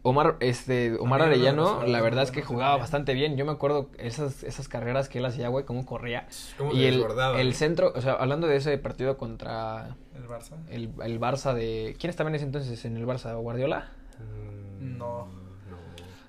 B: Omar, este, Omar
C: También era de los
B: Arellano, la
C: jugadores
B: verdad
C: muy
B: es que
C: buenos
B: jugaba
C: también.
B: bastante bien. Yo me acuerdo esas, esas carreras que él hacía, güey, cómo corría.
A: ¿Cómo
B: Y
A: se
B: el,
A: desbordaba?
B: el centro, o sea, hablando de ese partido contra
C: El Barça.
B: el, el
C: Ah,
B: Barça de... ¿Quién estaba en ese entonces en el Barça? ¿Guardiola?
A: Mm,
C: No.
A: no.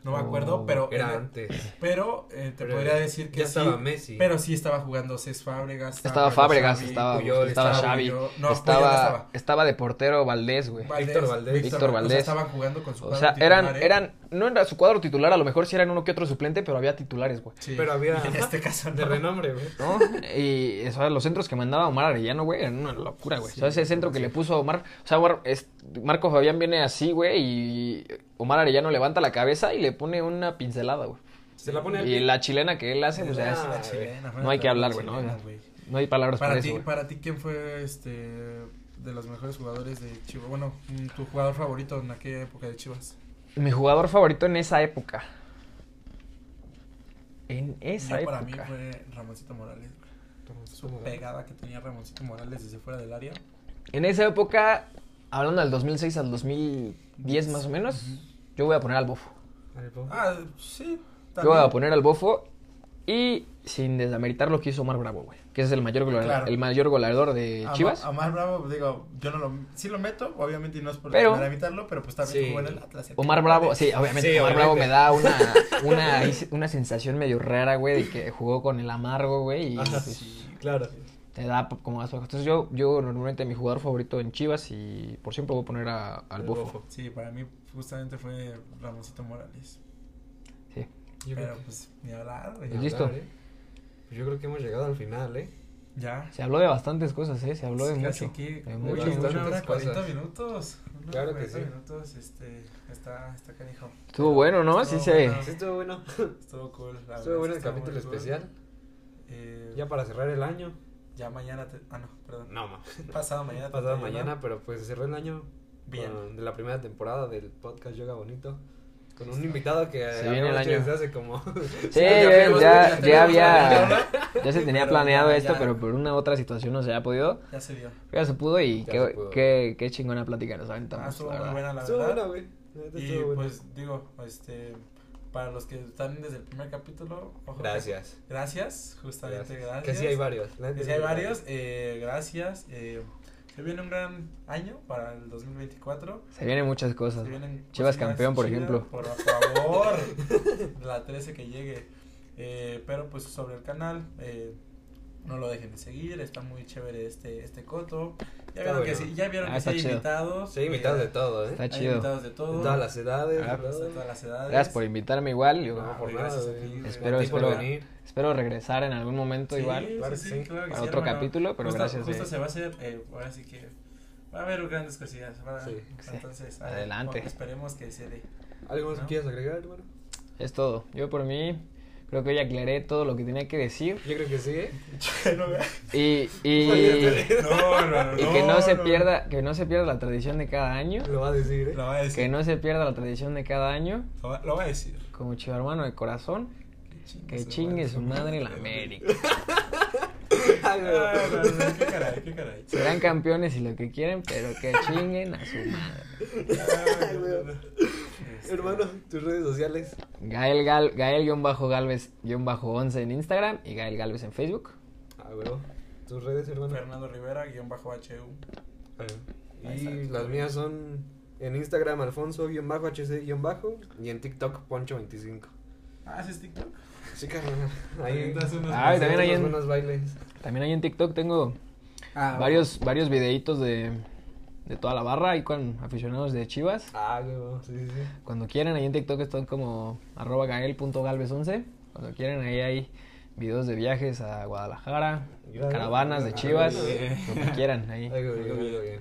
C: no me acuerdo,
B: Oh,
C: pero
A: Era antes.
C: pero eh, te
A: Pero
C: podría decir que
A: ya
C: sí,
A: estaba Messi.
C: pero sí estaba jugando Cés Fábregas,
B: Estaba Fábregas,
C: Xavi,
B: estaba,
A: Puyol,
B: estaba
A: estaba
B: Xavi,
C: Puyol. No, Puyol no
B: estaba,
C: estaba.
B: estaba de portero Valdés, güey.
A: Víctor Valdés.
B: Víctor
C: o sea,
B: Valdés.
C: estaban jugando con su
B: O
C: cuadro
B: sea, eran,
C: titular, ¿eh?
B: eran, no era su cuadro titular, a lo mejor sí eran uno que otro suplente, pero había titulares, güey.
C: Sí,
A: Pero había-
C: en este caso
A: De
C: no.
A: renombre, güey.
B: ¿no? Y o sea, los centros que mandaba Omar Arellano, güey, eran una locura, güey. o sea, ese centro que le puso Omar, o sea, Omar- es- Marco Fabián viene así, güey, y Omar Arellano levanta la cabeza y le pone una pincelada, güey.
A: Se la pone al
B: Y la chilena que él hace, pues ya es-
A: Ah,
C: La chilena,
B: no hay que hablar, güey, ¿no?
C: chilena,
B: Ya.
C: güey.
B: no hay palabras para,
C: Para
B: eso,
C: ti,
B: güey.
C: para ti quién fue este de los mejores jugadores de Chivas, bueno, mm, tu jugador favorito en aquella época de Chivas.
B: Mi jugador favorito en esa época. En esa
C: Yo
B: época.
C: para mí fue Ramoncito Morales. güey. Su pegada que tenía Ramoncito Morales desde fuera del área.
B: En esa época, hablando del 2006 al 2010 más o menos, yo voy a poner al bofo.
C: Ah, sí.
B: Yo voy a
C: también.
B: poner al bofo y sin desmeritar lo que hizo Omar Bravo, güey. Que es el mayor goleador,
C: Claro.
B: el mayor goleador de
C: A Ma-
B: Chivas.
C: A Omar Bravo, digo, yo no lo. Sí lo meto, obviamente, y no es por
B: Pero-
C: para evitarlo, pero pues también
A: Sí.
C: jugó en el Atlas. el
B: Omar
C: que-
B: Bravo, sí, obviamente.
A: Sí,
B: Omar Bravo me
A: obviamente.
B: da una, una, una sensación medio rara, güey, de que jugó con el amargo, güey. Y
A: Ajá.
B: pues,
C: Sí.
A: Claro.
B: te da p- como más bajo. Entonces yo, yo normalmente mi jugador favorito en Chivas y por siempre voy a poner a- al
A: El
B: bofo.
A: Bofo.
C: Sí, para mí justamente fue Ramoncito Morales.
B: Sí.
A: Yo creo
C: Pero
A: que-
C: pues, ni hablar,
A: ni
C: güey.
B: Listo.
A: hablar, ¿eh? Pues Yo creo que hemos llegado al final, ¿eh?
C: Ya.
B: Se habló de bastantes cosas, ¿eh? Se habló de
C: Casi
B: mucho.
C: que
B: de
C: mucho,
B: mucho,
A: bastantes
B: mucho.
C: una hora
A: cosas.
C: 40 minutos. Una
A: Claro
C: hora
A: que sí.
C: minutos, este, está, está canijo.
B: Estuvo bueno, ¿no? Sí
C: Estuvo
B: se-
C: bueno,
A: Sí, estuvo bueno.
C: Estuvo cool.
A: Estuvo
C: la verdad,
A: bueno el
C: estuvo
A: capítulo
C: muy cool.
A: especial.
C: Eh,
A: Ya para cerrar el año.
C: ya mañana te... Ah, no, perdón.
A: No, ma.
C: Pasado mañana. te
A: Pasado
C: traigo, ¿no?
A: mañana, pero pues cerró el año
C: Bien.
A: con- de la primera temporada del podcast Yoga Bonito. Con un invitado que eh,
B: Se viene el
A: habíamos hecho
B: año.
A: desde hace como...
B: Sí,
A: ya
B: ya,
A: habíamos-
B: ya, ya
C: ya tenemos
B: había, ya se
C: Sí,
B: tenía
C: pero
B: planeado
C: ya,
B: esto,
C: ya.
B: pero por una otra situación no se había podido.
C: Ya se dio.
B: Ya se pudo y
A: Ya
B: qué,
A: se pudo.
B: Qué, qué chingona plática nos aventamos,
C: Ah, estuvo
B: la
C: muy
B: verdad.
C: buena, la
A: Estuvo
C: verdad.
A: buena, güey. La neta
C: Y
A: estuvo buena.
C: pues digo, este, para los que están desde el primer capítulo, ojo,
A: Gracias.
C: que- Gracias, justamente gracias.
A: Que sí hay varios. la neta
C: Que Pues sí
A: sí
C: hay varios, eh, gracias. eh, se viene un gran año para el 2024.
B: Se vienen muchas
C: Se
B: cosas.
C: vienen
B: Chivas
C: cosillas
B: campeón, por
C: chidas,
B: ejemplo.
C: Por favor, la 13 que llegue. Eh, pero pues sobre el canal, eh, no lo dejen de seguir, está muy chévere este, este coto. Ya
A: Está
C: vieron que
A: bueno.
C: sí, ya vieron
B: Ah,
C: que sí
B: está
C: hay
B: chido.
C: invitados.
A: Sí, hay invitados
C: eh,
A: de todo, ¿eh? De
B: Está
C: hay
B: chido.
C: invitados de todo.
A: todas las edades.
B: Ah,
A: ¿verdad?
C: de todas las edades.
B: Gracias por invitarme igual. yo
A: No, por
C: hombre,
A: nada,
C: gracias a
A: güey.
C: ti, güey.
B: Espero-
A: A ti por
B: espero-
A: venir.
B: Espero regresar en algún momento
C: Sí,
B: igual.
A: claro que sí.
C: claro que
B: Para
C: sí,
B: otro
C: hermano.
B: capítulo, pero
C: Justo-
B: gracias,
C: Justo
B: eh.
C: se va a hacer, eh, ahora sí que va a haber grandes cosillas. ¿verdad?
A: Sí.
B: Sí.
C: Entonces, ah,
B: Adelante.
C: esperemos que se dé.
A: ¿Algo más que
C: ¿No?
A: quieras agregar, hermano?
B: Es todo. Yo por mí creo que hoy aclaré todo lo que tenía que decir.
A: Yo creo que sí, ¿eh?
C: no,
B: Y, y,
C: no, no,
B: y que no se
C: no.
B: pierda, que no se pierda la tradición de cada año.
A: Lo va a decir, ¿eh?
C: Lo va a
B: Que
C: decir.
B: no se pierda la tradición de cada año.
C: Lo, va, lo va a decir.
B: Como chivo hermano de corazón. Que
C: su
B: chingue
C: madre.
B: su madre la América.
A: Ay,
C: Ay,
A: güey.
C: no, no, no, qué caray, qué caray.
B: Serán campeones y lo que quieren, pero que chinguen a su madre.
C: Ay, no, no, no. Este,
A: Hermano, tus redes sociales.
B: Gael Gal, Gael-Galvez-11 en Instagram y Gael Galvez en Facebook.
A: Ah, huevo. Tus redes, hermano.
C: Fernando Rivera, guión bajo HU.
A: Ah,
C: Ahí
A: Y
C: está.
A: las mías son en Instagram alfonso-hc- y en TikTok poncho25. Ah,
C: ¿Haces TikTok?
A: Sí, carnal. Ahí
C: También das unos
B: Ay, también hay
A: unos
B: en-
A: buenos bailes.
B: También ahí en TikTok tengo
C: Ah,
B: varios, varios videitos de, de toda la barra y con aficionados de Chivas.
A: Ah, huevo. Sí, sí, sí.
B: Cuando quieran, ahí en TikTok están como arroba gael.galvez11. Cuando quieren, ahí hay videos de viajes a Guadalajara,
A: Gracias.
B: caravanas de
A: Ah,
B: Chivas,
A: bien.
B: lo que quieran ahí.
A: Ay, güey, güey, güey, bien.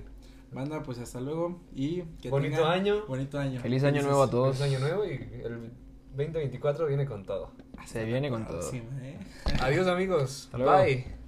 C: Banda, pues hasta luego y que
A: Bonito
C: tengan
A: año.
C: Bonito año.
B: Feliz año nuevo a todos.
A: Feliz año nuevo y el 2024 viene con todo.
B: Se viene con todo.
C: Próxima, ¿eh?
A: Adiós, amigos.
B: Hasta luego.
A: Bye.